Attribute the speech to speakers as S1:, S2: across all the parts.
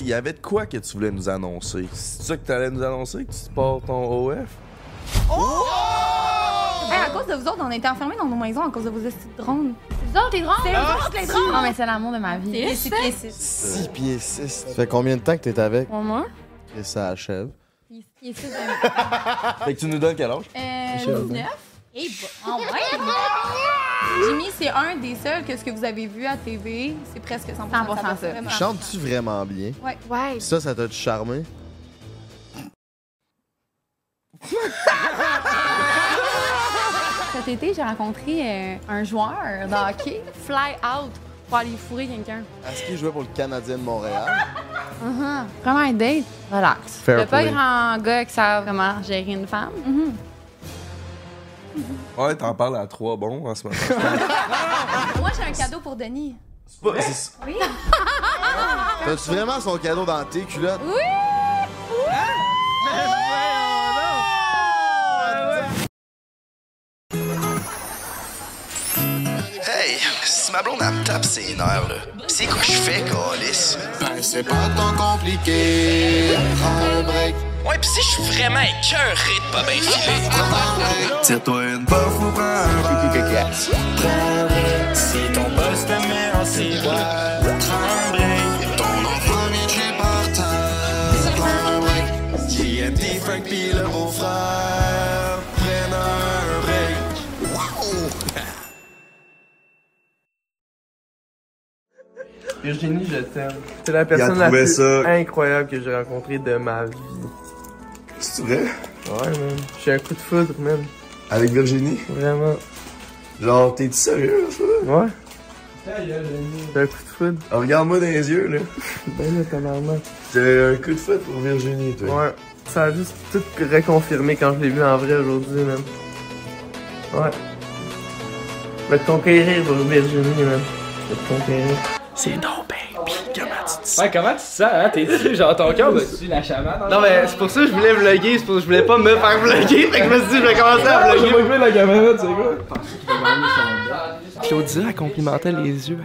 S1: il y avait de quoi que tu voulais nous annoncer? C'est ça que tu allais nous annoncer, que tu te portes ton OF?
S2: Hey, à cause de vous autres, on a été enfermés dans nos maisons à cause de vos estis de drones.
S3: Vous autres, les drones?
S2: C'est vous autres, les drones!
S3: Non, mais c'est l'amour de ma vie.
S2: C'est fait.
S1: Euh.
S4: 6 pieds 6. Ça fait combien de temps que t'es avec?
S3: Pour moi?
S4: Et ça achève.
S3: Il il est six
S1: Fait que tu nous donnes quel âge?
S4: Ah.
S2: Euh, 19.
S3: Et
S2: ben,
S3: bon, ouais,
S2: ah Jimmy, c'est un des seuls que ce que vous avez vu à TV, c'est presque 100%,
S3: 100%
S2: passe
S3: ça.
S2: vraiment.
S4: Il chante-tu vraiment bien?
S3: Ouais.
S4: Ça, ça t'a charmé?
S3: Cet été, j'ai rencontré euh, un joueur de hockey fly out pour aller fourrer quelqu'un.
S4: Est-ce qu'il jouait pour le Canadien de Montréal?
S3: Mhm. Vraiment un date. Relax.
S4: Fair
S3: Y'a pas
S4: play.
S3: grand gars qui savent comment gérer une femme.
S1: Ouais, t'en parles à trois bons en ce moment.
S2: Moi, j'ai un cadeau pour Denis.
S1: C'est pas- c'est-
S4: T'as-tu vraiment son cadeau dans tes culottes? Oui!
S5: Hey, si ma blonde elle me tape ses nerfs, là, c'est quoi je fais, Calis?
S6: Ben, c'est pas tant compliqué. Prends un break,
S5: Ouais, pis si je suis vraiment écœuré de pas bien filer.
S6: tire-toi une pof ou prends un break.
S5: Si ton boss te met en ciboire, tremble.
S6: Ton nom premier que j'ai par terre. Prends un break. JMD, Frank pis le beau-frère. Prenne un break.
S7: Virginie, je t'aime. C'est la personne la
S6: trouvé
S7: plus
S6: ça.
S7: incroyable que j'ai rencontrée de ma vie.
S6: C'est vrai?
S7: Ouais, man. J'ai un coup de foudre, man.
S6: Avec Virginie?
S7: Vraiment.
S6: Genre, t'es-tu sérieux, ça?
S7: Ouais. J'ai un coup de foudre.
S6: Ah, Regarde-moi dans les yeux, là.
S7: Ben là, tabarnak.
S6: T'as un coup de foot pour Virginie, toi.
S7: Ouais. Ça a juste tout reconfirmé quand je l'ai vu en vrai aujourd'hui, man. Ouais. Je vais te conquérir, pour Virginie, man. Je vais te conquérir.
S5: ben,
S8: Ouais, comment tu te sens, hein? T'es-tu, genre, ton cœur va-tu la hein? chamade?
S7: Non, mais c'est pour ça que je voulais vlogger, c'est pour ça que je voulais pas me faire vlogger, fait que je me suis dit, je vais commencer à vlogger.
S8: pas la caméra, tu sais quoi?
S7: Claudia, elle complimentait les yeux.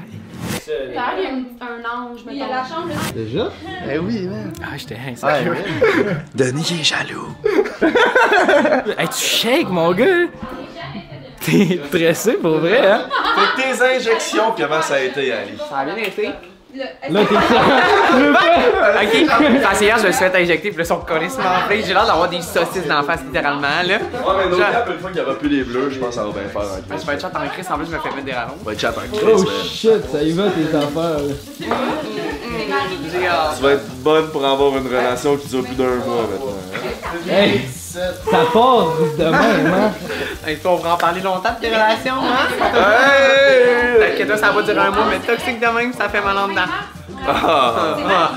S3: il y a un ange, mais Il y a la chambre.
S4: Déjà?
S7: Eh oui, man.
S8: Ah, j'étais
S4: Ah,
S8: insane.
S4: oui.
S5: Denis, il est jaloux.
S8: Hey, tu shakes, mon gars! T'es stressé pour vrai, hein?
S1: Fait que tes injections, comment ça a été, Ali?
S8: Ça a bien été. Là, t'es Ok, parce que hier, je me suis fait injecter, puis là, son collé se m'enflait. J'ai l'air d'avoir des saucisses d'en face, littéralement, là.
S1: Ouais, mais
S8: Jean.
S1: Nokia, une fois qu'il n'y aura plus les bleus, je pense que ça va bien faire. hein.
S8: Je vais être chat en crise, en plus, je me fais mettre des rallonges.
S1: On va être chat en
S8: Oh,
S1: crise, man.
S8: shit, ça y va, tes affaires, là. J'ai hâte.
S1: Tu vas être bonne pour avoir une relation qui dure plus d'un mois maintenant.
S8: Hey, ça part demain, hein? Hey, on va en parler longtemps de tes relations, hein? Peut-être que toi, ça va durer un mois, mais toxique de même, ça fait mal en dedans. Ah! Ah!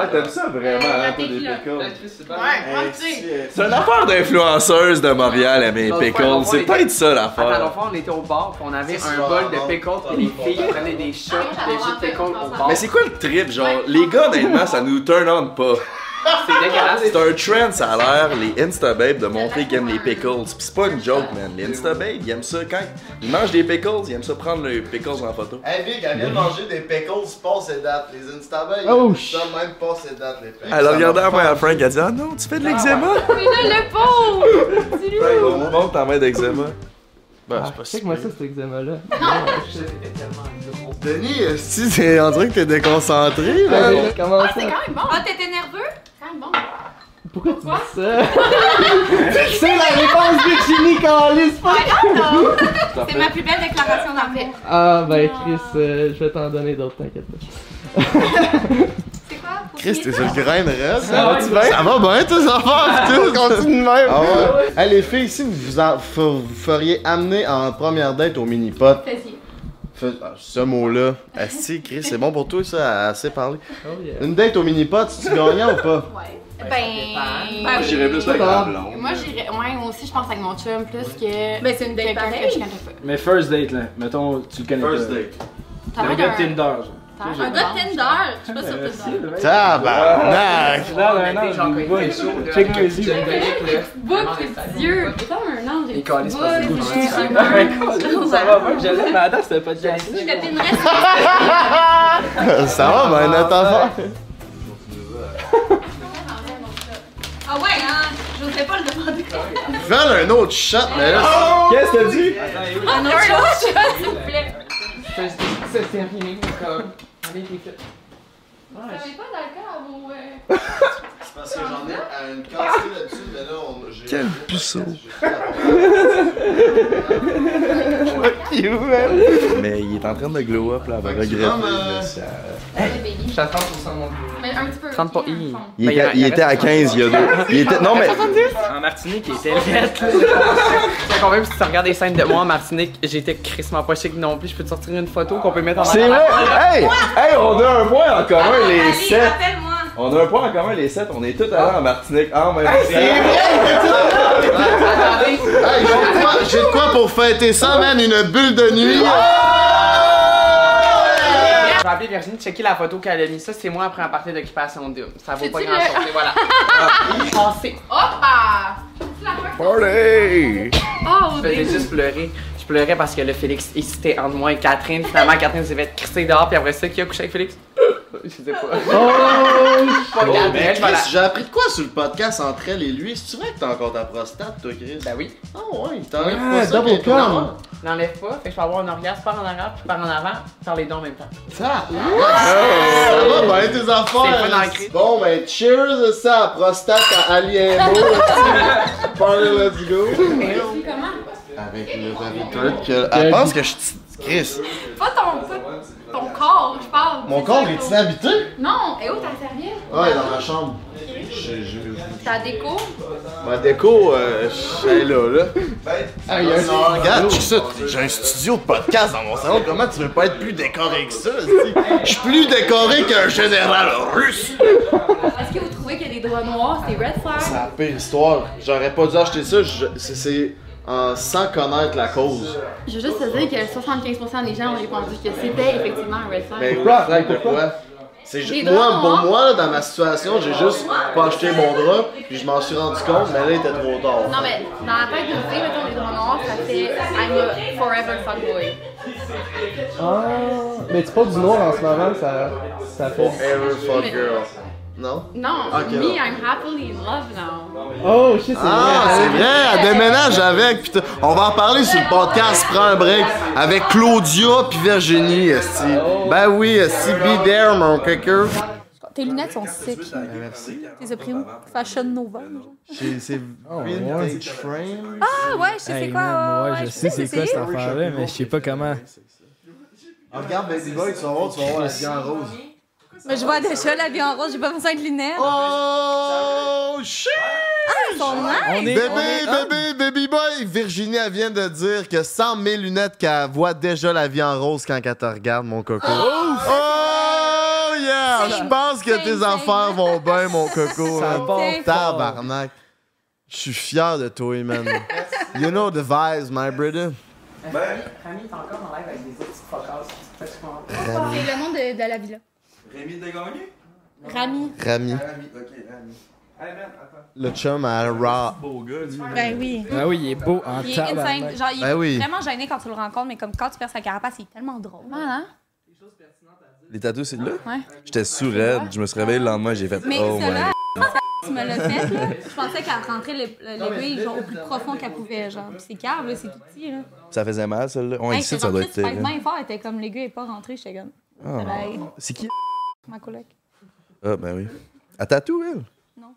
S1: Ah, t'aimes ça vraiment, hein, pour des pickles?
S8: Ouais,
S1: C'est une affaire d'influenceuse de Montréal, elle mes
S8: Dans le fond,
S1: pickles. C'est
S8: dans le fond,
S1: peut-être ça
S8: Attends,
S1: l'affaire.
S8: l'enfant, on était au bar, puis on avait un bol de pickles, puis les filles prenaient des shots, des jus de pickles au bar.
S1: Mais c'est quoi le trip, genre? Les gars, honnêtement, ça nous turn on pas.
S8: c'est dégueulasse.
S1: Ah, C'est un trend, ça a l'air, les Instababes de montrer qu'ils aiment les pickles. Pis c'est pas une joke, man. Les Instababes, ils aiment ça quand ils mangent des pickles, ils aiment ça prendre les pickles en photo.
S4: Hey Vic, elle vient de manger des pickles pas ses dates. Les Instabags,
S8: Oh,
S4: ils donnent même pas ses dates, les pickles.
S1: Elle a regardé la main à Frank, elle a dit Ah non, tu fais de l'eczéma
S3: Mais là, le pauvre!
S1: Frank, on nous montre ta main d'eczéma.
S7: Ah, je sais que moi, ça, cet eczéma-là.
S4: Denis, si c'est on dirait que t'es déconcentré, là.
S7: Comment ça?
S3: C'est quand même bon!
S2: Ah, t'étais nerveux?
S3: quand même bon!
S7: Pourquoi tu dis ça? C'est la réponse de Jimmy Callis, pas
S2: C'est ma plus belle déclaration d'amour.
S7: Ah, ben Chris, euh, je vais t'en donner d'autres, t'inquiète pas.
S2: C'est quoi? Pour
S4: Chris,
S2: finir
S4: t'es sur le grain de reste.
S7: Ça va-tu bien?
S4: Ça va bien, tes affaires, pis tout.
S7: Continue de même!
S4: Ah ouais. Hey, les filles, si vous vous, en- f- vous feriez amener en première date au mini-pot,
S2: Faisier.
S4: fais- ah, ce mot-là, Ah, si, Chris, c'est bon pour toi, ça, assez parlé.
S7: Oh, yeah.
S4: Une date au mini-pot, tu gagnant ou pas?
S3: Ouais. Ben.
S8: Ben,
S1: Moi, j'irais plus avec la blonde.
S3: Moi, j'irais. Ouais, moi aussi, je pense avec mon chum plus que.
S2: Ben, c'est une date
S3: quelqu'un que je
S2: pareille.
S3: connais pas.
S8: Mais first date, là, mettons, tu le connais
S1: First
S8: pas.
S1: date.
S3: T'as
S8: Un
S3: l'air
S8: gars de
S3: d'un-
S8: Tinder, genre.
S3: t'as l'air
S2: Un
S3: d'un
S2: gars de
S3: ange.
S2: Tinder. Je suis pas sur Tinder.
S4: Tabarnak!
S8: Là, là, non, je me vois, il est chaud. Check mes yeux.
S2: Boucle les yeux.
S3: T'es comme un ange.
S8: Il
S3: des
S8: calisse pas
S3: petites
S8: ses
S3: boules,
S8: couches.
S3: des cheveux.
S8: Ah, ben, calisse, Ça va pas, je l'aime, mais attends, c'était pas de gars.
S2: Je te pinnerais sur
S4: Ça va, ben, notre affaire.
S2: pas le demander.
S9: Vale un autre shot, mais là.
S1: Qu'est-ce que t'as dit?
S2: Un autre shot, s'il vous plaît.
S8: Ça, c'est terminé, comme. Allez, les gars.
S3: Vous
S8: Ouais,
S3: avez pas d'alcool à vos. euh,
S9: C'est parce que j'en ai à une quantité là-dessus, mais là, on. j'ai-
S1: Quel
S9: j'ai-
S1: puceau.
S8: je-
S1: Mais il est en train de glow up là, elle va
S9: Fait que euh, tu
S1: regretter.
S9: vas, mais-
S1: là, ça-
S8: Je t'attends pour ça, mon dieu.
S3: Mais un petit peu.
S8: 30 pour
S3: dans le
S8: I.
S3: fond.
S1: Il
S8: Ben, il y
S1: était,
S8: a-
S1: il
S8: il
S1: était à
S8: reste
S1: 15 il y a deux. Il était, non mais.
S10: En Martinique, qui était lettre.
S8: C'est quand même, si tu regardes des scènes de moi en Martinique, j'étais crissement pas chic non plus. Je peux te sortir une photo qu'on peut mettre en
S1: C'est vrai! Hey! Hey, on a un point en commun les sept!
S2: rappelle-moi.
S1: On a un point en commun les sept, on est tous allés en Martinique Ah, en même temps.
S8: Attendez,
S9: Hey, j'ai de quoi- j'ai de quoi pour fêter ça, man? Une bulle de nuit!
S8: Je vais appeler Virginie, checker la photo qu'elle a mis. Ça, c'est moi après un party d'occupation double. Ça vaut pas
S3: C'est-tu
S8: grand chose, et voilà. Ah, Pensez.
S3: Hop! Ah! C'est la peur.
S1: Party!
S3: Oh,
S8: Je
S3: des-
S8: faisais juste pleurer. Je pleurais parce que le Félix hésitait entre moi et Catherine. Finalement, Catherine s'est fait crisser dehors, puis après ça, qui a couché avec Félix? Je sais pas.
S1: Oh,
S8: Pas Gabriel,
S9: Ben, Chris,
S8: voilà.
S9: j'ai appris de quoi sur le podcast entre elle et lui? C'est vrai que t'as encore ta prostate, toi, Chris?
S8: Ben oui.
S9: Ah ouais, t'enlèves
S11: Ah,
S9: pas ça.
S11: double
S9: pis-
S11: cum.
S9: Non.
S8: N'enlève pas, fait que je peux avoir un orgasme par en arrière, puis par en avant, par les deux en même temps.
S9: Ça, ça va bien tes
S8: ben,
S9: affaires.
S8: C'est pas dans la
S9: hein.
S8: crise.
S9: Bon, ben, cheers de ça à prostate à Alien Beau. Party, let's go.
S3: Comment?
S9: Avec le papier de toilette que. Elle pense que je. Chris,
S3: Pas ton, pas ton corps, je parle.
S9: mon corps est inhabité?
S3: Non, et où ta serviette?
S9: Ouais, dans ma chambre.
S3: Ta déco?
S9: Ma déco, euh, elle est là, là. Hey, y a un Ben, Regarde, check ça, j'ai un studio de podcast dans mon salon. Comment tu veux pas être plus décoré que ça? si? Je suis plus décoré qu'un général russe.
S3: Est-ce que vous trouvez qu'il y a des draps noirs? C'est red
S9: C'est
S3: flag?
S9: la pire histoire. J'aurais pas dû acheter ça. je- c'est- C'est en sans connaître la cause.
S3: Je veux juste te dire que 75% des gens ont répondu que c'était effectivement un red flag.
S9: Mais
S11: Pourquoi?
S9: flag de quoi? C'est ju-
S3: Des
S9: moi,
S3: draps,
S9: pour
S3: hein?
S9: moi, là, dans ma situation, j'ai juste pas acheté mon drap, puis je m'en suis rendu compte, mais là, il était trop tard.
S3: Non, mais dans la tête d'une fille, mettons, les draps noirs, ça fait I'm a forever fuckboy.
S11: Ah, mais tu portes du noir en ce moment, ça, ça fait.
S9: Ever fuck girl. Non?
S3: Non,
S9: Ok,
S3: me,
S9: non.
S3: I'm happily in love now.
S11: Oh, shit, c'est
S9: Ah, c'est vrai, elle déménage avec. Putain, on va en parler sur le podcast Prends un break avec Claudia puis Virginie. Esti. Ben oui, esti, be there, mon cocker.
S2: Tes lunettes sont sick. Tu les as pris où? Fashion Nova. genre?
S9: C'est
S11: vintage
S9: frame.
S2: Ah ouais, je sais c'est quoi. oh, ouais, ouais,
S10: je sais c'est quoi cette
S2: ça.
S10: affaire-là, mais je sais pas comment.
S9: Ah, Regarde Baby Boy, tu vas voir, tu vas voir la bière rose.
S2: Mais je vois déjà la vie en rose, j'ai pas besoin de lunettes.
S9: Oh shit!
S2: Elles sont nice.
S10: On est,
S9: Bébé,
S10: on est homme.
S9: bébé, baby boy! Virginie, elle vient de dire que sans mes lunettes, qu'elle voit déjà la vie en rose quand elle te regarde, mon coco. Oh, yeah! Je pense que tes
S2: Same, same.
S9: affaires vont bien, mon coco.
S11: Ça
S9: hein.
S11: part
S2: C'est-
S11: fort.
S9: Tabarnak. Je suis fier de toi, man. you know the vibes, my brother.
S8: Rami est encore en live avec des petites focasses. pratiquement.
S2: C'est le nom de, de la villa.
S10: Rémi de Gagné?
S2: Rami.
S10: Rémi,
S9: Rami,
S10: ok, Rémi. Allez, man, attends.
S9: le chum à Raw.
S10: Beau gars, lui.
S2: Ben oui.
S10: Ah oui, il est beau en
S2: Il est insane.
S10: tabarnak.
S2: Genre, il est
S9: Ben oui.
S2: vraiment gêné quand tu le rencontres, mais comme quand tu perds sa carapace, il est tellement drôle.
S3: Voilà.
S1: Les tatous, c'est de là?
S2: Ouais.
S1: J'étais sous raide, je me suis réveillé le lendemain, j'ai fait
S2: Mais
S1: oh
S2: cela,
S1: my.
S2: tu me l'as fait, là. Je pensais qu'elle rentrait les, l'aiguille genre, au plus profond qu'elle pouvait. Genre, Puis c'est calme, là, c'est tout petit, là.
S1: Ça faisait mal celle-là? On
S2: Hey,
S1: ici,
S2: j'étais
S1: ça doit
S2: rentrée
S1: être
S2: super
S1: terrible.
S2: bien fort, elle était comme l'aiguille est pas rentrée, j'étais comme.
S1: Ah.
S2: bye,
S1: C'est qui?
S2: ma coloc.
S1: Ah ben oui. Elle tatoue, elle?
S2: Non.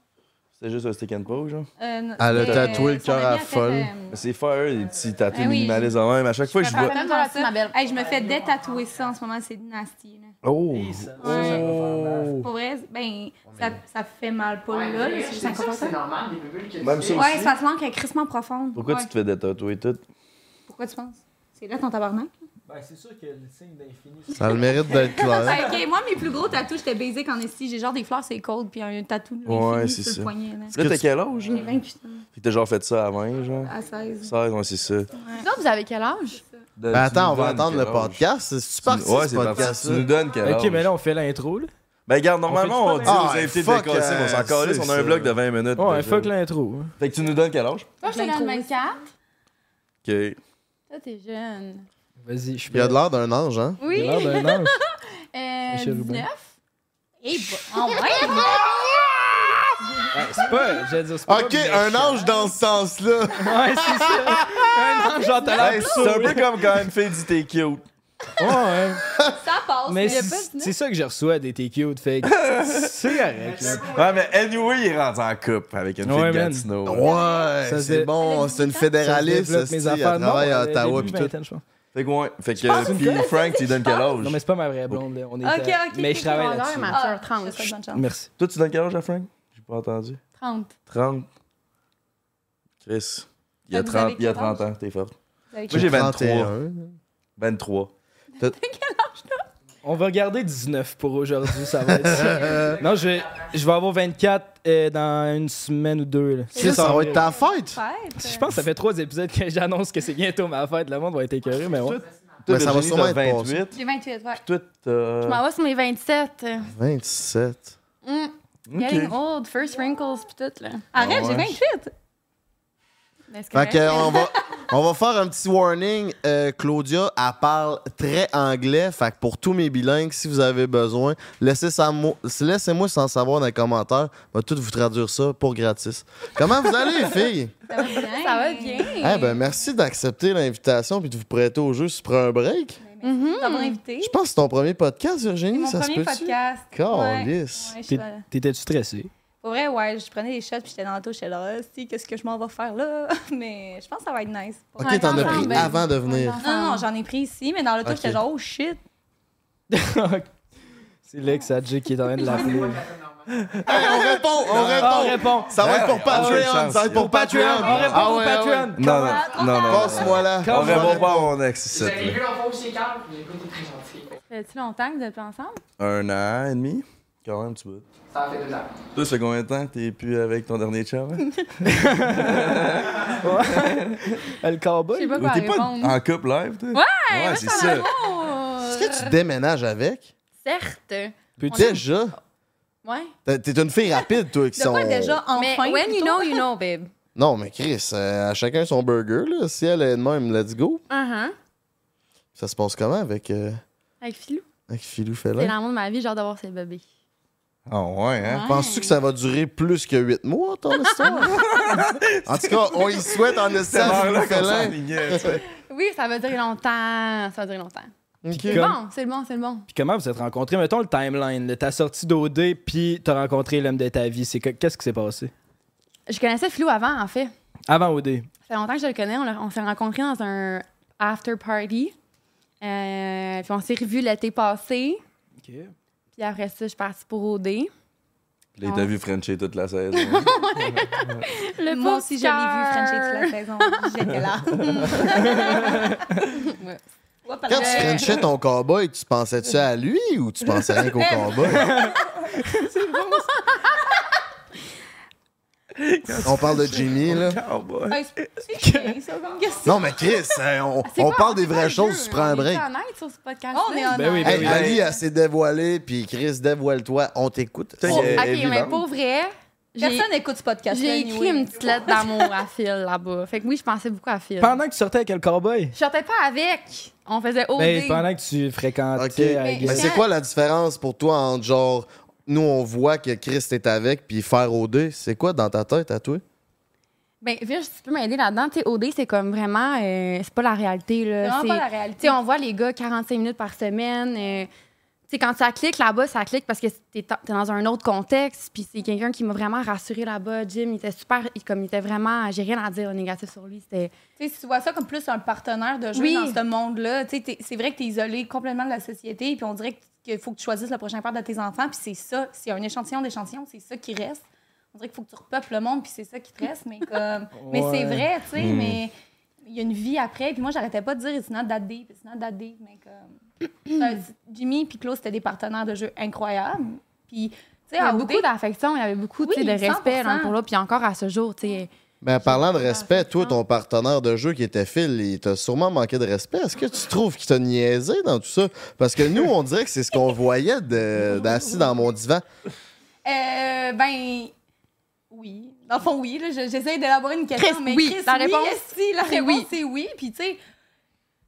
S1: C'est juste un stick and poke, genre.
S2: Elle
S9: Elle a tatoué le cœur à folle.
S2: euh,
S1: C'est fort, les petits tatous
S2: Ben oui,
S1: minimalistes en même. À chaque fois, je vois.
S2: Même
S3: Tellement
S2: dans
S3: ça, ma belle.
S2: ça. Hey, je me fais détatouer ça en ce moment, c'est nasty. Là.
S1: Oh!
S2: Ouais.
S1: Oh!
S2: Pour vrai, ben, ça, ça fait mal pas là, là, c'est juste inconfortable.
S8: normal, les bébés qui
S1: Même ça
S2: Ouais,
S1: aussi.
S2: c'est parce que l'encre est crissement profonde.
S1: Pourquoi
S2: Ouais.
S1: tu te fais des tatouages et tout?
S2: Pourquoi tu penses? C'est là ton tabarnak?
S10: Ben, c'est sûr que le signe d'infini.
S9: Ça a le mérite d'être clair.
S2: Ouais, Ah, ok, moi, mes plus gros tatous, j'étais basic en esti. J'ai genre des fleurs, c'est cold, puis un tatou de
S1: Ouais,
S2: l'infini
S1: c'est
S2: sur
S1: ça.
S2: le poignet. là.
S1: Là, t'as quel âge, là?
S2: J'ai 28 ans,
S1: Fait que t'as genre fait ça avant, genre?
S2: à 16.
S1: 16, ouais, c'est ça.
S3: Là, vous avez quel âge?
S1: Ben,
S9: Ben attends, on va attendre le podcast. C'est-tu parti,
S1: Ouais,
S9: ce
S1: c'est parti. Tu
S9: podcast-là?
S1: nous donnes quel
S10: Ok,
S1: âge?
S10: mais là, on fait l'intro, là.
S1: Ben, regarde, normalement, on,
S10: On
S1: dit
S10: fait
S1: aux
S9: du sport.
S1: invités de
S9: Ah, fuck,
S1: décasser, mais on s'en
S9: euh,
S1: calisse, on a
S9: c'est
S1: un bloc
S9: ça.
S1: de 20 minutes.
S10: Ouais,
S1: déjà.
S10: fuck l'intro. hein.
S1: Fait que tu nous donnes quel âge?
S3: Moi, j'étais dans le même cas.
S1: Ok.
S3: Toi, t'es jeune.
S10: Vas-y, je suis
S9: Il a de l'air d'un ange, hein?
S2: Oui!
S10: Ah, ben non.
S3: Euh,
S2: Eh,
S10: Michel Louvain.
S2: ah,
S3: 19?
S2: Et bah, en vrai!
S10: Ouais, Ah, c'est pas, j'allais dire, c'est pas.
S9: Ah, Ok, un ange dans ce sens-là.
S10: dans. Ouais, c'est ça. Un ange dans ta
S1: Hey,
S10: l'air
S1: Ben, c'est un peu comme quand une fille dit t'es cute.
S10: Ouais,
S2: Ça passe,
S10: Mais
S2: il y a
S10: c'est
S2: pas de-
S10: c'est ça que je reçois des TQ de fake. C'est correct, là.
S1: Ouais, mais anyway, il rentre en couple avec une fille
S10: Ouais,
S1: de
S10: man.
S1: Gatineau.
S9: Ouais,
S10: Ça se
S9: c'est
S10: dé-
S9: bon, c'est une
S10: Ça
S9: fédéraliste,
S10: développe
S9: hostie, elle
S10: Non,
S9: travaille à
S10: euh,
S9: Ottawa
S10: début
S9: pis tout.
S10: vingtaine, je pense.
S1: Fait que ouais. Fait que, puis Frank, tu lui donnes quel âge?
S10: Non, mais c'est pas ma vraie blonde, là. On est
S2: Ok,
S10: à-
S2: ok,
S10: Mais
S2: ok,
S10: je travaille là-dessus.
S2: Ah,
S3: Mature, 30.
S2: c'est ça, bonne
S10: Merci.
S1: Toi, tu donnes quel âge à Frank? J'ai pas entendu.
S3: 30.
S1: 30. Chris, il y a
S2: Fait que Ah, vous avez
S1: 30, il y a
S2: quel âge?
S1: 30 ans, t'es forte.
S2: Vous
S1: Moi, j'ai 23.
S9: 31.
S1: 23.
S10: On va garder 19 pour aujourd'hui, ça va être ça. Non, je vais, je vais avoir 24 euh, dans une semaine ou deux. Là.
S9: Chris, ça va être ta fête.
S2: euh?
S10: Je pense que ça fait trois épisodes que j'annonce que c'est bientôt ma fête. Le monde va être écœuré, mais ouais.
S1: Toi,
S9: Mais ça va
S1: Virginie,
S9: sûrement
S1: t'as
S9: être
S1: 28.
S2: J'ai 28, ouais.
S1: Toi,
S4: euh,
S3: Je
S1: t'as.
S3: m'en vais sur mes 27.
S9: 27.
S3: Mm. Getting old, first wrinkles, pis tout, là.
S2: Arrête,
S9: ouais.
S2: j'ai 28.
S3: Mais c'est
S9: Fait
S3: correct.
S9: que on va, on va faire un petit warning. Euh, Claudia, elle parle très anglais. Fait que pour tous mes bilingues, si vous avez besoin, laissez ça mo- laissez-moi sans savoir dans les commentaires. On va tout vous traduire ça pour gratis. Comment vous allez, les filles?
S2: Ça va bien.
S3: Ça va bien.
S9: Eh ben, merci d'accepter l'invitation puis de vous prêter au jeu si tu prends un break.
S2: Merci de m'avoir invité.
S9: Je pense que c'est ton premier podcast,
S2: C'est
S9: Virginie,
S2: mon
S9: ça se
S2: premier
S9: peut-tu?
S2: podcast. Ouais.
S9: Calisse.
S2: Ouais, je suis
S10: T'es-
S2: pas là.
S10: T'étais-tu stressé?
S2: Pour vrai, ouais, je prenais des shots, puis j'étais dans l'auto, j'étais là, Ah, si, qu'est-ce que je m'en vais faire là? Mais je pense que ça va être nice.
S9: Ok,
S3: Ouais,
S9: t'en as
S3: ensemble,
S9: pris
S3: ben.
S9: avant de venir.
S2: Non, non, j'en ai pris ici, mais dans l'auto,
S9: Ok.
S2: j'étais genre, oh shit.
S10: c'est là que c'est Jay qui est en train de l'appeler.
S9: Hey, on répond, on
S10: Ah, on
S9: répond.
S10: répond!
S9: Ça va être pour
S1: Ouais, on a une
S9: Patreon,
S1: chance.
S9: ça va être pour Patreon.
S10: On répond
S9: Ah
S10: pour
S9: ouais, ah ouais.
S10: Patreon!
S1: Non, non, non, non.
S9: Passe-moi là.
S1: On
S10: Comment?
S1: répond pas à mon ex ici. là.
S3: Fait-tu longtemps que vous êtes ensemble?
S1: Un an et demi, quand même, tu bout. Toi, ça fait combien de temps que t'es plus avec ton dernier chum? hein?
S10: Le cowboy?
S3: Je sais pas
S1: Ou
S3: quoi
S1: t'es pas
S3: répondre.
S1: en couple live, toi?
S3: Ouais,
S1: Ouais,
S3: moi,
S1: c'est
S3: ça
S1: ça.
S3: va
S9: Est-ce Ah. que tu déménages avec?
S3: Certes.
S10: Peux-tu-
S9: Déjà?
S3: Ouais.
S9: T'es t'es une fille rapide, toi, qui
S2: De
S9: sont...
S2: quoi déjà, enfin?
S3: Mais when you
S2: plutôt?
S3: know, you know, babe.
S9: Non, mais Chris, euh, à chacun son burger, là. Si elle est de même, let's go.
S3: Uh-huh.
S9: Ça se passe comment avec, euh,
S3: Avec Philou.
S9: avec Filou
S3: C'est
S9: Fellin?
S3: l'amour de ma vie, genre d'avoir ses bébés.
S1: Ah ouais, hein?
S9: Penses-tu que ça va durer plus que 8 mois, ton histoire? en tout cas, on y souhaite en
S1: C'est
S9: essayant
S1: par
S9: Filou
S1: là qu'on
S9: Fellin.
S1: s'enlignait, tu sais.
S3: Oui, ça va durer longtemps. Ça va durer longtemps.
S9: Ok.
S3: C'est bon, c'est le bon, c'est le bon.
S10: Puis comment vous êtes rencontrés? Mettons le timeline. là. T'as sorti d'OD, puis t'as rencontré l'homme de ta vie. C'est que- Qu'est-ce qui s'est passé?
S3: Je connaissais Philou avant, en fait.
S10: Avant OD.
S3: Ça fait longtemps que je le connais. On, l'a- on s'est rencontrés dans un after party. Euh, puis on s'est revus l'été passé. Puis après ça, je suis partie pour OD.
S1: Là, il t'a vu Frencher toute la saison.
S3: Le
S2: Moi aussi, je l'ai vu, Frenchie, toute la saison. J'étais là. Oups,
S9: Quand
S2: pardon.
S9: tu frenchais ton cowboy, tu pensais-tu à lui ou tu pensais rien qu'au cowboy? on parle de Jimmy, là.
S1: Oh boy.
S2: Ah, c'est- c'est chiant, ça, comme question.
S9: Non, mais Chris, hein, on, on parle des vraies choses, tu prends un break.
S3: On est honnête sur ce podcast.
S2: Oh, on est honnête.
S10: Ben oui, ben
S9: Hey,
S10: oui.
S9: Ali, elle s'est dévoilée, puis Chris, dévoile-toi, on t'écoute.
S1: T'as-
S9: Oh,
S1: Elle est
S3: Ok, mais
S1: vivante.
S3: pour vrai, j'ai
S2: Personne n'écoute ce podcast.
S3: j'ai écrit une petite lettre d'amour à Phil là-bas. Fait que oui, je pensais beaucoup à Phil.
S10: Pendant que tu sortais avec le cowboy?
S3: Je sortais pas avec. On faisait OD.
S10: Ben, pendant que tu fréquentais
S9: Ok.
S10: avec
S2: Ben,
S9: Mais
S10: les-
S9: c'est quoi la différence pour toi entre genre, nous on voit que Chris est avec, puis faire au dé, c'est quoi dans ta tête à toi?
S3: Ben, Virge, tu peux m'aider là-dedans. Tu sais, OD, c'est comme vraiment. euh, c'est pas la réalité,
S2: C'est
S3: là.
S2: vraiment pas la réalité.
S3: Tu sais, on voit les gars 45 minutes par semaine. euh, tu sais, quand ça clique là-bas, ça clique parce que t'es ta- t'es dans un autre contexte. Puis c'est quelqu'un qui m'a vraiment rassuré là-bas. Jim, il était super. il- comme il était vraiment. J'ai rien à dire de négatif sur lui. C'était.
S2: Tu sais, si tu vois ça comme plus un partenaire de jeu
S3: Oui.
S2: dans ce monde-là, tu sais, t'es- c'est vrai que tu es isolé complètement de la société, puis on dirait que- qu'il faut que tu choisisses le prochain père de tes enfants, puis c'est ça, c'est un échantillon d'échantillons, c'est ça qui reste. On dirait qu'il faut que tu repeuples le monde, puis c'est ça qui te reste, mais comme. Mais c'est
S10: Ouais.
S2: vrai, tu sais, mais il y a une vie après, puis moi, j'arrêtais pas de dire, it's not that deep, it's not that deep, mais comme. Ça, Jimmy puis Claude, c'était des partenaires de jeu incroyables, puis. tu sais,
S3: Il y
S2: à
S3: avait
S2: OD,
S3: beaucoup d'affection, il y avait beaucoup tu sais,
S2: Oui,
S3: de respect
S2: 100%.
S3: l'un pour l'autre. Puis encore à ce jour, tu sais.
S9: Mais en parlant de respect, toi, ton partenaire de jeu qui était Phil, il t'a sûrement manqué de respect. Est-ce que tu trouves qu'il t'a niaisé dans tout ça? Parce que nous, on dirait que c'est ce qu'on voyait de- d'assis dans mon divan.
S2: Euh, ben. Oui. Dans le fond, oui. là, je- J'essaie d'élaborer une question.
S3: Chris,
S2: mais
S3: oui.
S2: Chris,
S3: La réponse,
S2: si, la
S3: c'est
S2: réponse,
S3: oui.
S2: c'est oui. Puis, tu sais,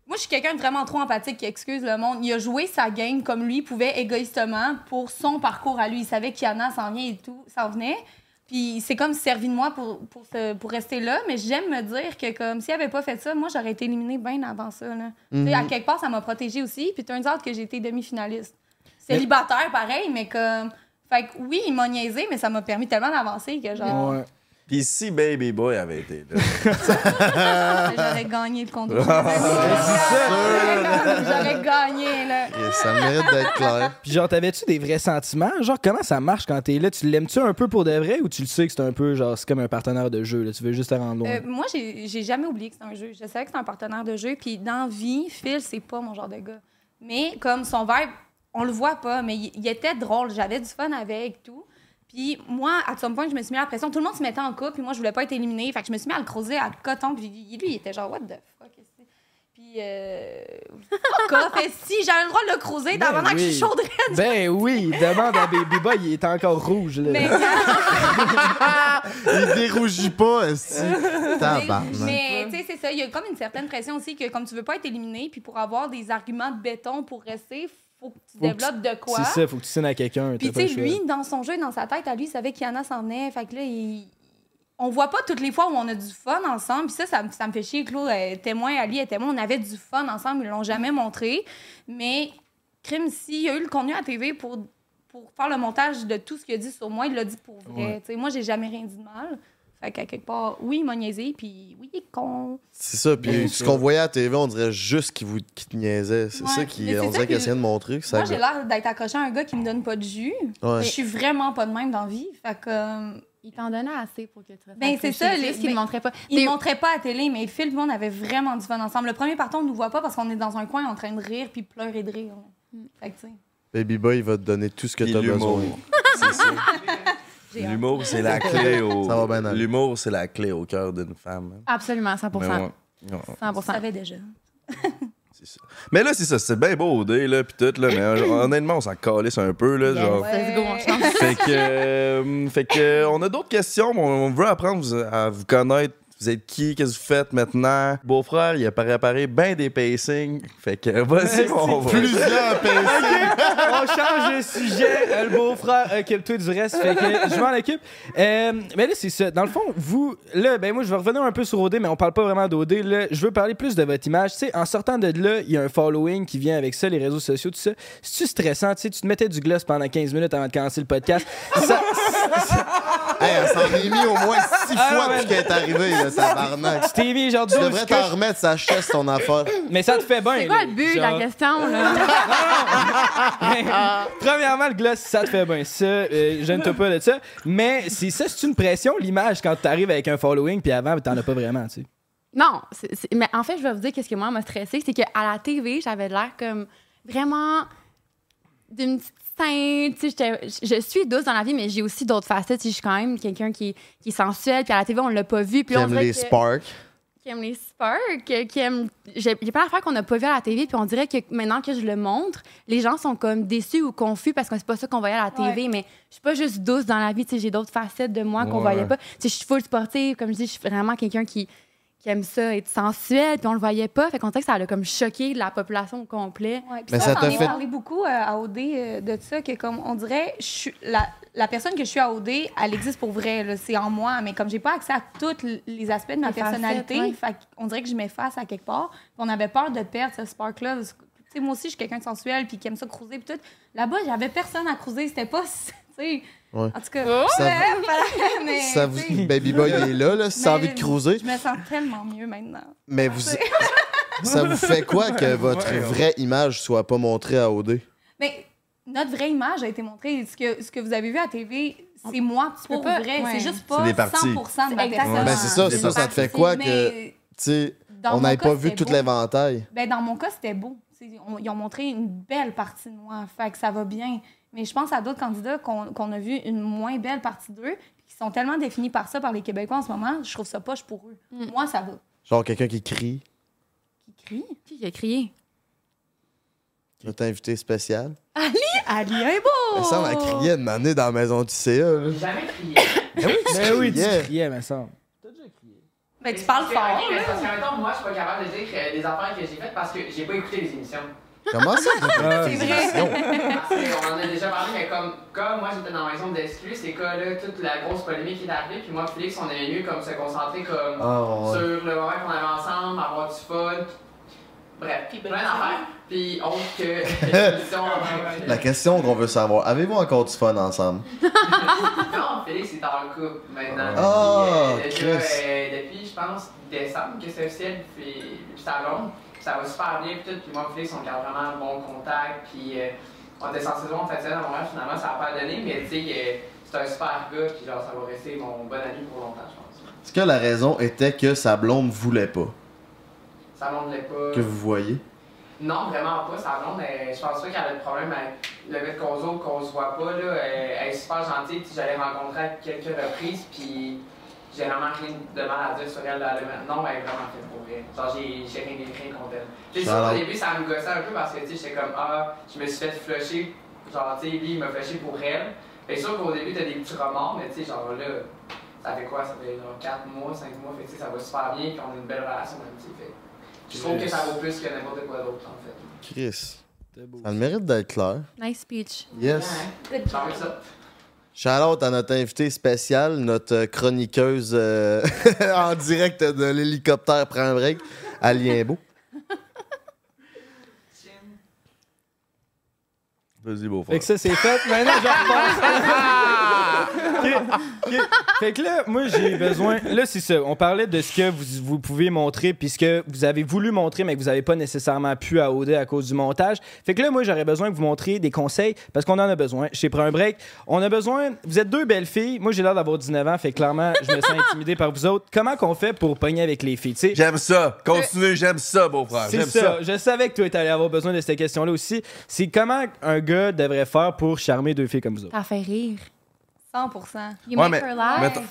S2: moi, je suis quelqu'un de vraiment trop empathique qui excuse le monde. Il a joué sa game comme lui pouvait égoïstement pour son parcours à lui. Il savait qu'Yana s'en vient et tout, s'en venait. Puis Puis c'est comme servi de moi pour, pour, se- pour rester là, mais j'aime me dire que comme s'il avait pas fait ça, moi j'aurais été éliminée bien avant ça. Là. Tu sais, À quelque part, ça m'a protégée aussi. Puis turns out que j'ai été demi-finaliste. Célibataire, pareil, mais comme. Fait que oui, il m'a niaisé, mais ça m'a permis tellement d'avancer que genre,
S10: Ouais.
S1: Pis si Baby Boy avait été là.
S2: j'aurais gagné le concours. j'aurais gagné, là.
S4: Et ça mérite d'être clair.
S10: Puis genre, t'avais-tu des vrais sentiments? Genre, comment ça marche quand t'es là? Tu l'aimes-tu un peu pour de vrai ou tu le sais que c'est un peu genre, c'est comme un partenaire de jeu, là, tu veux juste te rendre loin?
S2: Euh, moi, j'ai j'ai jamais oublié que c'est un jeu. Je savais que c'est un partenaire de jeu. Puis dans vie, Phil, c'est pas mon genre de gars. Mais comme son vibe, on le voit pas, mais il, il était drôle. J'avais du fun avec tout. Puis moi, à some point, je me suis mis la pression. Tout le monde se mettait en couple, puis moi, je voulais pas être éliminée. Fait que je me suis mis à le creuser à coton. Puis lui, il était genre, what the fuck, qu'est-ce que c'est? Puis, euh, fuck off, et si, j'avais le droit de le creuser
S10: Ben
S2: d'avant que je
S10: oui.
S2: suis chaude.
S10: Ben oui, demande à Baby Boy, il est encore rouge. Là.
S2: Mais,
S4: Il dérougit pas, esti.
S2: Mais-
S4: Tabarnak.
S2: Mais tu sais, c'est ça. Il y a comme une certaine pression aussi que comme tu veux pas être éliminé, puis pour avoir des arguments de béton pour rester, faut que tu
S10: que
S2: développes de quoi.
S10: C'est ça, faut que tu signes à quelqu'un.
S2: Puis
S10: t'as pas
S2: tu
S10: le
S2: sais,
S10: choix.
S2: lui, dans son jeu, dans sa tête, à lui, il savait qu'Yana s'en venait. Fait que là, il... on voit pas toutes les fois où on a du fun ensemble. Puis ça, ça, me- ça me fait chier. Claude est témoin, Ali est témoin. On avait du fun ensemble, ils l'ont jamais montré. Mais Crime, s'il y a eu le contenu à TV pour, pour faire le montage de tout ce qu'il a dit sur moi, il l'a dit pour vrai.
S10: Ouais.
S2: Tu sais, moi, j'ai jamais rien dit de mal. Fait qu'à quelque part, oui, il m'a niaisé, puis oui, il est con.
S4: C'est ça,
S10: Bien
S4: puis ce
S10: sûr.
S4: qu'on voyait à la TV, on dirait juste qu'il vous qu'il te niaisait. C'est
S2: Ouais,
S4: ça qui,
S2: mais c'est
S4: on
S2: ça
S4: dirait
S2: que-
S4: qu'il essayait de montrer. Que ça
S2: Moi, j'ai l'air d'être accroché à un gars qui me donne pas de jus.
S4: Ouais.
S2: Je suis vraiment pas de même dans la vie. Fait que, euh,
S3: Il t'en donnait assez pour que tu restes.
S2: Ben, c'est ça, les-
S3: les... qu'il
S2: mais-
S3: ne montrait pas.
S2: Il
S3: T'es-
S2: ne montrait pas à télé, mais Phil et moi, on avait vraiment du fun ensemble. Le premier partant, on nous voit pas parce qu'on est dans un coin en train de rire puis pleurer de rire. là. Fait que, tu sais,
S4: Baby Boy, il va te donner tout ce que
S1: Puis
S4: t'as besoin.
S1: l'humour. C'est ça.
S2: j'ai hâte.
S1: L'humour, c'est la clé au.
S4: Ça va bien aller.
S1: L'humour, c'est la clé au cœur d'une femme. hein.
S3: Absolument, 100
S1: Mais ouais. Ouais, ouais.
S2: Je
S3: 100
S2: savais déjà.
S1: C'est ça. Mais là, c'est ça, c'est bien beau au dé, là, pis tout, là, mais euh, genre, honnêtement, on s'en calisse un peu,
S3: Ben
S1: là, genre.
S2: ouais.
S3: Let's go, on se lance.
S1: Fait que, euh, fait que, euh, on a d'autres questions, mais on on veut apprendre vous- à vous connaître. Vous êtes qui? Qu'est-ce que vous faites maintenant? Beau-frère, il a préparé bien des pacings. Fait que, euh, vas-y, on va.
S4: Plusieurs pays.
S10: on change de sujet. Euh, Le beau-frère occupe-toi du reste. Fait que je m'en occupe. Euh, mais là, c'est ça. Dans le fond, vous, là, ben moi, je vais revenir un peu sur OD, mais on parle pas vraiment d'OD. Là, je veux parler plus de votre image. Tu sais, en sortant de là, il y a un following qui vient avec ça, les réseaux sociaux, tout ça. C'est-tu stressant? Tu sais, tu te mettais du gloss pendant 15 minutes avant de commencer le podcast. Ça-
S4: Hey, elle s'en est mis au moins six
S10: Ah,
S4: fois
S10: ouais.
S4: depuis qu'elle est arrivée, là, tabarnak.
S10: tu t'es mis genre
S4: Tu
S10: 12
S4: devrais t'en
S10: couches,
S4: remettre, ça chasse ton affaire.
S10: Mais ça te fait bien.
S3: C'est quoi
S10: là.
S3: le but,
S10: Genre-
S3: la question, là?
S10: Mais, Premièrement, le gloss, ça te fait bien. Ça, euh, je ne te pas de ça. Mais c'est ça, c'est une pression, l'image, quand t'arrives avec un following, puis avant, t'en as pas vraiment, tu sais.
S3: non, c'est- c'est- mais en fait, je vais vous dire qu'est-ce que moi m'a stressé, c'est qu'à la TV, j'avais l'air comme vraiment d'une petite sainte. tu sais, j'étais- Je je suis douce dans la vie, mais j'ai aussi d'autres facettes. tu sais, Je suis quand même quelqu'un qui, qui est sensuel, puis à la TV, on l'a pas vu.
S4: Qui
S3: Puis là, on
S4: aime
S3: dirait
S4: les
S3: que-
S4: sparks.
S3: qui aime les sparks, qui aime. J'ai j'ai plein d'affaires qu'on n'a pas vu à la TV, puis on dirait que maintenant que je le montre, les gens sont comme déçus ou confus parce que c'est pas ça qu'on voyait à la
S2: Ouais.
S3: TV, mais je suis pas juste douce dans la vie, tu sais, j'ai d'autres facettes de moi qu'on
S1: Ouais.
S3: voyait pas. Tu sais, je suis full sportive, comme je dis, je suis vraiment quelqu'un qui, qui aime ça, être sensuel, puis on le voyait pas, fait qu'on dirait que ça a comme choqué la population au complet.
S2: Ouais, puis
S4: Mais ça
S2: ça,
S4: t'a
S2: j'en ai
S4: fait-
S2: parlé Ah, beaucoup euh, à OD euh, de ça, que comme on dirait, je suis- la, la personne que je suis à OD, elle existe pour vrai, là, c'est en moi, mais comme j'ai pas accès à tous l- les aspects de ma
S3: Les facettes,
S2: personnalité,
S3: ouais.
S2: fait on dirait que je m'efface à quelque part. Puis on avait peur de perdre ce spark-là. parce que, tu sais, moi aussi, je suis quelqu'un de sensuel, puis qui aime ça cruiser, puis tout. Là-bas, j'avais personne à cruiser, c'était pas... tu sais,
S4: Ouais.
S2: En tout cas,
S4: Ça
S2: ouais, voilà, mais,
S4: Ça vous...
S2: tu sais,
S4: Baby Boy il est là, là, si t'as
S2: mais
S4: envie de cruiser.
S2: Je me sens tellement mieux maintenant.
S4: Mais vous... ça vous fait quoi que votre vraie image soit pas montrée à OD?
S2: Mais notre vraie image a été montrée. Ce que, ce que vous avez vu à TV, c'est moi pour
S3: peux pas-
S2: vrai.
S3: ouais.
S2: C'est juste
S1: C'est
S2: pas
S1: des parties.
S2: 100% de ma
S3: Exactement.
S2: personne.
S4: Ben, c'est ça,
S1: c'est
S4: ça, ça te fait quoi que-
S2: Mais
S4: Tu sais,
S2: dans
S4: on
S2: mon
S4: n'avait
S2: cas,
S4: pas vu
S2: c'était
S4: tout
S2: beau.
S4: l'éventail.
S2: Ben, dans mon cas, c'était beau. T'sais, on- ils ont montré une belle partie de moi. Fait que ça va bien. Mais je pense à d'autres candidats qu'on qu'on a vu une moins belle partie d'eux, puis qui sont tellement définis par ça, par les Québécois en ce moment, je trouve ça poche pour eux.
S3: Mm.
S2: Moi, ça va.
S4: Genre quelqu'un qui crie.
S2: Qui crie?
S3: Qui qui a crié?
S4: Notre invité spécial.
S2: Ali est beau!
S4: Ça, on a crié une année dans la maison du CA. là.
S8: Jamais crié.
S10: Mais Ben oui, tu
S4: criais.
S10: criais, me semble.
S2: Mais tu parles fort.
S8: Parce que, ok, mais parce que, mettons, moi, je suis pas capable de dire euh, des affaires que j'ai faites parce que j'ai pas écouté les émissions.
S1: Comment ça?
S2: C'est vrai.
S8: On en a déjà parlé, mais comme, comme moi j'étais dans la maison d'exclus, c'est que là, toute la grosse polémique qui est arrivée, puis moi, Félix, on aimait mieux comme se concentrer comme
S9: Oh.
S8: sur le moment qu'on avait ensemble, avoir du fun. Bref, plein d'affaires. Puis autre que. disons, euh,
S9: La question qu'on veut savoir, avez-vous encore du fun ensemble?
S8: Non, Félix est dans le couple maintenant.
S9: Ah,
S8: Puis, euh, déjà,
S9: Chris.
S8: euh, depuis, je pense, décembre, que c'est officiel, puis puis ça longue. Ça va super bien, puis tout. Puis moi, Félix, on garde vraiment un bon contact. Puis euh, on était censé se voir en fait à Montréal, finalement, ça n'a pas donné, mais tu sais, euh, c'est un super gars, puis genre, ça va rester mon bon ami pour longtemps, je pense.
S9: Est-ce que la raison était que sa blonde voulait pas
S8: Ça ne pas.
S9: que vous voyez?
S8: Non, vraiment pas, ça blonde, mais je pense pas qu'elle a de problème avec le gars de Conzo qu'on se voit pas, là, euh, elle est super gentille, puis j'allais rencontrer à quelques reprises, puis j'ai vraiment rien de mal à dire sur elle, là, le- non, elle est vraiment faite pour vrai, genre j'ai j'ai rien, rien contre elle. Tu sais,
S9: Shout
S8: sûr, au
S9: out.
S8: début, ça me gossait un peu parce que, tu sais, j'étais comme, ah, je me suis fait flusher, genre, tu sais, lui, il m'a flushé pour elle. Fait que sûr qu'au début, t'as des petits remords, mais tu sais, genre là, ça fait quoi, ça fait genre 4 mois, 5 mois, fait que tu sais, ça va super bien, puis on a une belle relation, même, tu sais, fait. Je trouve que ça vaut plus que n'importe quoi d'autre, en fait.
S9: Chris. Ça a le mérite d'être clair.
S3: Nice speech.
S9: Yes.
S8: J'ai envie de ça.
S9: Charlotte, à notre invitée spéciale, notre chroniqueuse euh, en direct de l'hélicoptère prend un break, Alien Beau.
S1: Vas-y, beau frère.
S10: Fait que ça, c'est fait. Maintenant, je repense. Ok, ok. Fait que là, moi, j'ai besoin. Là, c'est ça. On parlait de ce que vous, vous pouvez montrer, puis ce que vous avez voulu montrer, mais que vous n'avez pas nécessairement pu à OD à cause du montage. Fait que là, moi, j'aurais besoin que vous montriez des conseils, parce qu'on en a besoin. J'ai pris un break. On a besoin. Vous êtes deux belles filles. Moi, j'ai l'air d'avoir 19 ans, fait que clairement, je me sens intimidé par vous autres. Comment qu'on fait pour pogner avec les filles? tu sais?
S1: J'aime ça. Continue, j'aime ça, beau frère.
S10: C'est
S1: J'aime
S10: ça.
S1: ça.
S10: Je savais que toi, t'allais avoir besoin de cette question-là aussi. C'est comment un gars devrait faire pour charmer deux filles comme vous autres?
S3: Ça fait rire.
S2: 100
S3: You
S1: Ouais,
S3: make
S1: mais-
S3: her laugh.
S1: mettons-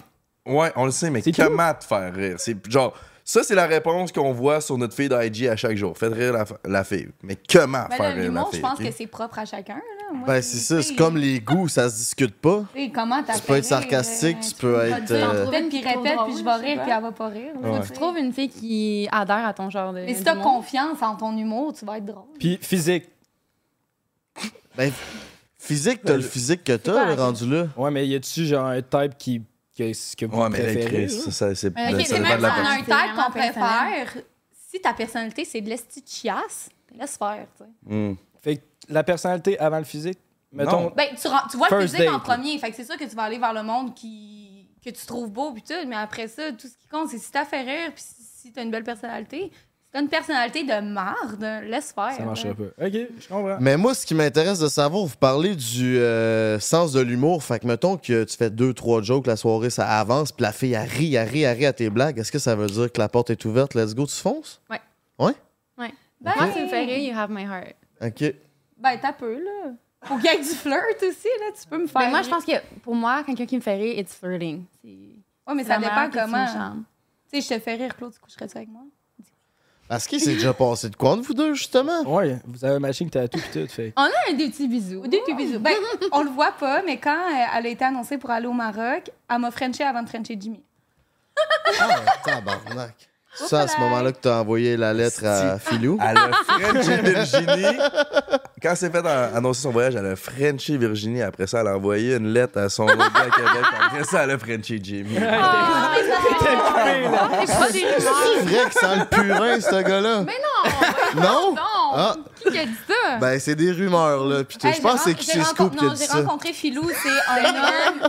S1: Ouais, on le sait, mais
S10: C'est
S1: comment te faire rire? C'est genre, ça, c'est la réponse qu'on voit sur notre feed IG à chaque jour. Faites rire la, la fille. Mais comment
S2: Ben,
S1: faire
S2: le-
S1: rire la
S2: l'humour,
S1: fille?
S2: je pense
S1: ok?
S2: que c'est propre à chacun. Là. Moi,
S9: Ben,
S2: je-
S9: c'est ça,
S2: tu
S9: c'est
S2: sais,
S9: comme les goûts, ça se discute pas.
S2: tu sais, comment t'as
S9: Tu
S2: fait
S9: peux être
S2: rire,
S9: sarcastique,
S2: euh,
S9: ben, tu peux
S3: pas
S9: être.
S3: dire en
S9: euh,
S3: trop-
S2: répète, puis
S3: Trop
S2: répète,
S3: drôle,
S2: puis je vais
S3: je sais
S2: rire,
S3: pas.
S2: puis elle va pas rire. là,
S1: Ouais.
S2: tu
S3: Tu
S2: sais.
S3: trouves une fille qui adhère à ton genre de.
S2: Mais si t'as
S3: d'humour.
S2: confiance en ton humour, tu vas être drôle.
S10: Puis physique.
S9: ben, physique, t'as le physique que
S3: quoi,
S9: t'as, le
S3: la-
S9: rendu là.
S10: Ouais, mais y a-tu genre un type qui. que, ce que vous
S1: Ouais, mais là,
S10: préférez?
S1: Chris, ça, ça, c'est
S3: Mais ok,
S1: Ben, ça
S3: c'est
S1: dépend
S3: même
S1: de la
S3: si on
S1: personne.
S3: a
S2: un type qu'on
S3: C'est vraiment
S2: préfère, si ta personnalité, c'est de l'esti de chiasse, ben, laisse faire, tu sais.
S1: Hmm.
S10: Fait que la personnalité avant le physique? Mettons.
S1: Non.
S2: Ben, tu, ren- tu vois le
S10: First
S2: physique en
S10: date,
S2: premier. Fait que c'est sûr que tu vas aller vers le monde qui, que tu trouves beau, puis tout. Mais après ça, tout ce qui compte, c'est si t'as fait rire, puis si, si t'as une belle personnalité. Si t'as une personnalité de marde, laisse faire.
S10: Ça marcherait pas. Ok, je comprends.
S9: Mais moi, ce qui m'intéresse de savoir, vous parlez du euh, sens de l'humour. Fait que mettons que tu fais deux, trois jokes, la soirée, ça avance, puis la fille, elle rit, elle rit, elle rit à tes blagues. Est-ce que ça veut dire que la porte est ouverte? Let's go, tu fonces?
S2: Ben,
S3: Moi, tu me fais rire, you have my heart.
S9: OK.
S2: Ben, t'as peu, là. Faut qu'il y ait du flirt aussi, là. Tu peux me faire.
S3: Ben, moi, je
S2: rire.
S3: pense que pour moi, quelqu'un qui me fait rire, it's flirting. C'est-
S2: Ouais, mais ça
S3: c'est la
S2: dépend
S3: manière que tu me
S2: comment.
S3: charmes.
S2: Tu sais, je te fais rire, Claude, tu coucherais-tu avec moi?
S9: Parce qu'il s'est déjà passé de quoi entre vous deux, justement?
S10: Ouais, vous avez un machine que t'as tout pis tout. Fait.
S3: On a un Ah, des petits bisous.
S2: Au début, bisous. Ben, on le voit pas, mais quand euh, elle a été annoncée pour aller au Maroc, elle m'a Frenché avant de Frencher Jimmy.
S9: Ah, tabarnak. C'est ça, à ce moment-là que t'as envoyé la lettre à Philou?
S10: Ah.
S1: Elle a Frenché Virginie. Quand c'est fait an- annoncer son voyage, elle a Frenché Virginie. Après ça, elle a envoyé une lettre à son autre gars à Québec. Après ça, elle a Frenché Jimmy.
S3: Ah, c'est pas des rumeurs.
S9: C'est vrai que ça le purin, ce gars-là.
S3: Mais non!
S9: Non?
S3: Non!
S9: Ah,
S3: Qui a dit ça?
S9: ben c'est des rumeurs, là. Puis
S2: Hey,
S9: je pense
S2: j'ai
S9: que c'est
S2: ren-
S9: qui
S2: j'ai
S9: chez Scoop
S2: rencontré-
S9: qui a
S2: Non,
S9: dit
S2: j'ai
S9: ça.
S2: rencontré Philou, c'est un homme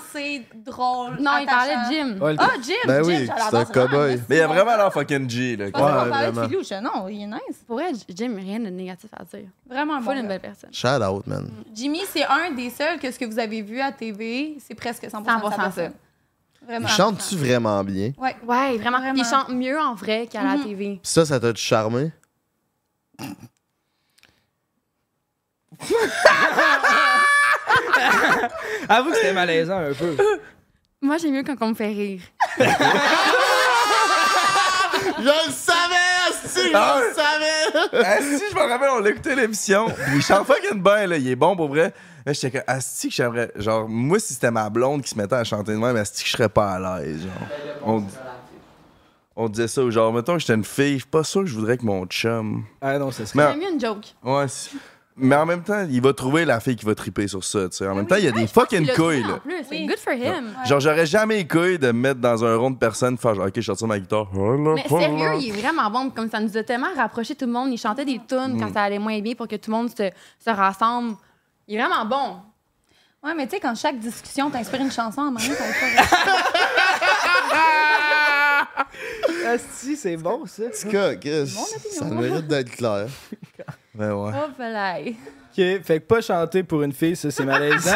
S2: sensé, drôle.
S3: non, il parlait de
S2: attachant.
S3: Jim.
S10: Ouais, le-
S2: Ah, Jim!
S9: Ben
S2: Jim,
S9: oui,
S2: j'allais
S9: c'est
S2: avoir
S9: un
S2: ça.
S9: cow-boy.
S1: Mais il y a vraiment l'air fucking G, là.
S2: Je pensais qu'on
S9: Ouais,
S2: parlait de
S9: vraiment.
S2: Philou. Je dis, non, il est nice.
S3: Pour elle, Jim, rien de négatif à dire.
S2: Vraiment un
S3: Faut
S2: bon.
S3: une
S2: gars.
S3: belle personne.
S9: Shout out, man.
S2: Jimmy, c'est un des seuls que ce que vous avez vu à TV, c'est presque 100%, de sa
S3: 100% ça.
S2: personne. Vraiment.
S9: Il chante-tu vraiment bien?
S2: Ouais.
S3: Ouais, vraiment.
S2: Vraiment.
S3: Il chante mieux en vrai qu'à la
S2: Mhm.
S3: TV.
S9: Puis ça, ça t'a charmé?
S10: Avoue que c'était malaisant un peu.
S3: Moi, j'aime mieux quand on me fait rire.
S9: Je le savais, Asti!
S1: Ah ouais.
S9: savais!
S1: Asti, je me rappelle, on l'a écouté l'émission. Puis il chante fucking bien, là. Il est bon pour vrai. Mais j'étais comme, Asti, que j'aimerais. Genre, moi, si c'était ma blonde qui se mettait à chanter de même, Asti, que je serais pas à l'aise, genre.
S8: Ben, le bon,
S1: On-
S8: c'est relatif.
S1: on disait ça, ou genre, mettons que j'étais une fille, je suis pas sûr que je voudrais que mon chum.
S10: Ah non, c'est ça.
S1: Mais,
S3: J'aime mieux une joke.
S1: ouais, c'est- mais en même temps, il va trouver la fille qui va triper sur ça, tu sais. En même temps, il y a des
S3: Il
S1: fucking
S3: l'a
S1: couilles,
S3: dit en
S1: là.
S3: plus, c'est
S2: Oui.
S3: Good for him.
S1: Genre, j'aurais jamais les couilles de me mettre dans un rond de personne, faire genre, ok, je sortir ma guitare.
S3: Mais sérieux, il est vraiment bon. Comme ça nous a tellement rapproché tout le monde. Il chantait des tunes
S9: Mm.
S3: quand ça allait moins bien pour que tout le monde se, se rassemble. Il est vraiment bon.
S2: Ouais, mais tu sais, quand chaque discussion t'inspire une chanson, à un moment donné, ça va être pas-
S10: Ah, si, c'est bon, ça.
S9: En tout cas, Chris,
S2: Mon opinion.
S9: ça mérite d'être clair.
S1: Ben ouais.
S2: Hop là.
S10: Ok, fait que pas chanter pour une fille, ça c'est malaisant.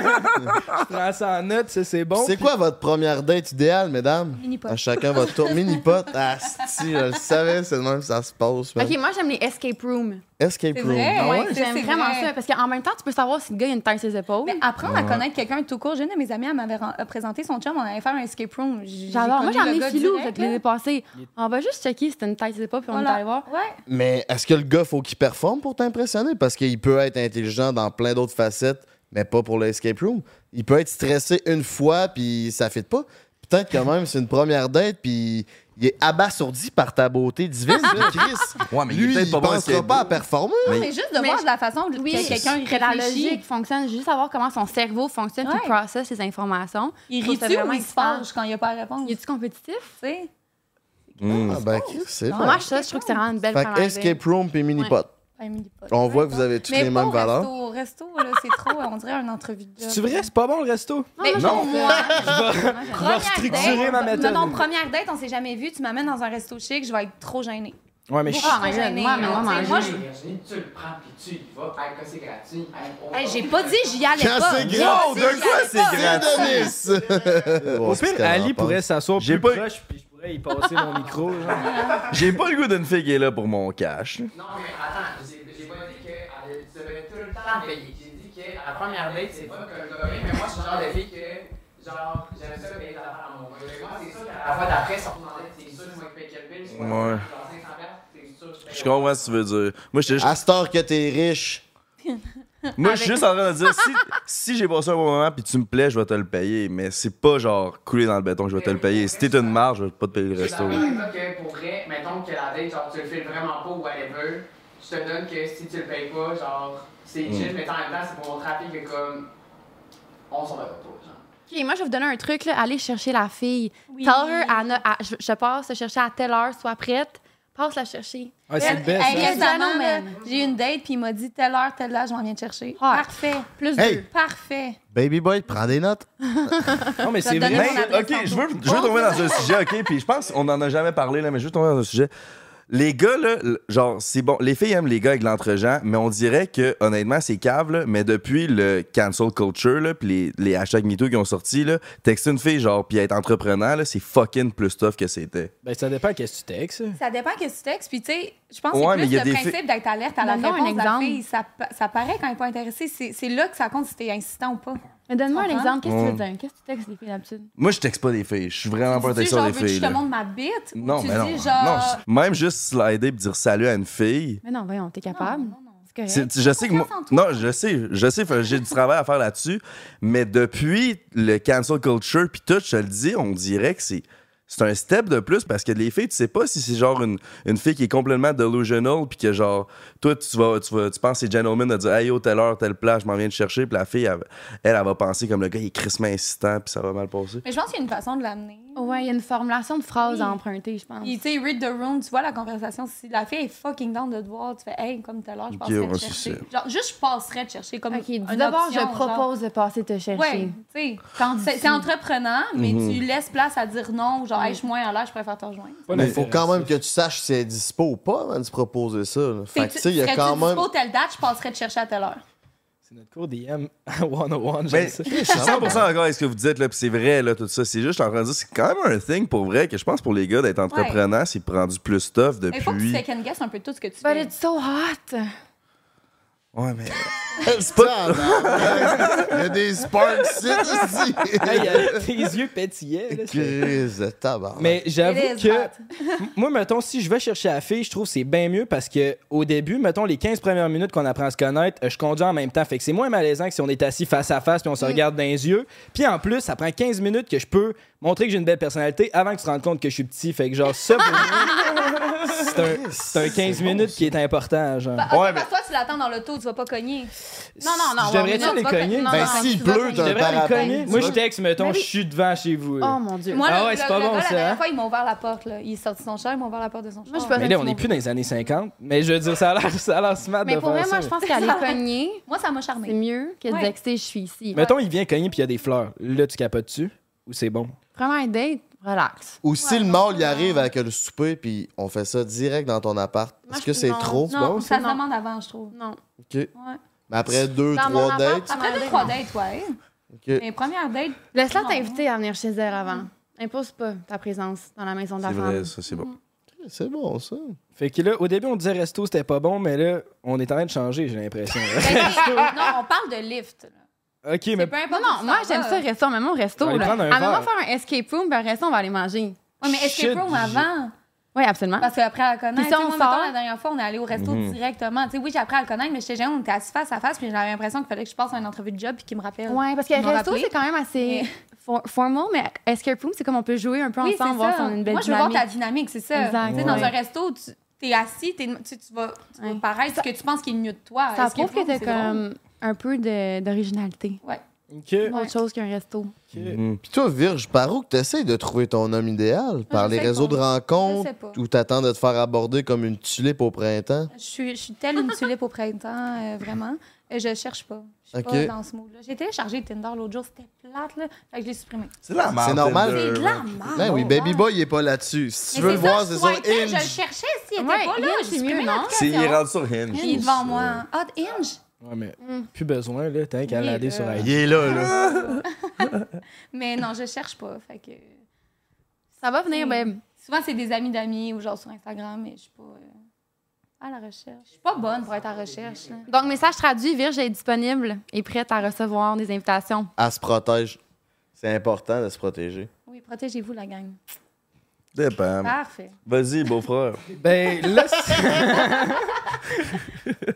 S10: je prends ça en note, ça c'est bon.
S9: C'est quoi votre première date idéale, mesdames?
S2: Mini-pot.
S9: À chacun votre tour. Mini-pot. Ah, si, je le savais, c'est le même que ça se passe. man.
S3: Ok, moi j'aime les escape rooms.
S9: Escape
S2: C'est
S9: room.
S2: vrai?
S3: Ouais,
S2: Ah ouais, c'est-
S3: j'aime
S2: c'est
S3: vraiment
S2: vrai. Ben,
S3: ça. Parce qu'en même temps, tu peux savoir si le gars il a une tête sur ses épaules.
S2: Mais apprendre à connaître quelqu'un tout court. J'ai une de mes amies, elle m'avait ren- euh, présenté son chum, on allait faire un escape room. J'ai-
S3: J'adore.
S2: j'ai connu
S3: Moi j'en
S2: le
S3: ai
S2: gars
S3: filou,
S2: direct,
S3: fait que
S2: là.
S3: l'année passée. On va juste checker si t'as une tête sur ses épaules, puis on
S2: Voilà.
S3: va aller voir.
S2: Ouais.
S9: Mais est-ce que le gars, faut qu'il performe pour t'impressionner? Parce qu'il peut être intelligent dans plein d'autres facettes, mais pas pour l'escape room. Il peut être stressé une fois, puis ça fit pas. Peut-être quand même, c'est une première date, puis il est abasourdi par ta beauté divine, là, Chris.
S1: Ouais, Ah, mais il est
S9: Lui,
S1: peut-être
S9: il
S1: pas bon à
S9: pensera
S1: skateboard.
S9: pas à performer.
S2: C'est juste de
S3: Mais
S2: voir
S3: je-
S2: de la façon dont
S3: Oui,
S2: quelqu'un y
S3: que la
S2: réfléchit.
S3: logique fonctionne, juste savoir comment son cerveau fonctionne puis
S2: Ouais. Mm.
S3: processe les informations.
S2: Il
S3: Je trouve ça
S2: rit-tu
S3: vraiment
S2: ou il se
S3: excitant.
S2: fâche quand il n'y a pas à répondre?
S3: Il est-tu compétitif?
S2: Tu sais?
S1: Mm.
S9: Ah, ben, Chris, c'est vrai.
S3: Moi, ça, je trouve que c'est vraiment une belle
S9: Fait
S3: première
S9: que escape room puis mini pot.
S2: Ben, Pas un mini-pot.
S9: On voit que vous avez toutes
S2: Mais
S9: les
S2: pas
S9: mêmes
S2: au
S9: valeurs.
S2: Resto, au resto, là, c'est trop, on dirait une entrevue de job.
S10: C'est vrai, c'est pas bon le resto.
S3: date. Non, moi, j'aime ça. Moi, j'aime ça.
S2: Première
S10: restructurer
S2: date,
S10: ma méthode.
S2: Non, non, première date, on s'est jamais vu. Tu m'amènes dans un resto chic, je vais être trop gênée.
S10: Ouais, mais je-
S3: Ah, my God,
S2: Gênée,
S3: moi, mais
S2: là,
S3: moi,
S2: tu sais,
S3: manger.
S2: moi,
S8: Tu le prends puis tu y vas. Hey, que c'est gratuit. Hey, on-
S2: Hey, j'ai pas dit j'y allais
S9: Quand
S2: pas.
S9: c'est
S2: J'ai
S9: grave,
S2: dit,
S1: de
S2: j'y
S1: quoi
S2: allais
S1: c'est
S2: pas.
S1: grave?
S10: Au pire, Ali pourrait s'asseoir
S1: J'ai
S10: plus
S1: pas-
S10: proche, puis je pourrais y passer mon micro. genre.
S1: J'ai pas le goût d'une fille qui est là pour mon cash.
S8: Non, mais attends, j'ai j'ai pas dit qu'elle devait tout le temps payer. J'ai dit que à la première date, c'est pas que le gars paye, mais moi, je suis le genre de fille que, genre, j'aime ça payer des affaires à mon gars. Moi, c'est sûr qu'à la fois d'après, si on me demandait, c'est sûr que moi, je paye quel bill, je paye
S1: Ouais.
S8: 500 c'est sûr que je paye.
S1: Je comprends ce que tu veux dire. Moi, j'étais juste-
S9: À cette heure que t'es riche,
S1: moi, je suis juste en train de dire si, si j'ai passé un bon moment puis tu me plais, je vais te le payer. Mais c'est pas genre couler dans le béton que je vais te le payer. Si t'es une marge, je vais pas te payer le
S8: C'est
S1: resto.
S8: la même chose que pour vrai, mettons que la date, genre, tu le files vraiment pas ou whatever, je te donne que si tu le payes pas, genre, c'est
S1: Hmm.
S8: chill, mais en même temps, c'est pour montrer à la fille que comme, on s'en va pas, genre.
S3: OK, moi, je vais vous donner un truc. Là. Allez chercher la fille. Tell her, à no- à- je, je passe la chercher à telle heure, sois prête. Passe la chercher.
S10: Ouais, c'est le best.
S2: Hey,
S10: hein.
S2: récemment,
S3: Récemment,
S2: là, j'ai eu une date, puis il m'a dit telle heure, telle heure, je m'en viens te chercher. Parfait.
S3: Plus
S9: Hey.
S3: deux.
S2: Parfait.
S9: baby boy, prends des notes.
S10: Non, mais
S2: Je vais
S10: c'est
S2: te donner
S10: vrai.
S1: Mais,
S2: mon Ben, adresse
S1: ok, je veux,
S2: tantôt.
S1: je veux tomber dans un sujet, ok, puis je pense on en a jamais parlé, là, mais je veux tomber dans un sujet. Les gars, là, l- genre, c'est bon, les filles aiment les gars avec l'entregent, mais on dirait que, honnêtement, c'est cave, là, mais depuis le cancel culture, là, puis les, les hashtags MeToo qui ont sorti, là, texter une fille, genre, puis être entrepreneur, là, c'est fucking plus tough que c'était.
S10: Ben, ça dépend qu'est-ce que tu textes.
S2: Ça dépend qu'est-ce que tu textes. Puis, tu sais, je pense
S1: Ouais,
S2: que
S1: mais
S2: c'est
S1: il y
S2: plus
S1: a
S2: le
S1: des
S2: principe d'être alerte à la
S3: Donne-moi un
S2: réponse de la
S3: exemple.
S2: fille. Ça, pa- ça paraît quand elle n'est pas intéressée. C'est c'est là que ça compte si t'es insistant ou pas.
S3: Mais donne-moi un
S2: Comprends?
S3: exemple. Qu'est-ce que tu veux
S1: Ouais.
S3: dire? Qu'est-ce que tu textes les filles d'habitude?
S1: Moi, je texte pas des filles, je suis vraiment pas un
S2: Dis-tu,
S1: texteur
S2: genre,
S1: des
S2: veux que
S1: filles.
S2: je te
S1: là.
S2: montre ma bite? Ou
S1: Non,
S2: tu
S1: mais non.
S2: dis,
S1: non,
S2: genre...
S1: je- même juste slider et dire salut à une fille,
S3: Mais non, voyons, t'es capable. C'est correct.
S1: C'est- je sais que moi,
S2: confiance en
S1: non, je sais, je sais, fait- j'ai du travail à faire là-dessus, mais depuis le cancel culture puis tout, je te le dis, on dirait que c'est c'est un step de plus parce que les filles, tu sais pas si c'est genre une, une fille qui est complètement delusional puis que genre toi tu vas tu vas tu penses que c'est gentleman de dire hey yo telle heure telle place je m'en viens te chercher puis la fille elle, elle, elle va penser comme le gars il est crissement insistant puis ça va mal passer.
S2: Mais je pense qu'il y a une façon de l'amener.
S3: Ouais, il y a une formulation de phrase à emprunter, je pense.
S2: Puis, tu sais, read the room, tu vois la conversation. Si la fille est fucking down de te voir, tu fais, hey, comme tout à l'heure, je
S1: Ok,
S2: passerais
S1: ouais,
S2: te
S1: c'est
S2: chercher. Genre, juste, je passerais te chercher comme.
S3: OK, dis
S2: une
S3: d'abord,
S2: option,
S3: je propose de passer te chercher.
S2: Genre. Ouais, tu sais. C'est c'est entreprenant, mais
S9: Mhm.
S2: tu laisses place à dire non, ou genre, hey, je suis moins à l'aise, je préfère te rejoindre.
S9: Mais faut quand même que tu saches si elle est dispo ou pas avant de se proposer ça. là. Fait que tu sais, il y a
S2: Serais-tu
S9: quand même.
S2: dispo telle date, je passerais te chercher à telle heure.
S10: C'est notre cours DM 101, j'aime
S1: Mais-
S10: ça.
S1: Je suis 100% d'accord avec ce que vous dites, là, puis c'est vrai, là, tout ça. C'est juste, je suis en train de dire, c'est quand même un thing pour vrai que je pense pour les gars d'être entrepreneur, c'est rendu plus tough
S2: Il faut que tu
S1: depuis.
S3: Bah,
S2: second guess un peu tout ce que tu
S3: But
S2: fais.
S3: it's so hot.
S1: Ouais, mais.
S9: C'est pas. Il y a des sparks ici.
S10: Hey, euh, tes yeux pétillaient. là, c'est-
S9: Crise de tabac.
S10: Mais j'avoue
S2: It is
S10: que.
S2: hot.
S10: M- Moi, mettons, si je vais chercher la fille, je trouve que c'est bien mieux parce que au début, mettons, les 15 premières minutes qu'on apprend à se connaître, euh, je conduis en même temps. Fait que c'est moins malaisant que si on est assis face à face puis on
S3: Mm.
S10: se regarde dans les yeux. Puis en plus, ça prend 15 minutes que je peux montrer que j'ai une belle personnalité avant que tu te rendes compte que je suis petit. Fait que genre, ça, pour moi, c'est un, c'est un 15 minutes qui est important. Genre.
S2: Bah, ok,
S1: Ouais,
S2: parce que toi, tu l'attends dans l'auto, tu vas pas cogner.
S3: Non, non, non.
S10: J'aimerais-tu
S3: non,
S10: les
S3: tu vas
S10: cogner?
S3: pas- non,
S9: Ben,
S3: non,
S9: s'il
S3: Ah, tu vas
S9: pleut,
S3: cogner.
S9: t'as un
S10: J'aimerais les
S9: parapluie,
S10: cogner.
S9: tu
S10: Moi,
S9: vois.
S10: je texte, mettons,
S3: Mais oui.
S10: je suis devant chez vous. là.
S3: Oh mon Dieu.
S2: Moi,
S10: Ah
S2: le-
S10: ouais,
S2: le-
S10: c'est pas
S2: le
S10: bon,
S2: gars,
S10: ça,
S2: La
S10: hein?
S2: dernière fois, il m'a ouvert la porte. Là. Il est sorti de son char, il m'a ouvert la porte de son char.
S3: Moi, je suis pas
S10: Mais là, on n'est plus dans les années 50. Mais je veux dire, ça a l'air, ça a l'air smart
S3: Mais
S10: de
S3: pour
S10: faire
S3: vrai,
S10: ça.
S3: moi, je pense qu'aller cogner,
S2: Moi, ça m'a
S3: c'est
S2: charmé.
S3: mieux que de
S2: Ouais.
S3: texter je suis ici.
S10: Mettons, il vient cogner puis il y a des fleurs. Là, tu capotes dessus ou c'est bon?
S3: Vraiment un date, relax.
S9: Ou si le mâle y arrive avec le souper, puis on fait ça direct dans ton appart.
S3: Moi,
S9: Est-ce
S3: je-
S9: que c'est
S3: non.
S9: trop?
S3: Non.
S10: bon,
S2: Ça se
S3: non.
S2: demande avant, je trouve.
S3: Non.
S9: OK.
S2: Ouais.
S9: Mais après deux,
S3: Dans mon
S9: trois
S3: appart,
S9: dates.
S3: ça
S2: Après deux, trois dates, ouais.
S9: OK.
S2: Mais première date, ben,
S3: Laisse-la
S2: Non.
S3: t'inviter à venir chez elle avant. Impose pas ta présence dans la maison de la
S1: C'est
S3: femme.
S1: vrai, ça, c'est
S2: Mm.
S1: bon.
S9: C'est bon, ça.
S10: Fait que là, au début, on disait resto, c'était pas bon, mais là, on est en train de changer, j'ai l'impression.
S2: ben, c'est- non, on parle de lift. là.
S10: ok,
S2: C'est
S10: mais
S2: peu importe
S3: Non,
S2: où
S3: non,
S2: tu
S3: moi,
S2: t'en
S3: j'aime
S2: vas.
S3: ça, resto, même au resto.
S10: euh, On va aller
S3: là.
S10: prendre un
S3: À même
S10: verre.
S3: faire un escape room, puis après ça, on va aller manger.
S2: Ouais, mais escape
S10: Shit,
S2: room
S10: j'ai-
S2: avant,
S3: Oui, absolument.
S2: parce qu'après à le connaître.
S3: Puis si
S2: tu sais,
S3: on
S2: moi,
S3: sort-
S2: mettons, la dernière fois, on est allé au resto
S1: Mhm.
S2: directement. Tu sais, oui, j'ai appris à le connaître, mais j'étais gênée, on était assis face à face, puis j'avais l'impression qu'il fallait que je passe à une entrevue de job puis qu'il me rappelle.
S3: Oui, parce que
S2: Ils m'ont
S3: resto,
S2: rappelé.
S3: c'est quand même assez for- formal, mais escape room, c'est comme on peut jouer un peu
S2: Oui,
S3: ensemble,
S2: c'est
S3: voir
S2: ça.
S3: si on a une belle
S2: Moi, je veux voir
S3: dynamique.
S2: ta dynamique, c'est ça.
S3: Exact.
S2: Tu sais,
S10: Ouais.
S2: Dans un resto, tu es assis, t'es- tu, tu vas, tu vas
S3: Ouais.
S2: paraître ce que tu penses qui est le mieux de toi.
S3: Ça
S2: Est-ce qu'il
S3: prouve que
S2: faut,
S3: t'as
S2: c'est drôle?
S3: comme un peu de- d'originalité.
S10: ok.
S3: Autre chose qu'un resto.
S1: Mhm.
S9: Puis toi, Virge, par où que t'essayes de trouver ton homme idéal? Par
S2: je
S9: les
S2: sais
S9: réseaux
S2: pas.
S9: de rencontres
S2: Je sais pas.
S9: ou t'attends de te faire aborder comme une tulipe au printemps?
S2: Je suis, je suis telle une tulipe au printemps, euh, vraiment. Euh, je cherche pas. Je suis
S9: Ok.
S2: pas dans ce mood-là. J'ai téléchargé Tinder l'autre jour, c'était plate, là. Fait que je l'ai supprimé.
S1: C'est de la merde.
S9: C'est normal.
S1: Tinder,
S2: C'est de
S1: là.
S2: la merde.
S9: Euh, Ben oui,
S2: Ouais.
S9: Baby Boy, il est pas là-dessus. Si tu
S2: Ah, Mais
S9: veux le
S2: ça,
S9: voir,
S2: je
S9: c'est sur
S2: swipais, Je le
S9: Hinge.
S2: cherchais s'il
S3: Ouais,
S2: était pas là.
S3: Hinge,
S2: J'ai
S3: c'est
S2: supprimé
S3: mieux, non?
S1: C'est il
S2: l'application.
S1: rentre sur Hinge.
S2: Il est devant moi. Ah, de Hinge?
S10: Ouais, mais
S3: Mm.
S10: plus besoin, là, t'as qu'à
S3: Oui,
S10: lader
S3: euh,
S10: sur
S9: Il
S10: IG.
S9: est là, là.
S2: Mais non, je cherche pas. Fait que...
S3: Ça va venir, ben, babe.
S2: Souvent, c'est des amis d'amis ou genre sur Instagram, mais je suis pas euh, à la recherche. Je suis pas bonne pour être à la recherche. là.
S3: Donc, message traduit, Virge est disponible et prête à recevoir des invitations.
S9: Elle se protège. C'est important de se protéger.
S2: Oui, protégez-vous, la gang.
S1: Dépend.
S2: Parfait.
S1: Vas-y, beau-frère.
S10: Ben là, c'est-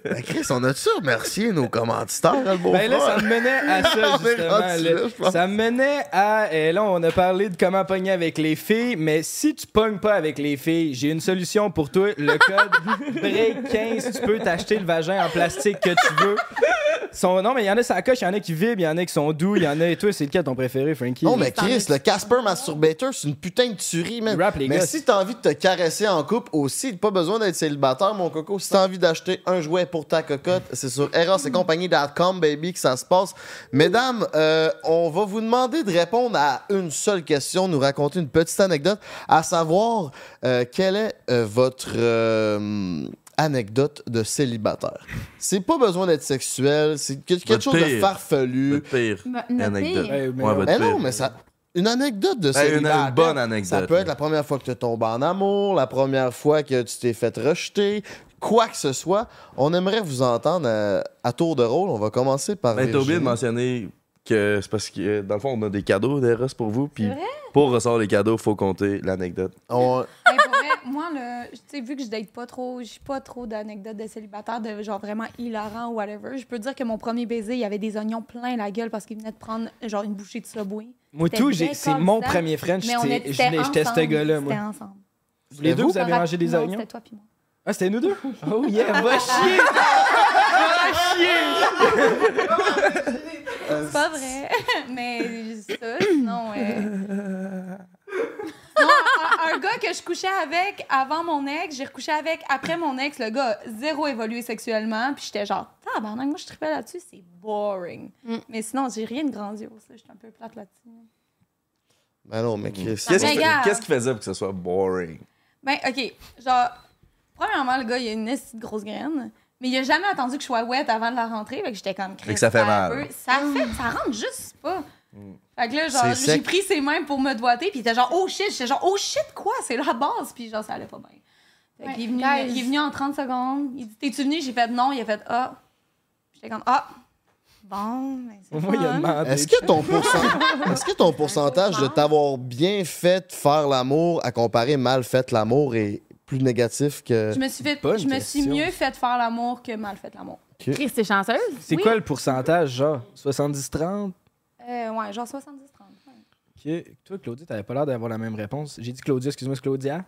S9: Ben Chris, on a-tu remercié nos commanditaires, le beau
S10: ben, là, ça
S9: frère?
S10: me menait à ça,
S9: On est
S10: justement.
S9: rendu là, je
S10: là.
S9: pense.
S10: Ça me menait à. euh, là, on a parlé de comment pogner avec les filles, mais si tu pognes pas avec les filles, j'ai une solution pour toi. Le code BREAK15, tu peux t'acheter le vagin en plastique que tu veux. Son... Non, mais il y en a, ça coche, il y en a qui vibrent, il y en a qui sont doux, il y en a. Et toi, c'est lequel ton préféré, Frankie?
S9: Non, mais Chris, le Casper Masturbator, c'est une putain de tuerie, man.
S10: Rap, les
S9: mais
S10: gars.
S9: si t'as envie de te caresser en couple aussi, pas besoin d'être célibataire, mon coco. Si t'as envie d'acheter un jouet pour ta cocotte, c'est sur eros et compagnie.com, baby, que ça se passe. Mesdames, euh, on va vous demander de répondre à une seule question, nous raconter une petite anecdote, à savoir euh, quelle est euh, votre. euh, anecdote de célibataire. C'est pas besoin d'être sexuel, c'est que- quelque
S1: Votre
S9: chose de
S1: pire.
S9: farfelu.
S1: Le pire. Anecdote.
S10: Eh, mais
S1: Ouais,
S10: non.
S1: votre
S9: Mais Ben non,
S1: pire.
S9: mais ça. Une anecdote de
S1: Hey,
S9: célibataire.
S1: une, une bonne anecdote.
S9: Ça peut être la première fois que tu tombes en amour, la première fois que tu t'es fait rejeter, quoi que ce soit. On aimerait vous entendre euh, à, tour de rôle. On va commencer par.
S1: Ben, t'as oublié de
S9: Virginie.
S1: mentionner que c'est parce que, euh, dans le fond, on a des cadeaux d'Eros pour vous. Puis
S2: C'est vrai?
S1: pour recevoir les cadeaux, faut compter l'anecdote.
S9: On-
S2: Mais pour vrai, moi, là, tu sais, vu que je date pas trop, j'ai pas trop d'anecdotes de célibataire, de genre vraiment hilarant ou whatever. Je peux dire que mon premier baiser, il y avait des oignons plein la gueule parce qu'il venait de prendre genre une bouchée de Subway.
S10: Moi,
S2: C'était
S10: tout, j'ai-
S2: bien
S10: c'est mon
S2: constant,
S10: premier French.
S2: Mais on
S10: j'étais-
S2: était
S10: je l'ai- J'étais
S2: ensemble.
S10: ce gars-là,
S2: C'était
S10: moi.
S2: ensemble.
S10: Les deux,
S9: Vous
S10: vous avez mangé des
S2: Non,
S10: oignons?
S2: C'était toi puis moi.
S10: Ah, c'était nous deux? Oh yeah, va chier!
S2: C'est pas vrai, mais juste ça, sinon... euh, Non, un, un gars que je couchais avec avant mon ex, j'ai recouché avec après mon ex, le gars a zéro évolué sexuellement, puis j'étais genre, tabarnak, moi je tripais là-dessus, c'est boring.
S3: Mm.
S2: Mais sinon, j'ai rien de grandiose, là, je suis un peu plate là-dessus.
S9: Ben non, mais Chris.
S1: Qu'est-ce
S2: mais
S1: qui
S2: regarde.
S1: qu'est-ce qui faisait pour que ce soit boring?
S2: Ben, OK, genre, premièrement, le gars, il a une esti de grosse graine, mais il a jamais attendu que je sois wet avant de la rentrée, fait que j'étais comme...
S1: que ça fait
S2: Christ,
S1: mal.
S2: un peu. Ça fait, ça rentre juste pas. Fait que là,
S9: C'est
S2: genre,
S9: sec.
S2: j'ai pris ses mains pour me doiter, puis il était genre, oh shit, j'étais genre, oh shit, quoi, c'est la base, puis genre, ça allait pas bien. Fait qu'il est venu,
S3: Ouais, guys.
S2: il est venu en 30 secondes, il dit, t'es-tu venu? J'ai fait non, il a fait, ah, J'étais comme, ah, bon, ben, c'est
S10: Au moins, il y a
S2: fun.
S10: demandé.
S9: Est-ce que ton pourcentage, est-ce que ton pourcentage de t'avoir bien fait faire l'amour à comparer mal fait l'amour est plus négatif que.
S2: Je me suis, fait,
S10: Bonne
S2: je me suis
S10: question.
S2: mieux fait faire l'amour que mal fait l'amour.
S10: Ok.
S3: Chris, t'es chanceuse?
S10: C'est
S2: Oui.
S10: quoi le pourcentage, genre 70-30
S2: Euh, ouais, genre 70-30.
S10: Ok. Toi, Claudia, t'avais pas l'air d'avoir la même réponse. J'ai dit Claudia, excuse-moi, c'est Claudia.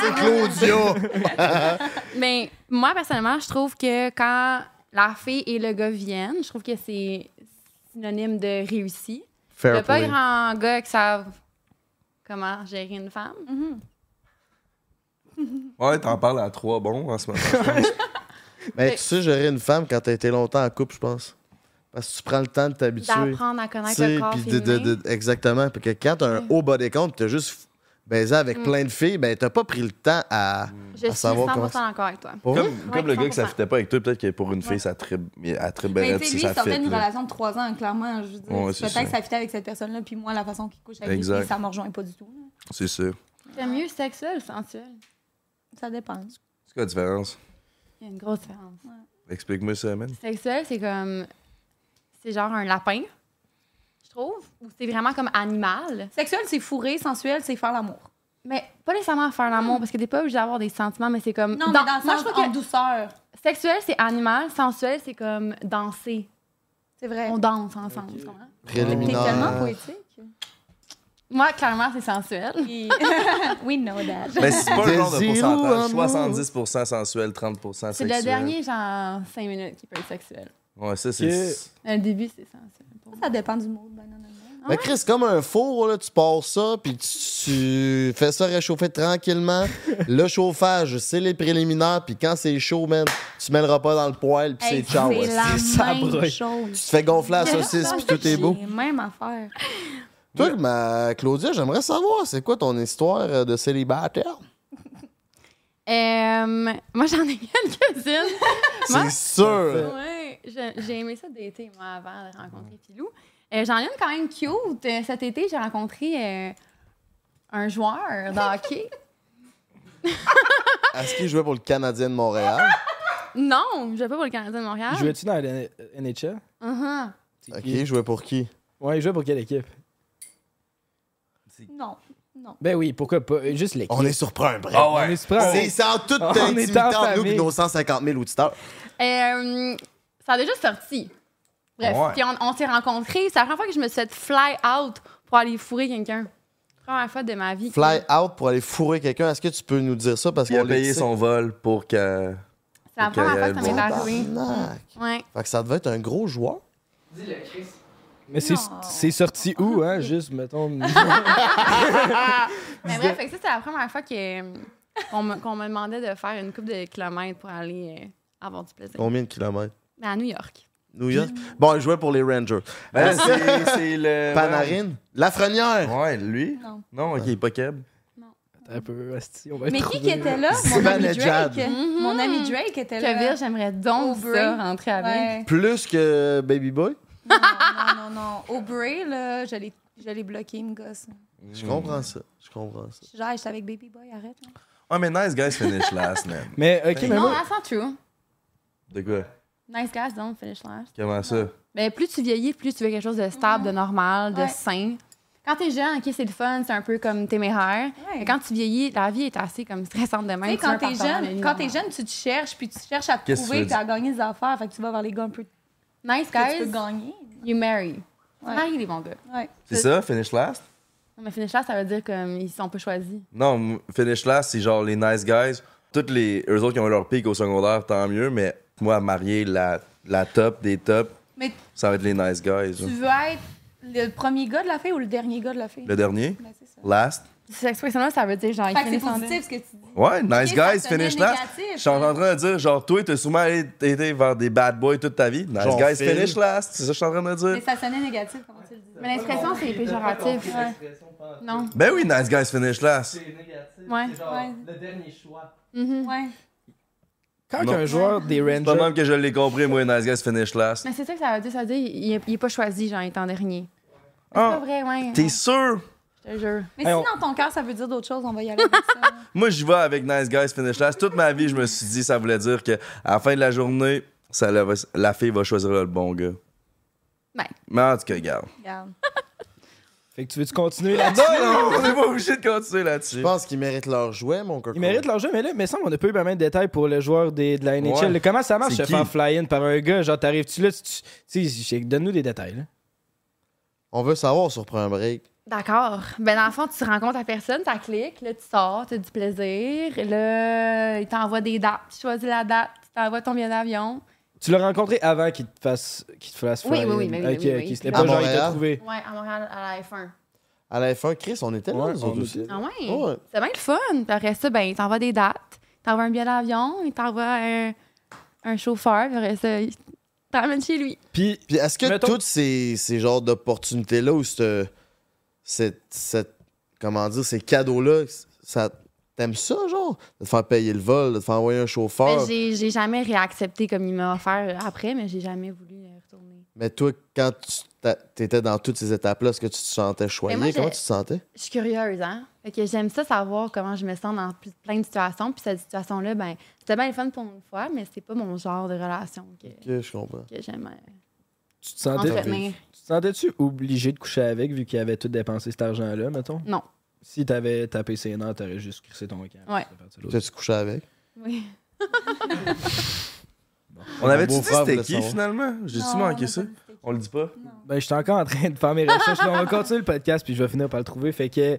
S9: C'est Claudio!
S3: Mais moi, personnellement, je trouve que quand la fille et le gars viennent, je trouve que c'est synonyme de réussi. Il
S9: Fair
S3: n'y a pas
S9: play.
S3: grand gars qui savent comment gérer une femme.
S1: Ouais, t'en parles à trois bons en ce moment.
S9: Mais tu sais, gérer une femme quand t'as été longtemps en couple, je pense. Parce que tu prends le temps de t'habituer.
S3: D'apprendre à connaître le
S9: Tu sais,
S3: corps
S9: puis de- de-
S3: féminin.
S9: de- Exactement. Puis que quand t'as un haut bas des comptes, t'as juste f- baisé avec
S3: Mm.
S9: plein de filles, ben t'as pas pris le temps à,
S3: Je
S9: à
S3: suis 100%
S9: savoir comment.
S3: d'accord avec toi.
S9: Pour
S1: Comme,
S9: vrai?
S1: comme le
S3: Ouais,
S1: gars qui
S3: 100%.
S1: s'affitait pas avec toi, peut-être que pour une fille, ça tripe. Elle tripe
S2: Mais
S1: bien
S2: tu sais,
S1: si
S2: Ben, lui,
S1: ça
S2: ça fait
S1: fit.
S2: une
S1: Ben, là.
S2: relation de 3 ans, clairement. Je veux dire,
S1: Ouais, c'est
S2: peut-être que
S1: ça.
S2: ça fit avec cette personne-là, puis moi, la façon qu'il couche avec
S1: Exact.
S2: les filles, ça me rejoint pas du tout. là.
S1: C'est sûr.
S3: J'aime mieux sexuel, sensuel.
S2: Ça dépend.
S1: C'est quoi la différence?
S3: Il y a une grosse différence.
S1: Explique-moi ça, man.
S3: Sexuel, c'est comme. C'est genre un lapin, je trouve. Ou c'est vraiment comme animal.
S2: Sexuel, c'est fourré. Sensuel, c'est faire l'amour.
S3: Mais pas nécessairement faire l'amour, parce que t'es pas obligé d'avoir des sentiments, Hmm. mais c'est comme.
S2: Non, mais dans le
S3: moi,
S2: sens
S3: je
S2: en
S3: trouve que
S2: douceur.
S3: sexuel, c'est animal. Sensuel, c'est comme danser.
S2: C'est vrai.
S3: On danse ensemble. tu comprends?
S9: Préliminaire.
S2: T'es tellement poétique.
S3: Moi, clairement, c'est sensuel.
S2: We know that.
S1: Mais Ben, c'est pas le genre de
S9: Désir ou
S1: pourcentage.
S9: amour?
S1: 70% sensuel, 30% sexuel.
S3: C'est le dernier, genre, 5 minutes qui peut être sexuel. Euh,
S1: Ouais, ça, c'est.
S3: Le début, c'est sensuel. pour moi.
S2: Ça dépend du mot, ben, non, non, non.
S9: Mais Chris, comme un four, là, tu pars ça, puis tu, tu fais ça réchauffer tranquillement. le chauffage, c'est les préliminaires, puis quand c'est chaud, man, tu mets le repas dans le poêle, puis
S2: Hey,
S9: c'est ciao.
S2: C'est la
S9: esti.
S2: même
S9: Tu
S2: chose.
S9: te fais gonfler à la saucisse, puis Ah, tout est beau.
S2: C'est même affaire.
S9: Toi, ma Claudia, j'aimerais savoir, c'est quoi ton histoire euh, de célibataire?
S3: Euh, moi, j'en ai quelques-unes. Moi-
S9: C'est sûr!
S3: Ouais, je- j'ai aimé ça d'été, moi, avant de rencontrer Philou. Euh, J'en ai une quand même cute. Euh, Cet été, j'ai rencontré euh, un joueur de hockey.
S9: Est-ce qu'il jouait pour le Canadien de Montréal?
S3: Non, je jouais pas pour le Canadien de
S2: Ah.
S3: Montréal.
S10: Jouais-tu dans la NHL
S3: Mhm.
S9: OK, il jouait pour qui?
S10: Ouais, il jouait pour quelle équipe
S2: Non, non.
S10: Ben oui, pourquoi pas Euh, Juste l'équipe.
S9: On est sur un break.
S1: Ah
S10: On
S1: ouais.
S10: est super.
S9: C'est c'est en toute
S10: Oh! On est en
S9: intimité entre nous
S10: famille.
S9: et nos 150 000 auditeurs.
S3: Euh, ça a déjà sorti. Bref,
S1: Ouais.
S3: puis on, on s'est rencontrés. C'est la première fois que je me suis fait fly out pour aller fourrer quelqu'un. Première fois de ma vie.
S9: Fly out pour aller fourrer quelqu'un. Est-ce que tu peux nous dire ça? Ben, Parce
S1: Il
S9: qu'on Oh,
S1: a
S9: les
S1: payé
S9: sait.
S1: son vol pour que.
S3: C'est la
S1: Ok,
S3: première fois que ça
S1: elle
S3: m'est arrivé.
S9: Tabarnak.
S3: Ouais.
S9: Fait que ça devait être un gros joueur.
S12: Dis-le, Chris.
S10: Mais c'est
S2: Non.
S10: c'est sorti où, hein Juste, mettons.
S3: Mais bref, fait que ça, c'est la première fois que, euh, qu'on, me, qu'on me demandait de faire une coupe de kilomètres pour aller euh, avoir du plaisir.
S9: Combien de kilomètres?
S3: Mais à New York.
S9: New York? Bon, il jouait pour les Rangers.
S1: Ben, c'est c'est le.
S9: Panarin? Lafrenière?
S1: Ouais, lui.
S2: Non.
S1: Non, ok, pas Keb.
S10: un peu, hostie, on va être
S2: Mais
S10: trop
S2: qui qui
S10: heureux.
S2: était là? Mon
S9: Sylvain
S2: ami
S9: Nejad.
S2: Drake. Mon ami Drake était là.
S3: Que j'aimerais donc
S2: Aubrey.
S3: ça rentrer avec.
S2: Ouais.
S9: Plus que Baby Boy?
S2: Non, non, non. non. Aubrey, là, je l'ai je l'ai bloqué, me gosse.
S1: Mm.
S9: Je comprends ça. Je comprends ça.
S2: Genre, j'étais avec Baby Boy, arrête. hein.
S1: Ah, mais nice guys finish last, man.
S10: Mais ok,
S1: Ben
S10: mais
S3: Non,
S10: moi.
S3: that's not true.
S1: De quoi?
S3: Nice guys, don't finish last.
S1: Comment ça?
S3: Ben, plus tu vieillis, plus tu veux quelque chose de stable, de normal, de
S2: Ouais.
S3: sain. Quand t'es jeune, ok, c'est le fun, c'est un peu comme téméraire.
S2: Ouais.
S3: Mais quand tu vieillis, la vie est assez comme stressante de même.
S2: Tu sais,
S3: Tu veux un
S2: quand t'es
S3: partenaire de
S2: jeune,
S3: vie
S2: quand t'es
S3: normale.
S2: jeune, tu te cherches, puis tu cherches à te
S1: Qu'est-ce que tu
S2: trouver,
S1: veux
S2: puis à gagner des affaires. Fait que tu vas vers les gars un peu
S3: Nice
S2: que tu peux
S3: guys,
S2: gagner.
S3: you marry. Tu
S2: Ouais.
S3: maries les bons gars.
S2: Ouais.
S1: C'est ça, finish last?
S3: Non, mais finish last, ça veut dire comme ils sont pas choisis.
S1: Non, m- finish last, c'est genre les nice guys. Toutes les. Eux autres qui ont eu leur pic au secondaire, tant mieux, mais moi, à marier la, la top des tops,
S2: Mais
S1: ça va être les nice guys.
S2: tu veux être le premier gars de la fille ou le dernier gars de la fille?
S1: Le dernier?
S2: Ben, c'est ça.
S1: Last?
S3: Cette expression-là, ça veut dire genre ils
S2: Fait que c'est
S3: finissent en deux.
S2: positif ce que tu dis.
S1: Ouais, nice
S2: Ok, ça
S1: guys,
S2: sonnait
S1: finish last.
S2: négatif, hein.
S1: Je suis en train de dire, genre, toi, t'as sûrement été vers des bad boys toute ta vie. Nice
S9: Genre
S1: guys,
S9: Phil.
S1: finish last. C'est ça que je suis en train de
S2: Mais
S1: dire.
S2: ça sonnait négatif, comment tu le dis?
S3: Mais l'expression, c'est péjoratif.
S2: Ouais.
S3: Non.
S1: Ben oui, nice guys, finish last.
S8: négatif.
S3: Ouais.
S8: C'est genre
S2: Ouais.
S8: le dernier choix.
S3: Mhm.
S2: Ouais.
S10: Quand
S1: Non.
S10: un joueur des
S1: C'est pas
S10: Rangers.
S1: même que je l'ai compris, moi, nice guys, finish last.
S3: Mais c'est ça que ça veut dire. Ça veut dire il est, il est pas choisi, genre, il est en dernier. C'est pas
S1: Ah,
S3: vrai, ouais.
S1: t'es
S3: ouais,
S1: sûr?
S3: Je te jure.
S2: Mais
S10: Hey,
S2: si
S10: on-
S2: dans ton cœur, ça veut dire d'autres choses, on va y aller avec ça.
S1: Moi, j'y vais avec Nice Guys Finish Last. Toute ma vie, je me suis dit, ça voulait dire que à la fin de la journée, ça, la, la fille va choisir le bon gars.
S3: Ben.
S1: Mais en tout cas, regarde.
S2: Regarde.
S10: Fait que tu veux-tu continuer
S1: Non,
S10: là-dessus?
S1: non, on n'est pas obligé de continuer là-dessus.
S9: Je pense qu'ils méritent leur jouet, mon coco.
S10: Ils méritent leur jeu, mais là, mais semble on n'a pas eu pas mal de détails pour le joueur des- de la NHL.
S9: Ouais.
S10: Comment ça marche
S9: C'est
S10: se
S9: qui?
S10: faire fly-in par un gars? Genre, t'arrives-tu là? Tu, tu- tu sais, donne-nous des détails. Là.
S9: On veut savoir sur un break.
S3: D'accord. Ben, dans le fond, tu rencontres la personne, ça clique, là, tu sors, tu as du plaisir. Là, il t'envoie des dates. Tu choisis la date,
S2: Ah,
S3: tu t'envoies ton billet d'avion.
S10: Tu l'as rencontré avant qu'il te fasse, qu'il te fasse
S3: Oui,
S10: fly-in.
S3: oui, oui, mais oui,
S10: Ok,
S3: oui, oui.
S10: ok, c'était
S9: À
S10: pas genre, il t'a
S9: Montréal.
S10: trouvé.
S3: Ouais, à Montréal, à la F1.
S9: À la F1, Chris, on était là,
S10: Ouais,
S9: nous
S10: on
S9: autres aussi.
S3: Ah ouais?
S9: Ouais.
S3: C'est bien le fun. Puis après ça, ben, il t'envoie des dates, il t'envoie un billet d'avion, il t'envoie un, un chauffeur, puis après ça, il t'emmène chez lui.
S10: Puis,
S9: Puis est-ce que
S3: Mettons-
S9: toutes ces, ces genres d'opportunités-là ou cette, cette, cette- comment dire, ces cadeaux-là, ça, t'aimes ça, genre? De te faire payer le vol, de te faire envoyer un
S3: Ben,
S9: chauffeur. Mais,
S3: j'ai, j'ai jamais réaccepté comme il m'a offert après, mais j'ai jamais voulu euh, retourner.
S9: toi, quand tu t'a- t'étais dans toutes ces étapes-là, est-ce que tu te sentais choyé?
S3: Ben, moi,
S9: Comment
S3: j'ai-
S9: tu te sentais?
S3: Je suis curieuse, hein? Fait que j'aime ça savoir comment je me sens dans pl- plein de situations. Puis cette situation-là, ben, c'était bien le fun pour une fois, mais c'est pas mon genre de relation que,
S9: Ok, je comprends.
S3: que j'aime. euh,
S10: Tu te sentais-
S3: Entretenir.
S10: tu te sentais-tu obligé de coucher avec vu qu'il avait tout dépensé cet argent-là, mettons?
S3: Non.
S10: Si t'avais tapé ses nerfs, t'aurais juste crissé ton camp.
S3: Ouais.
S9: Tu couché avec?
S3: Oui.
S1: On avait-tu
S10: Mon
S1: dit
S10: beau-frère
S1: c'était
S10: voulait
S1: qui
S10: savoir.
S1: finalement? J'ai-tu
S10: Non, on
S1: manqué
S10: a
S1: ça? On le dit pas?
S10: Ben, j'étais encore en train de faire mes recherches. là. on va continuer le podcast, puis je vais finir par le trouver. Fait que.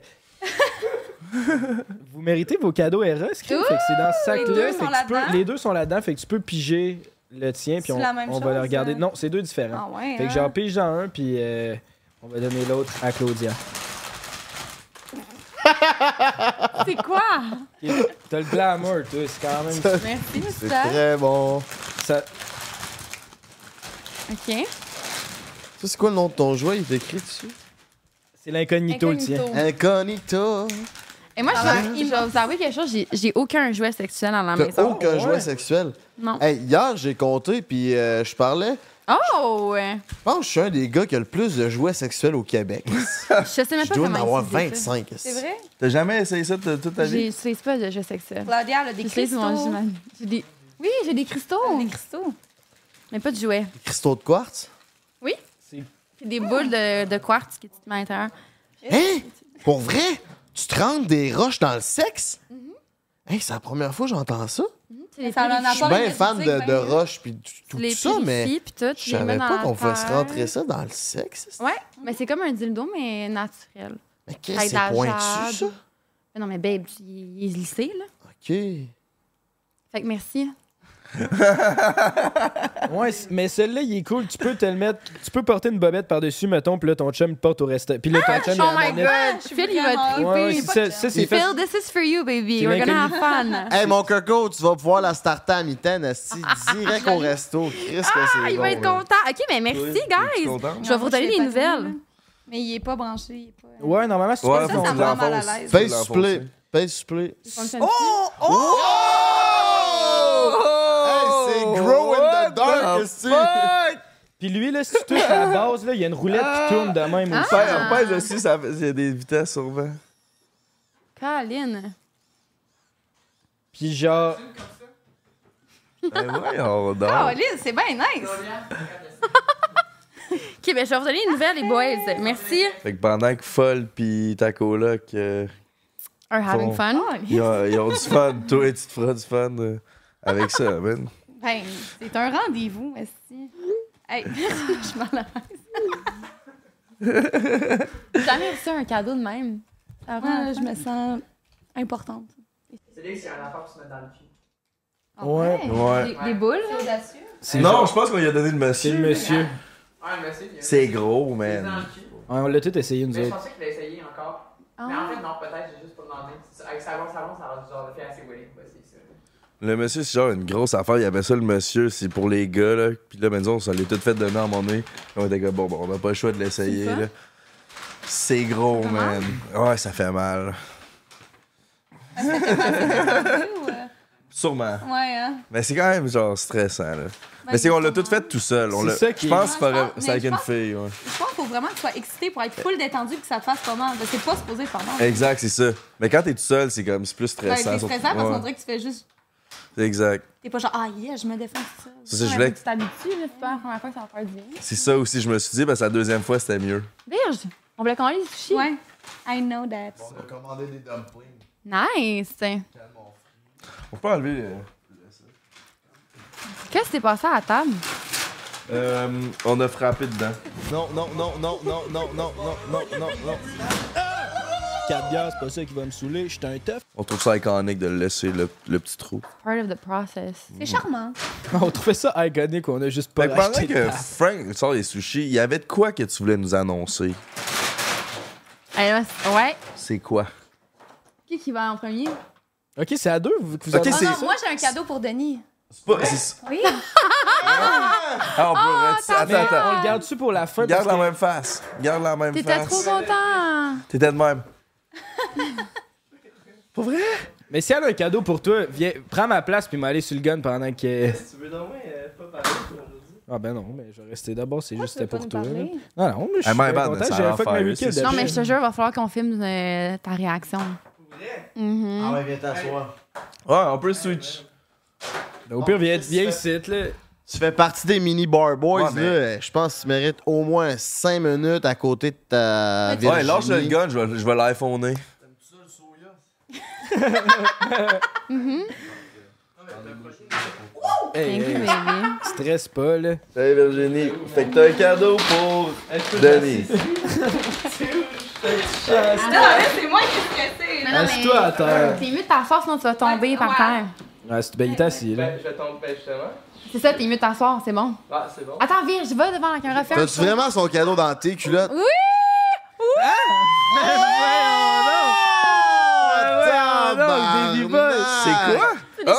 S10: Vous méritez vos cadeaux Eros, Chris. Fait que c'est dans ce
S2: Ouh, les
S10: sac-là.
S2: deux
S10: fait
S2: sont
S10: que tu peux-
S2: là-dedans?
S10: Les deux sont là-dedans. Fait que tu peux piger le tien, puis
S2: C'est
S10: on,
S2: la même
S10: on va le
S2: chose,
S10: regarder.
S2: euh?
S10: Non, c'est deux différents.
S2: Ah ouais,
S10: fait que
S2: hein?
S10: j'en pige dans un, puis euh, on va donner l'autre à Claudia.
S2: C'est quoi?
S10: Ok, T'as le glamour, toi, c'est quand même.
S2: Merci,
S9: C'est
S2: Moustache.
S9: très bon.
S10: Ça...
S3: OK.
S9: Ça, c'est quoi le nom de ton jouet? Il est écrit dessus?
S10: C'est l'incognito, le tien.
S3: Incognito.
S9: Incognito.
S3: Et moi, je
S9: Ah
S3: vais- je vais vous avouer quelque chose, j'ai, j'ai aucun jouet sexuel dans la
S9: T'as
S3: maison.
S9: aucun jouet sexuel?
S3: Non.
S9: Hey, hier, j'ai compté, puis euh, je parlais.
S3: Oh! ouais.
S9: Je pense que je suis un des gars qui a le plus de jouets sexuels au Québec.
S3: Je sais même
S9: Ah, Je
S3: pas
S9: dois
S3: comment
S9: en avoir
S3: utiliser ça.
S9: 25, C'est
S2: C'est vrai?
S1: T'as jamais essayé ça de- toute ta
S3: J'ai-
S1: vie?
S3: J'utilise pas de jeux sexuels.
S2: Claudia, elle a des
S3: J'utilise mon
S2: cristaux.
S3: Juman. J'ai des- Oui, j'ai des cristaux. des cristaux. Mais pas de jouets.
S9: Cristaux de quartz?
S3: Oui?
S10: C'est-
S3: Puis des boules de, de quartz que tu te mets à l'intérieur.
S9: Hein? Pour vrai? Tu te rentres des roches dans le sexe?
S3: Mm-hmm.
S9: Hey, c'est la première fois que j'entends ça.
S2: Ça en a
S9: Je suis
S2: pas
S9: bien
S2: une
S9: fan de,
S2: esthétique,
S9: de
S2: ben,
S9: roches puis tout, tout
S3: les
S9: ça, mais
S3: purifies, puis tout, tu
S9: je
S3: les mets
S9: savais
S3: dans
S9: pas qu'on
S3: la
S9: pouvait se
S3: terre.
S9: rentrer ça dans le sexe.
S3: Ouais, mais c'est comme un dildo, mais naturel.
S9: Mais qu'est-ce
S3: Avec
S9: que
S3: de la
S9: c'est pointu,
S3: jade.
S9: ça?
S3: Mais non, mais babe, il il est lissé, là.
S9: OK.
S3: Fait que merci.
S10: Ouais, c- mais celui-là, il est cool. Tu peux te le mettre. Tu peux porter une bobette par-dessus, mettons, puis là, ton chum le porte au restaurant. Puis là, ton chum, il
S3: oh
S10: en
S3: my
S10: amène-
S3: god!
S2: je suis
S3: Phil, il va
S2: vraiment-
S3: triper.
S10: Ouais, ouais, c'est ça, ça, c'est fait.
S3: Phil, this is for you, baby.
S10: C'est
S3: We're gonna have
S10: l'inconnu.
S3: fun.
S9: Hey, mon coco, tu vas pouvoir la starter à mitaine, esti, direct au resto. Chris, que c'est
S3: Ah, il
S9: bon,
S3: va être
S9: là.
S3: content. OK, mais
S9: Oui,
S3: merci,
S9: es-tu
S3: guys.
S9: contente?
S3: Je vais vous donner
S2: l'ai
S3: des
S2: pas trouvé,
S3: nouvelles.
S2: Mais il est pas branché. Il est pas...
S10: Ouais, normalement, c'est
S1: Ouais,
S10: pas
S1: faut que tu
S2: ça me rend mal à
S1: l'enfonces.
S2: l'aise.
S1: Faut
S9: Paye
S1: l'enfoncer.
S9: supplé. Paye supplé.
S2: Oh!
S9: Oh! Hey, c'est grow in the dark, esti.
S10: Puis lui, là, si tu touches à la base, là, il y a une roulette qui tourne de même aussi.
S1: Père, pèse aussi, ça fait- il y a des vitesses sûrement.
S3: Colin.
S10: Puis genre.
S1: Ben voyons donc.
S2: Oh, Liz, c'est bien nice!
S3: OK, ben, je vais vous donner des nouvelles, les boys. Merci.
S1: Fait que pendant que Folle pis ta coloc, euh,
S3: Are having
S1: Bon.
S3: fun.
S1: ils, ont, ils ont du fun, toi, tu te feras du fun euh, avec ça, man.
S2: Ben, c'est un rendez-vous, merci. Hey, je suis mal à l'aise.
S3: J'ai jamais reçu un cadeau de même. Ça rend
S2: Ouais,
S3: la
S2: je
S3: fun.
S2: me sens importante.
S12: C'est lui qui a un rapport qui se met dans le cul.
S10: Ouais.
S1: Ouais.
S3: Des, des boules.
S10: C'est
S1: non,
S10: genre-
S1: je pense qu'on lui a donné le
S10: C'est
S1: monsieur.
S10: le monsieur.
S8: Ah,
S12: Ouais, mais c'est bien.
S1: C'est gros,
S12: C'est dans le
S1: man.
S12: cul.
S10: Ouais, on l'a tout essayé, nous
S12: Mais je
S10: autres.
S12: pensais qu'il allait essayer encore.
S3: Ah.
S12: Mais en fait, non, peut-être, j'ai juste pas demandé. Avec savon, savon, ça va du genre de faire assez willing. Ouais, c'est ça.
S1: Le monsieur, c'est genre une grosse affaire. Il y avait ça, le monsieur, c'est pour les gars, là. Pis là, ben, disons, ça l'est tout fait donner à mon nez. On était comme, bon, bon, on n'a pas le choix de l'essayer,
S3: C'est quoi?
S1: là. C'est gros, man. Ouais, ça fait mal.
S2: Ou, euh,
S1: Sûrement.
S2: Ouais, hein? Ben,
S1: Mais c'est quand même, genre, stressant, là. mais c'est qu'on l'a tout fait tout seul. On
S10: C'est
S1: l'a-
S10: ça qui
S1: Je pense
S10: est-
S1: que c'est pas-
S2: Mais
S1: c'est avec
S2: je
S1: une
S2: pense-
S1: fille, ouais.
S2: Je pense qu'il faut vraiment que tu sois excité pour être full détendu et que ça te fasse pas mal. Parce que c'est pas supposé faire mal.
S1: Exact, c'est Eh, ça. Mais quand t'es tout seul, c'est comme, c'est plus stressant.
S2: Ben, c'est
S1: surtout-
S2: stressant parce
S1: ouais.
S2: qu'on dirait que tu fais juste
S1: Exact.
S2: T'es pas genre, ah yeah, je me défends, c'est ça.
S1: C'est ça, je
S2: Ouais,
S1: voulais
S2: Tu t'habitues, là, c'est pas la première fois que ça va faire du bien.
S1: C'est ça aussi, je me suis dit, parce que la deuxième fois, c'était mieux.
S3: Vierge, on voulait commander du sushi.
S2: Ouais, I know that.
S9: On a commandé des dumplings.
S3: Nice.
S1: On peut enlever. euh,
S3: Qu'est-ce qui s'est passé à la table?
S1: euh, on a frappé dedans.
S9: Non, non, non, non, non, non, non, non, non, non, non.
S13: 4 bières, c'est pas ça qui va me saouler. J'étais un teuf.
S1: On trouve ça iconique de laisser le, le petit trou.
S3: Part of the process.
S2: C'est charmant.
S10: On trouvait ça iconique, on a juste pas
S1: Fait que pendant
S10: acheté de
S1: que
S10: table.
S1: Frank sort les sushis, il y avait de quoi que tu voulais nous annoncer?
S3: Allez, là, c'est- ouais.
S1: C'est quoi?
S3: Qui qui va en premier?
S10: Ok, c'est à deux vous- que vous
S1: Ok,
S10: avez
S2: Ah
S1: c'est-
S2: non, moi, j'ai un cadeau pour Denis.
S1: C'est pas. c'est-
S2: Oui.
S1: Ah, on pourrait.
S10: Mais
S1: attends, attends.
S10: On le garde-tu pour la fin?
S1: Garde la même face. Garde la même
S3: T'étais
S1: face.
S3: trop content.
S1: T'étais de même.
S10: Pour vrai? Mais si elle a un cadeau pour toi, viens, prends ma place puis m'aller sur le gun pendant que.
S8: tu veux dormir, pas parler pour aujourd'hui.
S10: Ah ben non, mais je vais rester d'abord, c'est juste
S8: veux pas
S10: pour
S8: nous
S10: toi. là.
S8: parler?
S10: Non, non, mais je
S1: Ah,
S10: suis
S1: mais
S10: très
S1: ben,
S10: content,
S1: ça
S10: j'ai
S1: va
S10: fuck
S1: faire,
S10: my week-end.
S1: c'est
S3: Non,
S10: depuis.
S3: mais je te jure, il va falloir qu'on filme euh, ta réaction. Mhm.
S9: Ah ouais, viens t'asseoir.
S1: Ouais, Ah, on peut switch.
S10: Au pire, viens, viens ici, là.
S9: Tu fais partie des mini bar boys,
S1: Ouais, mais-
S9: là. Je pense que tu mérites au moins 5 minutes à côté de ta
S1: Ouais,
S9: Virginie.
S1: lâche le gun, je vais, je vais l'iPhoner.
S10: Hey,
S3: Thank you,
S10: hey,
S3: baby.
S10: stresse pas, là.
S1: Hey Virginie, fait que t'as un cadeau pour Denis.
S3: Ah,
S2: c'est moi qui suis stressée.
S3: non, non,
S10: Assis-toi à terre.
S3: mais T'es mieux de t'asseoir, sinon tu vas tomber par terre.
S10: Ah, c'est ben, il est assis, là.
S8: Ben, je tombe, ben justement.
S3: C'est ça, t'es mieux de t'asseoir, c'est bon.
S8: Ah, c'est bon.
S3: Attends, Virge, va devant la caméra. ferme.
S9: T'as-tu vraiment son cadeau dans tes culottes?
S3: Oui! Ah!
S10: Ah, non, des
S9: Tabarnak!
S10: Levi's.
S1: C'est quoi? Oh,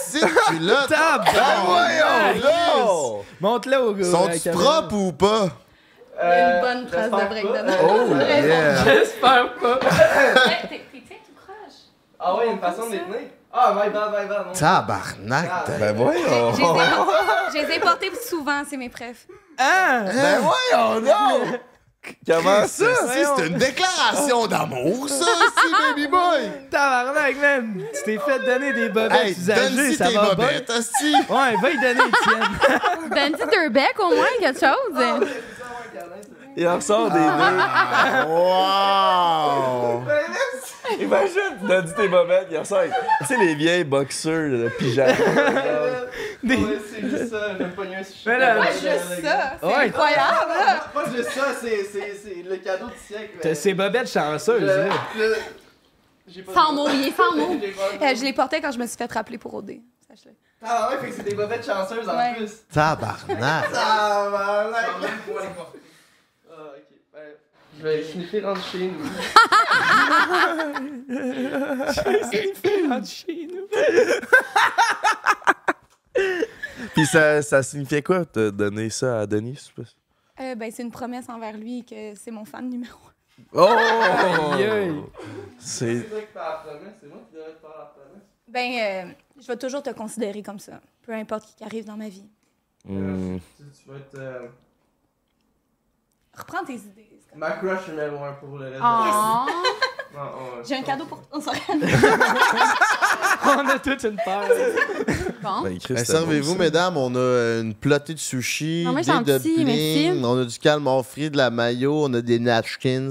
S9: C'est des petites culottes!
S10: Tabarnak!
S9: Oh,
S10: Monte-le au gars. à la
S9: Sont-tu
S10: caméra.
S9: propres ou pas?
S1: Euh,
S2: Une bonne trace de breakdown.
S9: Oh yeah!
S8: J'espère pas.
S2: Ouais, T'es t'es tête ou croche?
S8: Ah ouais, une façon de les tenir. Ah, bye, bye, bye, bye. non.
S9: Tabarnak! t'as-
S1: Ben voyons!
S2: Je les ai portés souvent, c'est mes prefs.
S1: Ben voyons donc! Comment ça?
S9: Si, C'est une déclaration d'amour, ça, si, baby boy!
S10: Tabarnak, man! Tu t'es fait donner des bobettes
S9: Hey,
S10: usagées,
S9: donne-y
S10: ça
S9: tes
S10: va bien.
S9: bobettes, hostie!
S10: Ouais, va y donner, Étienne.
S3: Donne-tu deux becs au moins, quelque chose.
S1: Il en sort des deux.
S9: Ah, Wow!
S1: Imagine, t'as dit tes bobettes, il en sort. avec- Tu sais, les vieilles boxeurs de pyjama.
S8: Ouais, c'est juste ça, j'ai pogné un sushi.
S1: Euh,
S10: Mais là-
S8: Ouais,
S2: Ouais, juste ça. C'est
S10: Ouais.
S2: incroyable. là.
S8: Moi, juste ça, c'est c'est- c'est le cadeau du siècle.
S10: T'as ces bobettes chanceuses, là.
S3: Sans mots, il est sans mots.
S2: Euh, Je les portais quand je me suis fait rappeler pour OD. sache-le.
S8: Ah ouais, fait que c'est des bobettes chanceuses en
S2: Ouais.
S8: plus.
S9: Tabarnak!
S8: Ah, bah, ouais. Ah, ok. Ben, Je vais sniffer rentre chez nous.
S10: Rentre chez nous.
S1: Puis ça, ça signifiait quoi, de donner ça à Denis? c'est pas-
S2: Euh, ben, c'est une promesse envers lui que c'est mon fan numéro un.
S10: Aïe, aïe.
S1: Oh! C'est.
S8: C'est toi qui fais la promesse, c'est moi qui devrais te faire la promesse.
S2: Ben, euh, je vais toujours te considérer comme ça, peu importe qui arrive dans ma vie.
S1: Hmm.
S8: Tu, tu vas être euh,
S2: Reprends tes idées. c'est comme-
S8: ma crush numéro un pour le reste
S3: Oh.
S8: de la Non, on-
S2: J'ai un cadeau pour toi.
S10: On a toute une peur.
S3: Bon.
S1: Ben, Christ,
S9: Ben,
S1: c'est
S9: Servez-vous,
S1: bon, ça.
S9: mesdames, on a euh, une plotée de sushi,
S3: Non, mais
S9: des
S3: gentil,
S9: dumplings,
S3: merci.
S9: on a du calme en frit, de la mayo, on a des nachkins.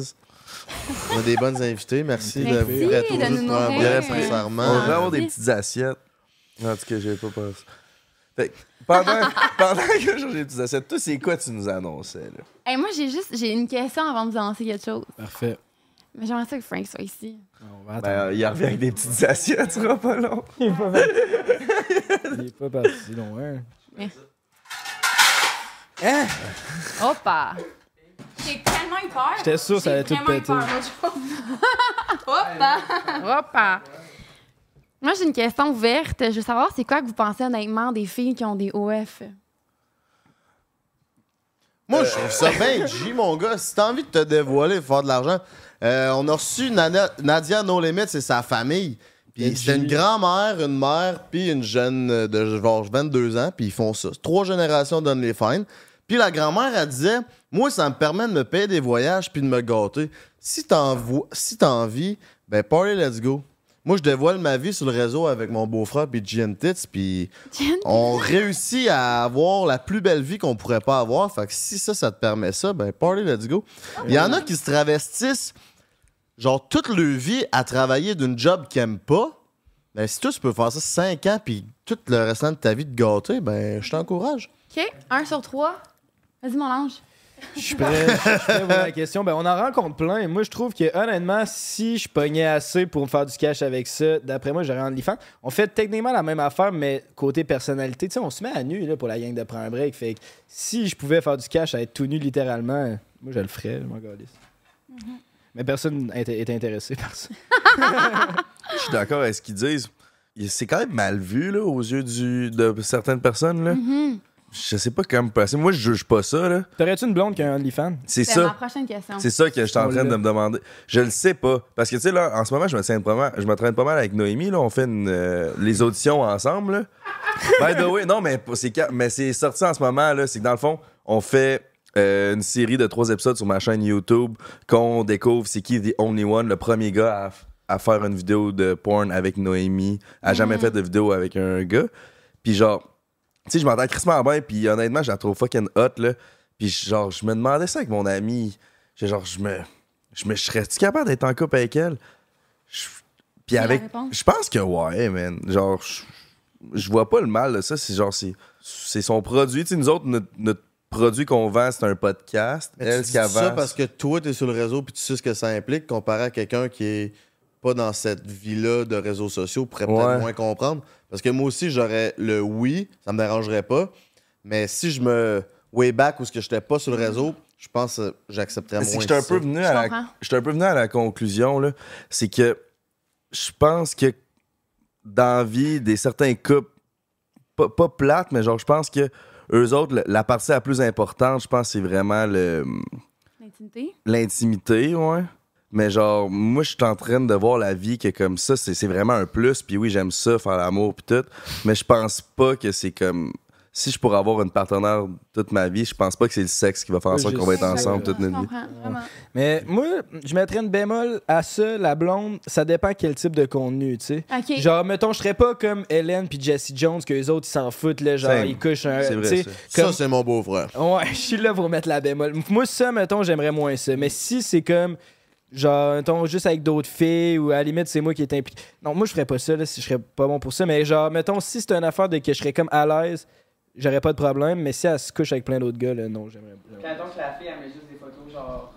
S9: on a des bonnes invités. Merci, de
S3: Merci
S9: vous être
S3: de
S9: aux
S3: nous
S9: autres dans la
S3: nourrir.
S9: boîte, sincèrement.
S3: Ah,
S1: On devrait avoir des
S3: Envie.
S1: petites assiettes. En tout cas, j'avais pas pensé. Fait que pendant, pendant que je cherche les petites assiettes, toi, c'est quoi tu nous annonçais, là?
S3: Hey, moi, j'ai juste j'ai une question avant de vous annoncer quelque chose.
S10: Parfait.
S3: Mais j'aimerais ça que Frank soit ici.
S10: On va attendre.
S1: Ben, euh, il revient avec des petites assiettes, ça sera
S10: Ben,
S1: pas long.
S10: Il est pas parti loin.
S3: Hoppa!
S2: J'ai tellement eu peur.
S10: J'étais sûr que ça allait tout péter.
S3: Hoppa! Moi, j'ai une question ouverte. Je veux savoir, c'est quoi que vous pensez honnêtement des filles qui ont des OF?
S9: Moi, je trouve ça bien, G, mon gars. Si t'as envie de te dévoiler, faire de l'argent, euh, on a reçu Nana- Nadia No Limit, c'est sa famille. Puis
S10: Bien
S9: c'est une
S10: dit.
S9: grand-mère, une mère, puis une jeune euh, de genre 22 ans, puis ils font ça. Trois générations donnent les fines. Puis la grand-mère, elle disait Moi, ça me permet de me payer des voyages puis de me gâter. Si t'en vo- si t'as envie, ben, party, let's go. Moi, je dévoile ma vie sur le réseau avec mon beau-frère puis Gian Tits, puis on réussit à avoir la plus belle vie qu'on pourrait pas avoir. Fait que si ça, ça te permet ça, ben party, let's go. Il y en a qui se travestissent, genre toute leur vie, à travailler d'une job qu'ils aiment pas. Ben si toi, tu peux faire ça 5 ans, puis tout le restant de ta vie te gâter, ben je t'encourage.
S3: OK, un sur trois. Vas-y, mon ange.
S10: Je suis prêt, je suis prêt pour la question. Ben, on en rencontre plein. Et Moi, je trouve que honnêtement, si je pognais assez pour me faire du cash avec ça, d'après moi, j'aurais OnlyFans. On fait techniquement la même affaire, mais côté personnalité, tu sais, on se met à nu là, pour la gang de prendre un break. Fait que si je pouvais faire du cash à être tout nu littéralement, euh, moi, je le ferais. Je m'en calisse. Mais personne est, est intéressé par ça.
S1: Je suis d'accord avec ce qu'ils disent. Et C'est quand même mal vu là, aux yeux du- de certaines personnes. Là.
S3: Mm-hmm.
S1: Je sais pas comment passer. Moi, je juge pas ça. là.
S10: T'aurais-tu une blonde qui a un OnlyFans?
S1: C'est
S3: Ben,
S1: ça.
S3: ma prochaine question.
S1: C'est ça que je suis en train de me demander. Je le sais pas. Parce que, tu sais, là, en ce moment, je me traîne pas mal, je me traîne pas mal avec Noémie. Là, on fait une, euh, les auditions ensemble. là. By the way, non, mais c'est, ca- mais c'est sorti en ce moment. Là, c'est que dans le fond, on fait euh, une série de trois épisodes sur ma chaîne YouTube qu'on découvre c'est qui The Only One, le premier gars à, à faire une vidéo de porn avec Noémie. A
S6: Mm-hmm.
S1: jamais fait de vidéo avec un gars. Puis genre, tu sais, je m'entends crissement bien, puis honnêtement, je la trouve fucking hot, là. Puis genre, je me demandais ça avec mon ami. J'ai genre, je me. Je me je serais-tu capable d'être en couple avec elle? Je- Puis
S6: la
S1: avec.
S6: réponse?
S1: Je pense que ouais, man. Genre, je, je vois pas le mal de ça. C'est genre, c'est, c'est son produit. Tu sais, nous autres, notre, notre produit qu'on vend, c'est un podcast.
S9: Mais
S1: elle,
S9: tu
S1: ce
S9: dis
S1: qu'elle
S9: ça
S1: vend,
S9: parce que toi, t'es sur le réseau puis tu sais ce que ça implique comparé à quelqu'un qui est pas dans cette vie-là de réseaux sociaux pourrait
S1: Ouais.
S9: peut-être moins comprendre. Parce que moi aussi, j'aurais le oui, ça me dérangerait pas. Mais si je me way back ou ce que j'étais pas sur le réseau, je pense que j'accepterais moins.
S1: C'est que j'étais un peu
S9: ça.
S1: venu à la, j'étais un peu venu à la conclusion là, c'est que je pense que dans la vie des certains couples pas, pas plates, mais genre je pense que eux autres le- la partie la plus importante, je pense c'est vraiment le
S3: L'intimité.
S1: l'intimité, ouais. Mais genre, moi, je suis en train de voir la vie que comme ça, c'est c'est vraiment un plus. Puis oui, j'aime ça, faire l'amour, puis tout. Mais je pense pas que c'est comme... Si je pourrais avoir une partenaire toute ma vie, je pense pas que c'est le sexe qui va faire en sorte
S10: Je
S1: qu'on va
S10: sais.
S1: être ensemble toute notre vie.
S10: Mais moi, je mettrais une bémol à ça, la blonde, ça dépend quel type de contenu, tu sais.
S3: Ok.
S10: Genre, mettons, je serais pas comme Hélène puis Jesse Jones, que les autres, ils s'en foutent, là, genre,
S9: Same.
S10: ils couchent un.
S9: C'est vrai,
S10: tu sais,
S9: ça.
S10: comme-
S9: Ça, c'est mon beau-frère.
S10: Ouais, je suis là pour mettre la bémol. Moi, ça, mettons, j'aimerais moins ça. Mais si c'est comme, genre, mettons, juste avec d'autres filles ou à la limite, c'est moi qui est impliqué. Non, moi, je ferais pas ça, là, si je serais pas bon pour ça. Mais genre, mettons, si c'est une affaire de que je serais comme à l'aise, j'aurais pas de problème. Mais si elle se couche avec plein d'autres gars, là, non, j'aimerais pas.
S12: Quand donc la fille, elle met juste des photos, genre.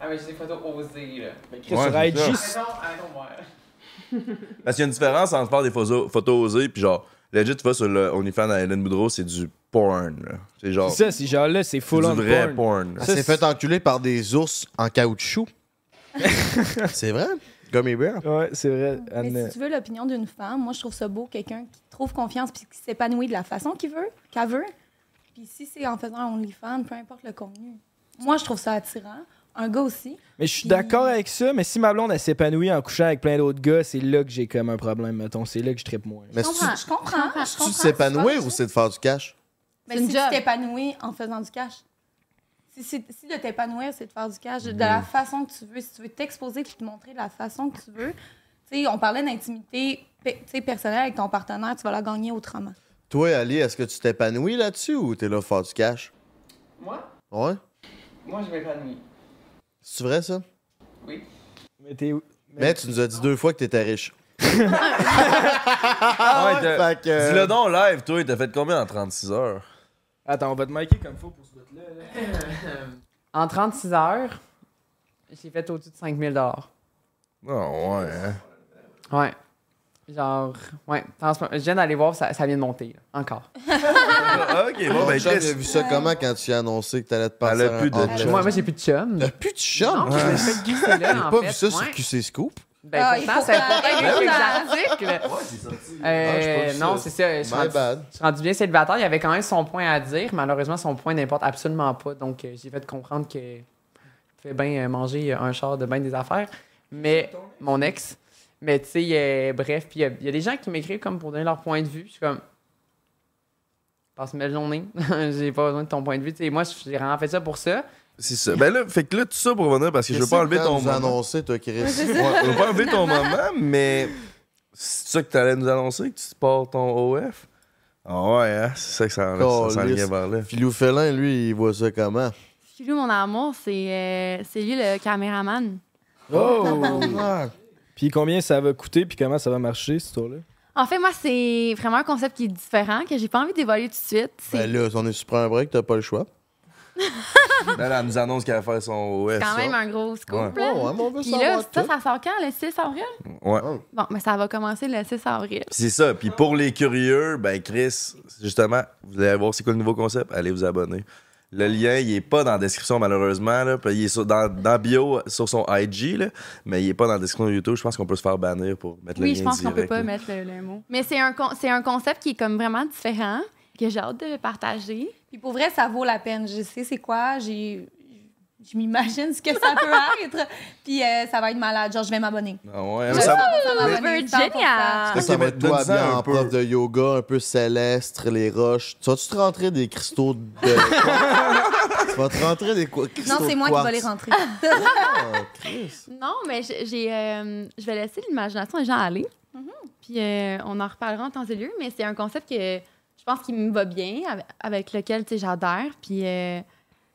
S12: Elle met juste des photos osées, là. Mais
S10: Chris, Ouais, sur c'est IG, ça. c'est-
S12: Arrêtons, arrêtons, ouais.
S1: Parce qu'il y a une différence entre faire des photos, photos osées, puis genre, legit, tu vas sur le OnlyFans à Hélène Boudreau, c'est du porn. là. C'est genre.
S10: Ça, c'est genre là, c'est full
S1: Oh. C'est du
S10: on
S1: vrai
S10: porn.
S1: porn.
S9: Elle s'est fait enculer par des ours en caoutchouc. c'est vrai? Gummy bear.
S10: Ouais, c'est vrai.
S3: Ah,
S2: Mais si tu veux l'opinion d'une femme, moi, je trouve ça beau, quelqu'un qui trouve confiance puis qui s'épanouit de la façon qu'il veut, qu'elle veut. Puis si c'est en faisant un OnlyFans, peu importe le contenu. Moi, je trouve ça attirant. Un gars aussi.
S10: Mais je suis d'accord avec ça, mais si ma blonde elle s'épanouit en couchant avec plein d'autres gars, c'est là que j'ai comme un problème, mettons. C'est là que je trippe moins.
S9: Mais
S2: je, comprends, je comprends. je comprends.
S9: Tu s'épanouir ou c'est de faire du cash?
S2: Mais si tu t'épanouis en faisant du cash. Si, si- si de t'épanouir, c'est de faire du cash de la
S1: Mm.
S3: Mhm.
S2: façon que tu veux. Si tu veux t'exposer puis te montrer de la façon que tu veux. Tu sais, on parlait d'intimité pe- tu sais, personnelle avec ton partenaire, tu vas la gagner autrement.
S9: Toi, Ali, est-ce que tu t'épanouis là-dessus ou t'es là pour faire du cash?
S12: Moi?
S9: Ouais?
S12: Moi, je m'épanouis.
S9: C'est vrai, ça?
S12: Oui.
S10: Mais t'es où?
S9: Mais tu nous as dit deux fois que t'étais riche.
S1: Ah ouais, t'as-
S9: fait que- euh,
S1: Dis-le donc live, toi, t'as fait combien en 36 heures?
S10: Attends, on va te miker comme faut pour ce bout-là.
S14: En 36 heures, j'ai fait au-dessus de 5000
S9: Ah,
S1: Non, ouais. hein.
S14: Ouais. Genre, ouais. En ce moment- je viens d'aller voir, ça, ça vient de monter, là, encore.
S1: ok, bon, ben,
S9: Ton chum,
S1: Chris.
S9: il a euh, vu ça comment quand tu as annoncé que t'allais te passer
S1: Elle a plus de chum.
S14: Moi, moi, j'ai plus de chum.
S9: T'as plus de chum?
S14: Non, je me suis fait glisser là,
S9: J'ai
S14: en
S9: pas
S14: fait,
S9: vu ça
S14: ouais.
S9: sur QC Scoop.
S14: Ben,
S5: Ah, il
S14: pourtant,
S5: faut
S14: c'est
S5: qu'on
S14: pas
S5: arrête
S14: les
S5: ça.
S14: articles.
S5: Ouais, c'est sorti.
S9: Ah, j'ai pas
S14: Euh,
S9: vu
S14: non,
S9: ça.
S14: c'est ça. Je suis
S9: My
S14: rendu-
S9: bad.
S14: je suis rendu bien célibataire. Il y avait quand même son point à dire. Malheureusement, son point n'importe absolument pas. Donc, euh, j'ai fait comprendre que je pouvais bien euh, manger euh, un char de bain des affaires. Mais mon ex. Mais tu sais, euh, bref, puis il y a- il y, a des gens qui m'écrivent comme pour donner leur point de vue. Je suis comme, passe ma journée. j'ai pas besoin de ton point de vue. Tu sais, moi, j'ai vraiment fait ça pour ça.
S1: C'est ça. Ben là, fait que là, tout ça pour revenir, parce que je veux
S9: Qu'est-ce
S1: pas enlever
S9: que
S1: ton
S9: t'as nous
S1: moment.
S9: annoncé, toi, Chris?
S1: Ouais, je veux pas enlever ton moment, mais C'est ça que t'allais nous annoncer, que tu pars ton OF? Ah ouais, hein? c'est ça que ça, ça, ça
S9: Calisse.
S1: vient vers là.
S9: Philou Félin, lui, il voit ça comment?
S3: Philou, mon amour, c'est euh, c'est lui le caméraman.
S10: Oh! puis combien ça va coûter, puis comment ça va marcher, ce tour-là?
S3: En fait, moi, c'est vraiment un concept qui est différent, que j'ai pas envie d'évoluer tout de suite. C'est
S9: Ben là, si on est sur un break, t'as pas le choix.
S1: Ben Elle, elle nous annonce qu'elle va faire son OF.
S3: c'est quand
S1: ça.
S3: même un gros scoop.
S1: Ouais.
S3: là.
S1: Ouais, ouais, mais on
S9: veut
S3: Puis
S9: savoir
S3: là, ça, ça sort quand? Le 6 avril?
S1: Ouais.
S3: Bon, mais ça va commencer le 6 avril.
S1: Puis C'est ça. Puis pour les curieux, ben Chris, justement, vous allez voir c'est quoi le nouveau concept, allez vous abonner. Le lien, il est pas dans la description malheureusement. Là. Puis Il est sur- dans, dans bio sur son IG, là, mais il est pas dans la description de YouTube. Je pense qu'on peut se faire bannir pour mettre le lien
S3: Oui, je pense qu'on peut
S1: direct,
S3: pas
S1: là.
S3: mettre le, le mot. Mais c'est un, con- c'est un concept qui est comme vraiment différent, que j'ai hâte de partager.
S2: Puis pour vrai, ça vaut la peine. Je sais c'est quoi. J'ai. Je m'imagine ce que ça peut être. Puis euh, ça va être malade. Genre, je vais m'abonner.
S1: Ah ouais,
S2: Je
S1: mais
S2: sais
S1: ça-
S2: pas, ça va
S3: mais-
S2: m'abonner,
S3: Génial!
S2: 100%.
S9: Ça, ça
S1: Ok, mais
S9: va être toi
S1: donne-en
S9: bien
S1: un
S9: en
S1: peu.
S9: prof de yoga, un peu céleste, les roches. Tu vas-tu te rentrer des cristaux de... tu vas te rentrer des quoi- cristaux
S2: Non, c'est
S9: de
S2: moi qui
S9: quartz. Ah,
S2: vais les rentrer.
S3: Non, mais j'ai- j'ai, euh, je vais laisser l'imagination des gens aller. Puis euh, on en reparlera en temps et lieu, mais c'est un concept que je pense qui me va bien, avec, avec lequel tu sais, j'adhère. Puis euh,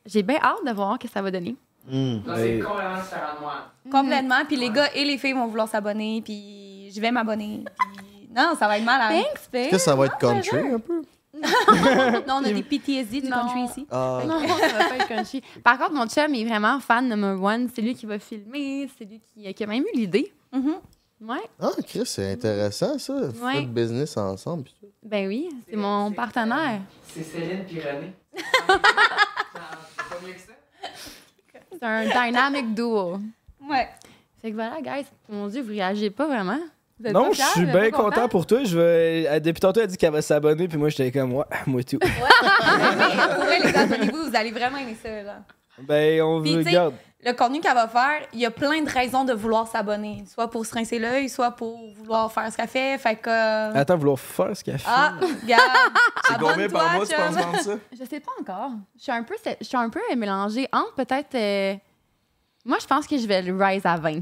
S3: j'ai bien hâte de voir ce que ça va donner.
S9: Hmm.
S12: Non, c'est complètement différent de moi.
S2: Complètement. Puis les gars et les filles vont vouloir s'abonner. Puis je vais m'abonner. Puis- Non, ça va être malade.
S3: Thanks, babe.
S9: Est-ce que ça va être country? un peu?
S2: non, on a des PTSD du country ici.
S9: Ah,
S3: Non, ça va pas être country. Par contre, mon chum est vraiment fan de Number One. C'est lui qui va filmer, c'est lui qui, qui a même eu l'idée. Ouais,
S9: Ah, Chris, c'est intéressant, ça. Faites
S3: Ouais.
S9: business ensemble. pis tout.
S3: ben oui, c'est mon partenaire.
S12: C'est Céline puis René. Pas mieux que ça.
S3: C'est un dynamic duo.
S2: Ouais.
S3: Fait que voilà, guys, mon Dieu, vous réagissez pas vraiment. Vous êtes
S10: Non,
S3: pas
S10: je
S3: fiers,
S10: suis
S3: vous êtes
S10: bien
S3: pas
S10: content pour toi. Je vais... elle- Depuis tantôt, elle a dit qu'elle va s'abonner, puis moi, j'étais comme, ouais, moi tout.
S2: Ah, Mais pour vrai, les gars, abonnez-vous. Vous allez vraiment aimer ça. Là.
S10: ben, on
S2: Puis,
S10: vous
S2: tu sais,
S10: regarde.
S3: euh,
S2: le contenu qu'elle va faire, il y a plein de raisons de vouloir s'abonner. Soit pour se rincer l'œil, soit pour vouloir faire ce qu'elle fait. Fait que. euh,
S10: Attends, vouloir faire ce qu'elle fait.
S2: Ah, regarde.
S10: C'est combien par
S2: abonne-toi,
S10: mois tu penses
S2: chum.
S10: vendre ça?
S3: Je sais pas encore. Je suis un peu, je suis un peu mélangée entre peut-être. euh, moi, je pense que je vais le rise à 20.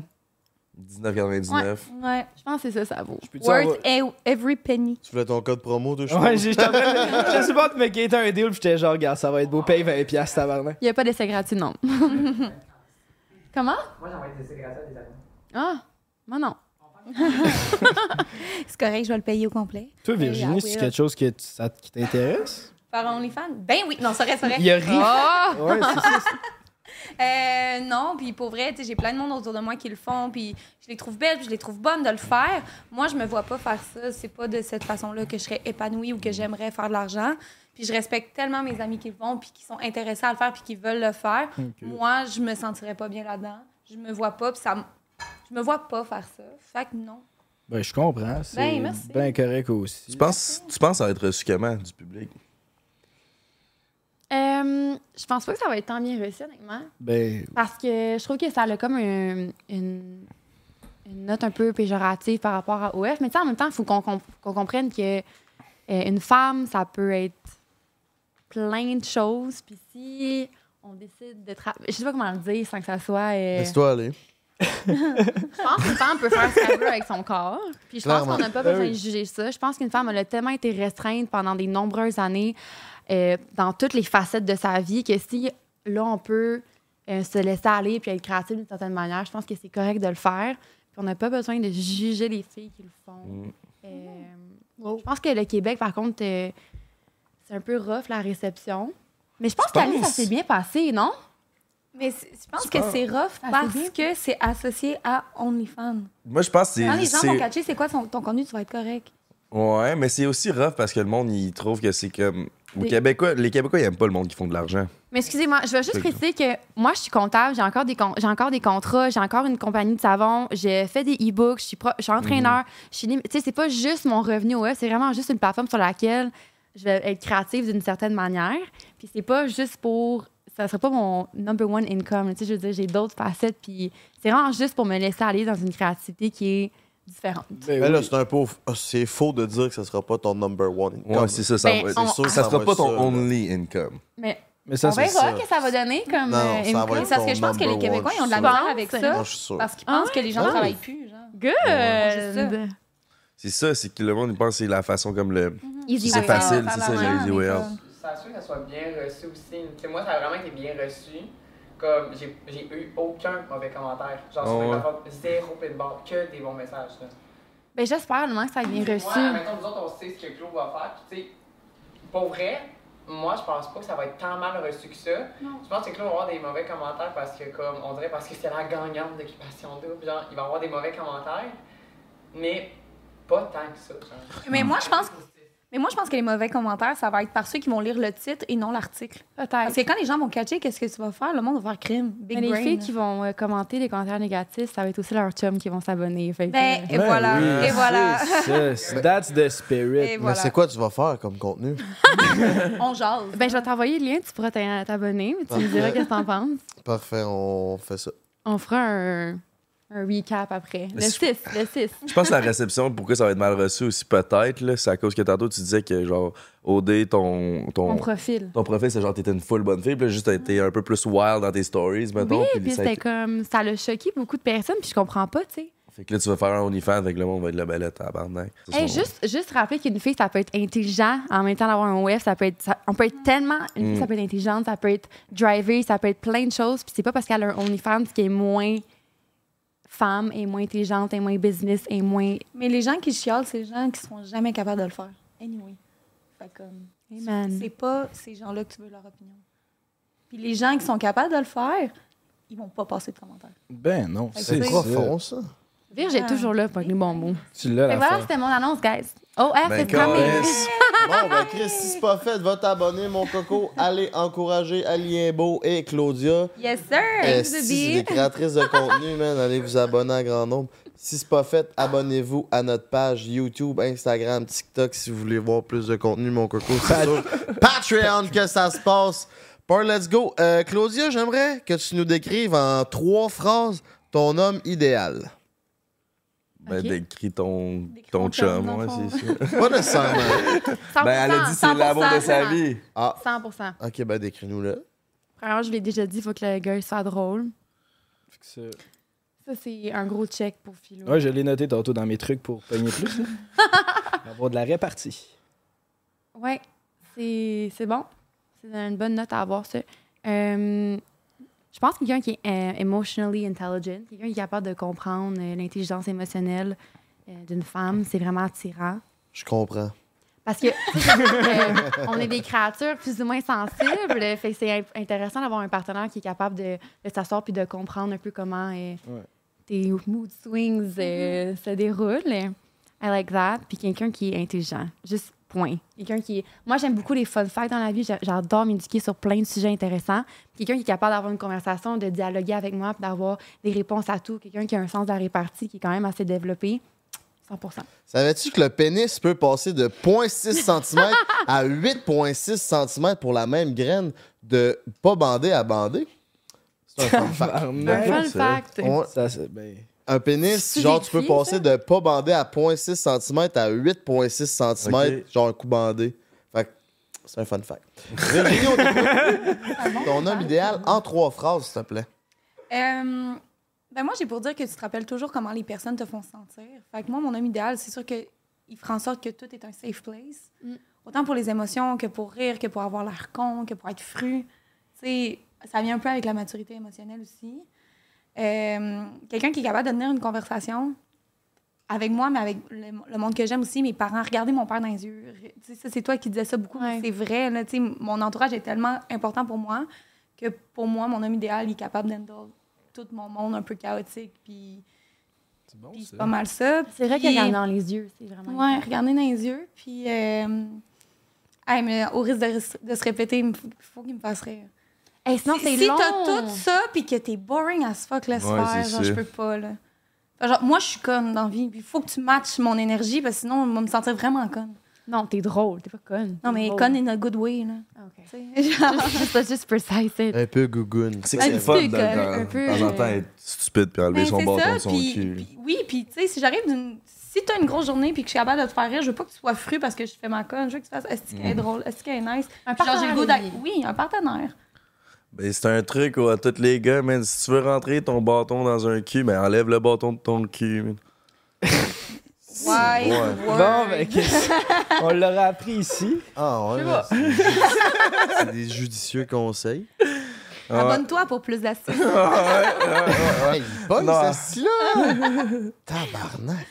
S1: 19,99.
S2: Ouais,
S3: je pense que c'est ça, ça vaut.
S1: peux-tu
S3: Worth
S2: e- every penny.
S9: Tu voulais ton code promo, toi, je
S10: Ouais,
S9: pense?
S10: j'ai j'étais en train de- je sais pas, mais qui était un deal, puis j'étais genre, regarde, ça va être beau, paye 20 piastres, tabarnak.
S3: Il n'y a pas d'essai gratuit, non. Comment?
S12: Moi, j'envoie des essais gratuits à des amis.
S3: Ah, moi non.
S2: C'est correct, je vais le payer au complet.
S10: Toi,
S2: Yeah, I
S10: Virginie, c'est
S2: will.
S10: quelque chose que tu- ça- qui t'intéresse?
S2: Par OnlyFans? Ben oui, non, ça reste vrai.
S10: Il a ri.
S2: Ah!
S10: Ouais, c'est ça,
S2: Euh, non, puis pour vrai, tu sais, j'ai plein de monde autour de moi qui le font, puis je les trouve belles, puis je les trouve bonnes de le faire. Moi, je me vois pas faire ça. C'est pas de cette façon-là que je serais épanouie ou que j'aimerais faire de l'argent. Puis je respecte tellement mes amis qui le font, puis qui sont intéressés à le faire, puis qui veulent le faire.
S3: Ok.
S2: Moi, je me sentirais pas bien là-dedans. Je me vois pas, puis ça, m- je me vois pas faire ça. Fait que non.
S10: Ben, je comprends. C'est
S2: Ben, merci.
S10: ben correct aussi.
S1: Tu penses, tu penses à être reçu comment du public?
S3: Euh, je pense pas que ça va être tant bien réussi, honnêtement.
S10: Ben,
S3: Parce que je trouve que ça a comme un- une, une note un peu péjorative par rapport à OF. Mais tu sais, en même temps, il faut qu'on com- qu'on comprenne que euh, une femme, ça peut être plein de choses. Puis si on décide de travailler. Je sais pas comment le dire sans que ça soit. euh,
S9: Laisse-toi aller.
S3: je pense qu'une femme peut faire ce qu'elle veut avec son corps. Puis je pense
S9: Clairement.
S3: qu'on n'a pas
S9: Ben
S3: besoin
S9: oui.
S3: de juger ça. Je pense qu'une femme, elle a tellement été restreinte pendant des nombreuses années euh, dans toutes les facettes de sa vie que si là, on peut euh, se laisser aller puis être créative d'une certaine manière, je pense que c'est correct de le faire. Puis on n'a pas besoin de juger les filles qui le font.
S9: Mm.
S3: Euh, Je pense que le Québec, par contre, euh, c'est un peu rough la réception. Mais je pense
S2: Tu
S3: qu'Ali, ça
S2: penses?
S3: s'est bien passé, non?
S2: Mais c'est- je pense
S3: Tu
S2: que
S3: penses?
S2: c'est rough
S3: Ah, c'est
S2: parce que c'est associé à OnlyFans.
S1: Moi, je pense que c'est.
S3: Ah,
S2: Quand les gens
S1: c'est-
S2: vont catcher, c'est quoi ton, ton contenu, tu vas être correct.
S1: Ouais, mais c'est aussi rough parce que le monde, il trouve que c'est comme. aux
S3: Des-
S1: Québécois, les Québécois, ils aiment pas le monde qui font de l'argent.
S3: Mais excusez-moi, je veux juste
S1: Fait que-
S3: préciser que moi, je suis comptable, j'ai encore des, con- j'ai encore des contrats, j'ai encore une compagnie de savon, j'ai fait des e-books, je suis, pro- je suis
S1: Mhm.
S3: entraîneur, je suis... lim- Tu sais, c'est pas juste mon revenu au web, c'est vraiment juste une plateforme sur laquelle je vais être créative d'une certaine manière. Puis c'est pas juste pour... Ça serait pas mon number one income, tu sais, je veux dire, j'ai d'autres facettes, puis c'est vraiment juste pour me laisser aller dans une créativité qui est différente.
S1: Eh
S2: Ben
S9: Mais
S1: Ben
S9: là, c'est un peu. ah, C'est faux de dire que ça sera pas ton number one. income.
S1: Ouais, c'est ça. ça
S3: Ben,
S1: va-
S3: on-
S1: c'est sûr que
S9: ça
S1: ça sera
S9: va
S1: pas
S9: être
S1: ton
S9: ça, là.
S1: only income.
S3: Mais,
S1: Mais ça,
S3: on
S1: c'est
S3: verra
S1: ça.
S3: que ça va donner comme
S1: Non,
S3: euh,
S1: ça va
S3: income.
S1: être Parce que je pense que les
S2: Les Québécois, ils ont de la
S3: Tu
S2: misère
S3: penses?
S2: avec ça.
S3: Moi, je
S9: suis sûr.
S2: Parce qu'ils pensent
S3: Ah
S2: que les gens
S3: ouais?
S2: travaillent plus. Genre.
S3: Good!
S2: C'est ça.
S1: C'est ça, c'est que le monde, il pense que c'est la façon comme le.
S3: Easy
S1: C'est
S3: way
S1: facile,
S3: out.
S1: c'est ça, le easy way out.
S12: Ça sûr qu'elle soit bien reçue aussi. Tu sais, moi, ça a vraiment été bien reçu. Comme, j'ai j'ai eu aucun mauvais commentaire. Genre, sur
S3: Ah
S12: mes
S3: ouais.
S12: plateformes, zéro pinball, que des bons messages. Là.
S3: Ben, j'espère, le moins que ça ait bien reçu.
S12: Ouais, mettons, nous autres, on sait ce que Claude va faire. Puis, tu sais, pour vrai, moi, je pense pas que ça va être tant mal reçu que ça. Je pense que Claude va avoir des mauvais commentaires parce que, comme, on dirait parce que c'est la gagnante d'occupation double. Genre, il va avoir des mauvais commentaires, mais pas tant que ça. Genre.
S2: Mais moi, je pense. Mais moi, je pense que les mauvais commentaires, ça va être par ceux qui vont lire le titre et non l'article. Parce que quand les gens vont catcher, qu'est-ce que tu vas faire? Le monde va faire crime. Big
S3: Mais les
S2: brain.
S3: filles qui vont euh, commenter les commentaires négatifs, ça va être aussi leurs chums qui vont s'abonner. Fait que,
S2: Ben,
S3: euh,
S9: oui.
S2: Et voilà. Ben,
S10: C'est ça, that's the
S2: Et
S10: spirit.
S9: Mais
S2: voilà.
S9: c'est quoi tu vas faire comme contenu?
S2: On jase.
S3: Ben, je vais t'envoyer le lien, tu pourras t'in- t'abonner, mais tu me diras qu'est-ce que t'en penses.
S9: Parfait, on fait ça.
S3: On fera un, un recap après. Le
S1: Mais je-
S3: 6, le 6.
S1: Je pense que la réception, pourquoi ça va être mal reçu aussi, peut-être, là, c'est à cause que tantôt tu disais que, genre, OD, ton. ton
S3: Mon profil.
S1: Ton profil, c'est genre, t'étais une full bonne fille, puis là, juste, t'as été un peu plus wild dans tes stories, mettons.
S3: oui,
S1: puis
S3: puis
S1: ça a
S3: c'était
S1: été-
S3: comme... Ça l'a choqué beaucoup de personnes, puis je comprends pas, tu sais.
S1: Fait que là, tu vas faire un OnlyFans avec le monde, va être le ballet à la
S3: Hey, juste, juste rappeler qu'une fille, ça peut être intelligent en même temps d'avoir un OF. Ça peut être, ça- on peut être tellement. Une fille,
S1: Mm.
S3: ça peut être intelligente, ça peut être drivée, ça peut être plein de choses. Puis c'est pas parce qu'elle a un OnlyFans qui est moins femme, et moins intelligente, et moins business, et moins.
S2: Mais les gens qui chialent, c'est les gens qui sont jamais capables de le faire. Anyway. Fait comme.
S3: Amen.
S2: C'est pas ces gens-là que tu veux leur opinion. Puis les gens qui sont capables de le faire, ils vont pas passer de commentaires.
S10: Ben non,
S2: C'est
S10: c'est
S2: profond,
S9: ça.
S3: Virge est
S2: Ah.
S3: toujours là pour les bons mots.
S10: Tu
S3: Fait
S10: l'as, la
S3: que voilà,
S10: fin.
S3: c'était mon annonce, guys. OF,
S10: Ben,
S3: c'est terminé.
S10: Calice.
S9: Bon, ben Chris, si c'est pas fait, va t'abonner, mon coco. Allez encourager Alien Beau et Claudia.
S2: Yes, sir!
S9: Euh, si c'est des créatrices de contenu, man, allez vous abonner à grand nombre. Si c'est pas fait, abonnez-vous à notre page YouTube, Instagram, TikTok si vous voulez voir plus de contenu, mon coco. C'est sûr. Patreon que ça se passe. Paul, let's go. Euh, Claudia, j'aimerais que tu nous décrives en trois phrases ton homme idéal.
S1: Ben, décris ton, ton chum, ouais, c'est ça.
S9: Pas nécessairement.
S1: Ben, elle a dit c'est l'amour de sa
S3: 100%.
S1: vie.
S9: Ah.
S3: 100%.
S9: Ok, ben, décris-nous-le.
S3: Premièrement, je l'ai déjà dit, il faut que le gars il soit drôle.
S10: C'est-
S3: Ça, c'est un gros check pour Philo.
S10: Ouais, je l'ai noté tantôt dans mes trucs pour pogner plus. là. Avoir de la répartie.
S3: Ouais, c'est c'est bon. C'est une bonne note à avoir, ça. Euh, je pense que quelqu'un qui est euh, emotionally intelligent, quelqu'un qui est capable de comprendre euh, l'intelligence émotionnelle euh, d'une femme, c'est vraiment attirant.
S9: Je comprends.
S3: Parce que euh, on est des créatures plus ou moins sensibles, euh, fait que c'est imp- intéressant d'avoir un partenaire qui est capable de, de s'asseoir puis de comprendre un peu comment euh, tes mood swings euh, se déroulent. I like that. Puis quelqu'un qui est intelligent. Juste point. Quelqu'un qui est... Moi, j'aime beaucoup les fun facts dans la vie. J'a- J'adore m'éduquer sur plein de sujets intéressants. Quelqu'un qui est capable d'avoir une conversation, de dialoguer avec moi, puis d'avoir des réponses à tout. Quelqu'un qui a un sens de la répartie qui est quand même assez développé. 100
S9: Savais-tu que le pénis peut passer de 0.6 cm à 8.6 cm pour la même graine de pas bandé à bandé? C'est un fun fact.
S10: Tabarnak.
S3: Un fun fact.
S9: Ouais.
S10: Ça, c'est- ben,
S9: Un pénis,
S3: C'est
S9: genre, tu peux
S3: écrit,
S9: passer de pas bandé à 0.6 cm à 8.6 cm, genre un coup bandé. Fait que c'est un fun fact. Virginie, on t'écoute. ton homme idéal en trois phrases, s'il te plaît.
S2: Euh, ben moi, j'ai pour dire que tu te rappelles toujours comment les personnes te font sentir. Fait que moi, mon homme idéal, c'est sûr qu'il fera en sorte que tout est un safe place.
S3: Mm.
S2: Autant pour les émotions que pour rire, que pour avoir l'air con, que pour être fru. Tu sais, ça vient un peu avec la maturité émotionnelle aussi. Euh, Quelqu'un qui est capable de tenir une conversation avec moi, mais avec le, le monde que j'aime aussi, mes parents, regarder mon père dans les yeux. Tu sais, ça, c'est toi qui disais ça beaucoup, mais c'est vrai. là, tu sais, mon entourage est tellement important pour moi que pour moi, mon homme idéal, il est capable d'handle tout mon monde un peu chaotique, puis
S1: Oh,
S2: puis c'est pas mal ça.
S3: C'est vrai
S2: Puis-
S3: qu'il regarde dans les yeux, c'est vraiment.
S2: Ouais, regarder dans les yeux, puis... euh, hey, mais au risque de, res- de se répéter, il me faut, faut qu'il me fasse rire.
S3: sinon,
S2: Si-
S3: c'est
S2: Si
S3: long.
S2: t'as tout ça, puis que t'es boring as fuck, laisse
S3: Ouais,
S2: faire,
S3: c'est
S2: genre, je
S3: sûr.
S2: peux pas, là. Enfin, Genre, moi, je suis conne dans la vie, puis il faut que tu matches mon énergie, parce que sinon, on va me sentir vraiment conne.
S3: Non, t'es drôle, t'es pas conne.
S2: Non, mais
S3: Drôle.
S2: conne in a good way, là. Tu sais, genre-
S3: Juste, juste precise it.
S9: Un peu gougoune.
S1: C'est que c'est
S3: Un
S1: le fun
S3: peu
S1: de de-
S3: comme-
S1: de-
S3: un
S1: de
S3: peu,
S1: temps en
S3: euh,
S1: temps être stupide puis enlever
S2: Ben,
S1: son
S2: c'est
S1: bâton
S2: ça,
S1: de son
S2: puis-
S1: cul.
S2: Oui, puis tu sais, si j'arrive d'une. Si t'as une grosse journée puis que je suis capable de te faire rire, je veux pas que tu sois fru parce que je fais ma conne. Je veux que tu fasses est-ce qu'elle est
S1: Mm.
S2: drôle, est-ce qu'elle est nice.
S3: Un
S2: Puis genre, j'ai le goût
S3: partenaire,
S2: d'a- Oui, un partenaire.
S1: Ben, c'est un truc ouais, à tous les gars, man. Si tu veux rentrer ton bâton dans un cul, ben, enlève le bâton de ton cul, man.
S2: Wise
S10: Ouais.
S2: word.
S10: Bon, ben, qu'est-ce- on l'aurait appris ici.
S9: Ah, ouais.
S2: pas.
S9: mais c'est- C'est des judicieux conseils.
S2: Ah Abonne-toi pour plus d'astuces.
S1: Ah,
S9: Hey, bonne,
S2: Non.
S9: celle-ci. Tabarnak.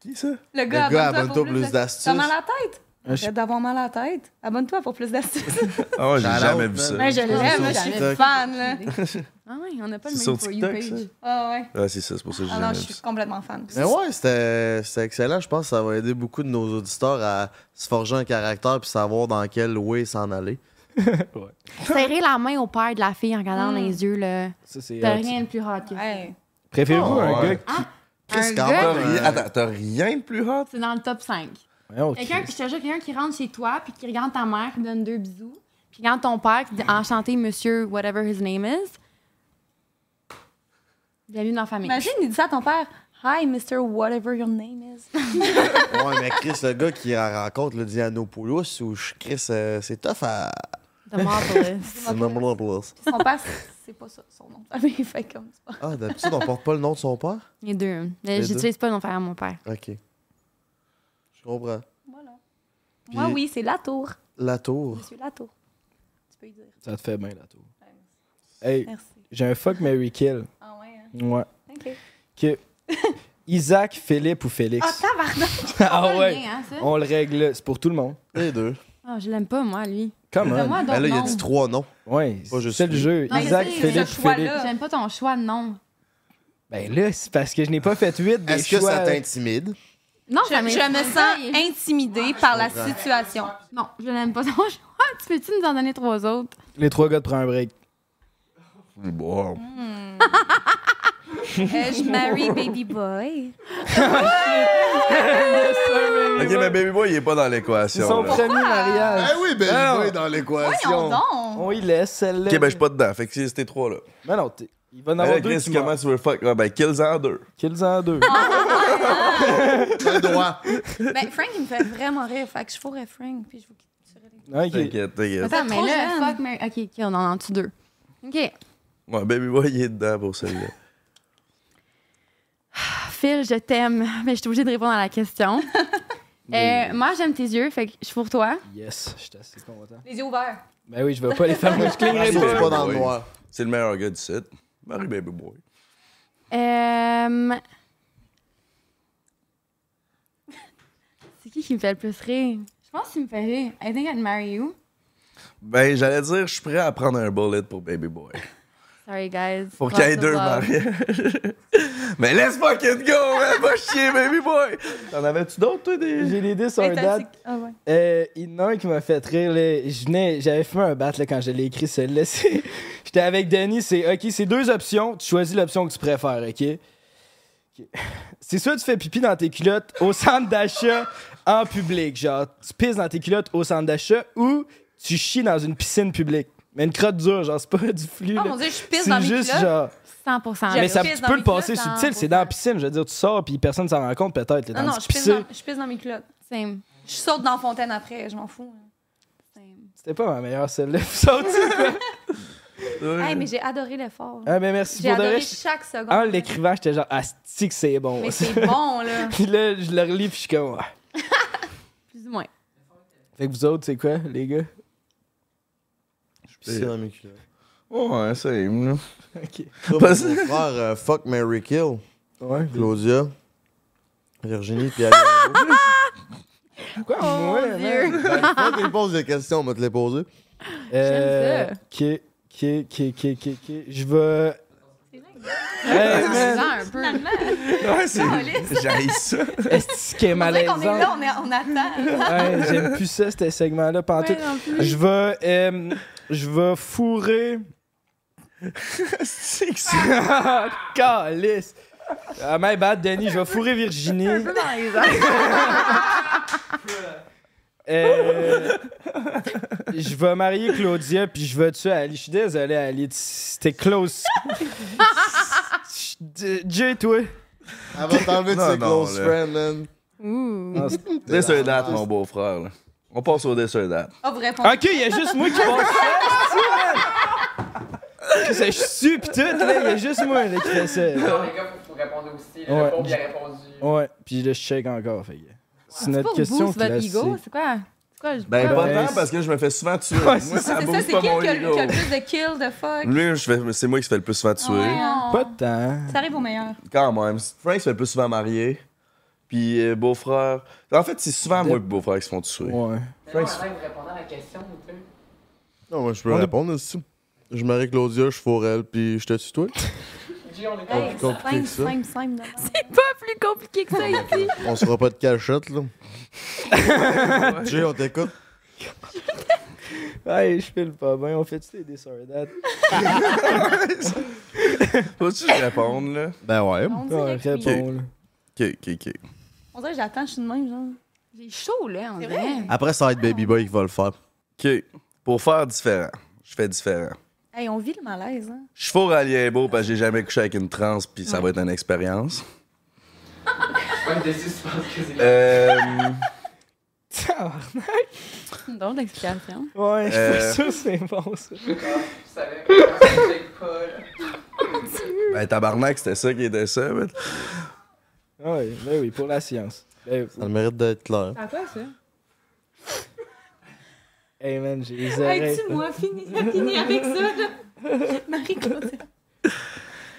S1: Qui ça?
S2: Ah. Le gars,
S9: gars,
S2: abonne-toi pour plus d'astuces. T'as mal à la tête?
S1: Ah, je-
S2: Arrête d'avoir mal à la tête. Abonne-toi pour plus d'astuces.
S1: Ah, ouais, j'ai
S9: Shout
S1: jamais
S9: out,
S1: vu
S9: man.
S1: ça.
S2: Ouais, je l'aime,
S1: C'est
S2: je
S1: sur
S2: suis
S1: TikTok.
S2: fan, là.
S3: Ah ouais, on n'a pas le
S1: C'est
S3: même
S1: sur
S3: for you
S1: TikTok,
S3: page.
S2: Ah ouais.
S9: Ouais, c'est ça, c'est pour ça
S2: Ah non, je suis complètement fan.
S9: Mais ouais, c'était c'était excellent. Je pense que ça va aider beaucoup de nos auditeurs à se forger un caractère puis savoir dans quel way s'en aller.
S3: Serrer la main au père de la fille en regardant
S2: Hmm.
S3: dans les yeux, là.
S9: Ça, c'est
S3: T'as
S2: Ben,
S9: hot.
S3: rien de plus hot que ça.
S10: euh, Préférez-vous
S2: oh,
S1: Ah,
S10: un
S1: ouais.
S10: gars qui.
S3: Un
S1: Quand
S3: gars-
S1: t'as rien- Attends, t'as rien de plus hot?
S3: C'est dans le top 5.
S10: Ben,
S3: Quelqu'un, je te jure, quelqu'un qui rentre chez toi, puis qui regarde ta mère, qui donne deux bisous, puis regarde ton père, qui dit Enchanté, monsieur, whatever his name is. Bienvenue dans la famille.
S2: Imagine, il dit ça à ton père. Hi, Mr. Whatever your name is.
S9: Ouais, mais Chris, le gars qui en rencontre le Dianopoulos ou je- Chris, euh, c'est tough à.
S2: Demopoulos.
S9: Demopoulos.
S2: Son père, c'est- c'est pas ça, son nom. Ah, mais il fait comme ça.
S9: Ah, d'habitude, on porte pas le nom de son père?
S3: Les deux. Mais
S9: Les
S3: J'utilise pas le nom de famille à mon père.
S9: Ok. Je comprends. Puis-
S2: Moi, oui, c'est la tour.
S9: La tour.
S2: Monsieur la tour. Tu peux lui dire.
S10: Ça te fait bien, la tour. Hey,
S2: Merci.
S10: j'ai un fuck Mary Kill.
S2: Ah ouais, hein?
S10: Ouais.
S2: OK.
S10: Que Isaac, Philippe ou Félix?
S3: Ah, tabarnak!
S10: Ah
S3: On
S10: ouais.
S3: le lien, hein, ça?
S10: On le règle, c'est pour tout le monde.
S9: Les deux.
S3: Ah, je l'aime pas, moi, lui.
S10: Comment?
S3: Donne-moi d'autres noms.
S9: trois noms.
S10: Ouais, c'est le jeu.
S3: Non, mais
S10: Isaac,
S3: tu sais,
S10: Philippe,
S3: ce choix-là.
S10: Félix.
S3: J'aime pas ton choix de nom.
S10: Ben là, c'est parce que je n'ai pas fait 8 des
S9: Est-ce que ça
S10: choix.
S9: t'intimide?
S3: Non,
S2: Je, je me sens intimidée par la
S10: comprends.
S2: situation.
S3: Non, je n'aime pas ton choix. Tu peux-tu nous en donner trois autres?
S10: Les trois gars te prennent un break.
S1: Bon.
S2: Euh, je marie Baby Boy.
S1: Ok, mais Baby Boy, il est pas dans l'équation.
S10: C'est son
S1: là. Eh ben,
S10: premier mariage.
S9: Ah oui, Baby
S10: Ah.
S9: Boy dans l'équation.
S2: Voyons donc.
S10: On y laisse celle-là.
S1: Ok, ben, je suis pas dedans. Fait que c'est ces trois-là.
S10: Mais non, t'es- il va en
S1: Mais
S10: avoir
S1: là,
S10: deux.
S1: Chris, comment tu veux fuck? Ah, ben, kills en deux.
S10: Kills en deux.
S3: Ah.
S9: Le droit.
S2: Ben, Frank, il me fait vraiment rire. Fait que je fourrais Frank, puis je vous quitte.
S1: T'inquiète, t'inquiète.
S3: Attends, mais
S2: trop
S3: là,
S2: jeune.
S3: fuck, Mary. Ok, ok, on en a en dessous deux. Ok.
S1: Ouais, Baby Boy, il est dedans pour celle-là.
S3: Ah, Phil, je t'aime, mais je suis obligée de répondre à la question. Euh, moi, j'aime tes yeux, fait que je suis pour toi.
S10: Yes, je suis assez content.
S2: Les yeux ouverts.
S10: Ben oui, je vais pas les faire. Moi, je
S9: Ah,
S10: clignerai
S1: Sauf
S10: pas.
S1: Baby Boy. C'est le meilleur gars du site. Marie Baby Boy.
S3: Euh, C'est qui qui me fait le plus rire? Je pense qu'il me fait rire. I think I'd marry you.
S1: Ben, j'allais dire, je suis prêt à prendre un bullet pour Baby Boy.
S3: Sorry, guys.
S1: Pour qu'il y ait
S3: Lots of
S1: deux
S3: love.
S1: mariages. Mais laisse fucking go, man! Va chier, Baby Boy! T'en avais-tu d'autres, toi, des.
S10: J'ai les deux sur un date.
S2: Ah ouais.
S10: Euh, il y en a un qui m'a fait rire. là. Je venais, j'avais fumé un bat là, quand je l'ai écrit celle-là. C'est- J'étais avec Denis. C'est OK, c'est deux options. Tu choisis l'option que tu préfères, OK? OK. C'est soit tu fais pipi dans tes culottes au centre d'achat en public. Genre, tu pisses dans tes culottes au centre d'achat ou tu chies dans une piscine publique. Mais une crotte dure, genre, c'est pas du flux.
S2: Oh
S10: là.
S2: mon Dieu, je pisse
S10: C'est
S2: dans mes
S10: juste,
S2: culottes.
S10: genre-
S3: 100
S10: mais ça, tu peux le passer subtil, c'est dans la piscine. Je veux dire, tu sors puis personne s'en rend compte peut-être. là,
S2: Non, non,
S10: tandis
S2: je
S10: que
S2: pisse,
S10: pisser,
S2: dans, je pisse dans mes culottes.
S3: Same.
S2: Je saute dans la fontaine après, je m'en fous.
S10: C'était pas ma meilleure celle-là. Vous sautez, quoi.
S2: Hey, mais j'ai adoré l'effort.
S10: Ah, ben merci
S2: J'ai
S10: pour de
S2: adoré
S10: vrai. Ah,
S2: chaque seconde.
S10: En l'écrivant, j'étais genre, asti que c'est bon.
S2: Mais c'est bon, là.
S10: Puis là, je le relis, puis je suis comme, ouais.
S3: Plus ou moins.
S10: Fait que vous autres, c'est quoi, les gars?
S9: C'est dans mes culottes.
S1: Ouais, c'est.
S10: Ok.
S9: Toi,
S1: Parce-
S9: mon frère, euh, fuck Mary Kill.
S10: Ouais.
S9: Claudia. Virginie, puis Alejandro.
S10: Pourquoi
S3: Oh,
S10: moi,
S3: mon
S10: man?
S3: Dieu.
S9: Quand tu me poses des questions, on va te les poser.
S10: Euh,
S3: J'aime ça.
S10: Qui, qui, qui, qui, qui, qui. Je vais.
S3: C'est
S10: Hey, man.
S3: malaisant un peu.
S1: Ouais,
S2: Caliste.
S1: c'est. J'haïs ça.
S10: Est-ce qui est
S2: On dirait qu'on est là,
S10: malaisant?
S2: on, est, on attend.
S10: Ouais, j'aime plus ça, ce segment-là, pantoute.
S2: Ouais, non
S1: Ah,
S2: plus.
S10: Je vais. euh, je vais fourrer.
S1: c'est que
S10: c'est. Calice! Ah, my bad, Denis, je vais fourrer Virginie.
S5: Un peu dans les
S10: Euh, je vais marier Claudia, puis je vais tuer Ali. Je suis désolé, Ali. t- C'était close. D- Jay, toi.
S9: Elle va t'enlever de
S1: Non,
S9: ses
S1: non,
S9: close
S1: là.
S9: friends, man.
S3: Ouh.
S1: Dessin date, mon beau-frère. là. On
S10: Ah,
S1: passe au dessin date.
S2: Ah, vous répondez.
S10: Ok, il y a juste moi qui pense ça. Je suis pis tout, là, il y a juste moi là, qui fait ça.
S12: Non, les gars, faut, faut répondre aussi. là, Le
S10: Ouais.
S12: pauvre, il a répondu.
S10: Ouais, puis là, je check encore. Fait. que C'est
S3: Ah, C'est
S10: notre
S3: pas vous
S10: question
S3: boost votre
S10: classique.
S3: ego? C'est quoi? C'est quoi le-
S1: Ben,
S3: quoi?
S1: pas tant parce que je me fais souvent tuer.
S10: Ouais,
S1: Moi,
S10: c'est
S1: ça,
S10: ça,
S2: C'est
S1: booste
S2: ça, c'est qui
S1: pas
S2: qui
S1: mon
S2: a, le-
S1: ego.
S2: qui a le plus de kills, de fuck?
S1: Lui, je fais- c'est moi qui se fais le plus souvent tuer.
S2: Ah,
S10: Pas de temps.
S2: Ça arrive au meilleur.
S1: Quand même. Frank se fait le plus souvent marier. Puis euh, beau-frère. En fait, c'est souvent moi et beau-frère qui se font tuer.
S10: Ouais.
S12: Mais non, arrête de répondre à la question, tu sais.
S9: Non, moi, je peux
S1: On est-
S9: répondre aussi. Je marie Claudia, je fourre elle, puis je te tue, toi.
S12: G, on est
S9: Pas plus compliqué que ça.
S3: C'est pas plus compliqué que ça ici.
S9: On se fera pas de cachette, là. Jay, on t'écoute.
S10: Ouais, je file pas bien. On fait-tu des dessert dates?
S1: Faut-tu que je réponde, là?
S9: Ben ouais.
S3: On dirait que oui.
S10: réponds,
S1: Ok, ok, ok.
S2: On dirait que j'attends, je suis de même, genre.
S3: J'ai chaud, là, on dirait.
S9: Après, ça va être Baby Boy qui va le faire.
S1: Ok. Pour faire différent, je fais différent.
S2: Hey, on vit le malaise, hein?
S1: Je fourre à Lien Beau parce que j'ai jamais couché avec une trans, puis ça va être une expérience.
S12: Pas une décision, je pense que c'est.
S1: Euh,
S3: C'est une drôle d'explication.
S10: Ouais,
S1: je Euh.
S10: ça, c'est bon, ça.
S12: Je savais pas, je check pas, là.
S1: ben, tabarnak, c'était ça qui était ça. mais-
S10: Ouais, ben oui, pour la science. Ben
S9: Ça le mérite d'être clair.
S10: À quoi, ça? Hey man, j'ai les
S2: Hey,
S10: oreilles.
S2: tu moi fini, fini avec ça, là. Marie-Claude.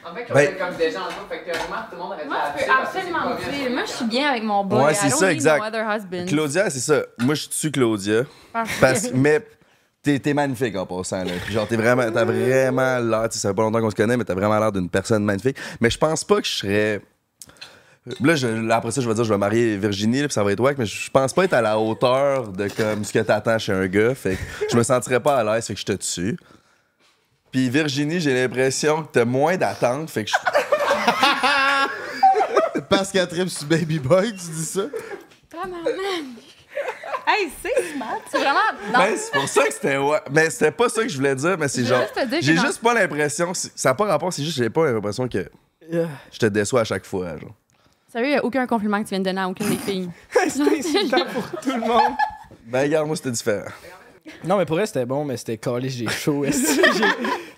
S12: En fait, on
S1: Ben-
S12: est comme des gens en train, fait que théoriquement, tout le monde aurait
S3: Moi, je peux absolument me dire. Moi, je suis bien avec mon boy.
S1: Ouais,
S3: I
S1: c'est
S3: don't
S1: ça,
S3: need
S1: exact.
S3: no other husband.
S1: Claudia, c'est ça. Moi, je tue Claudia.
S3: Parfait.
S1: Parce, mais t'es t'es magnifique en passant. Là. Genre, t'es vraiment, t'as vraiment l'air. tu sais, Ça fait pas longtemps qu'on se connaît, mais t'as vraiment l'air d'une personne magnifique. Mais je pense pas que je serais. Là, je- là, après ça, je vais dire, je vais marier Virginie, là, puis ça va être wack, mais je pense pas être à la hauteur de comme ce que t'attends chez un gars. Fait que je me sentirais pas à l'aise, fait que je te tue. Puis Virginie, j'ai l'impression que t'as moins d'attente, fait que je
S9: Parce qu'elle tripe sur Baby Boy, tu dis ça?
S2: Hey, c'est smart.
S3: C'est vraiment. Non.
S1: Ben, c'est pour ça que c'était. ouais. Mais c'était pas ça que je voulais dire, mais c'est
S3: Je voulais
S1: genre.
S3: juste te dire que
S1: J'ai
S3: dans-
S1: juste pas l'impression. c'est- Ça n'a pas rapport, c'est juste que j'ai pas l'impression que je te déçois à chaque fois. Genre.
S3: Sérieux, il n'y a aucun compliment que tu viens de donner à aucune des filles.
S10: C'était insultant pour tout le monde.
S1: Ben, regarde, moi, c'était différent.
S10: Non, mais pour elle, c'était bon, mais c'était collé, j'ai chaud. esti,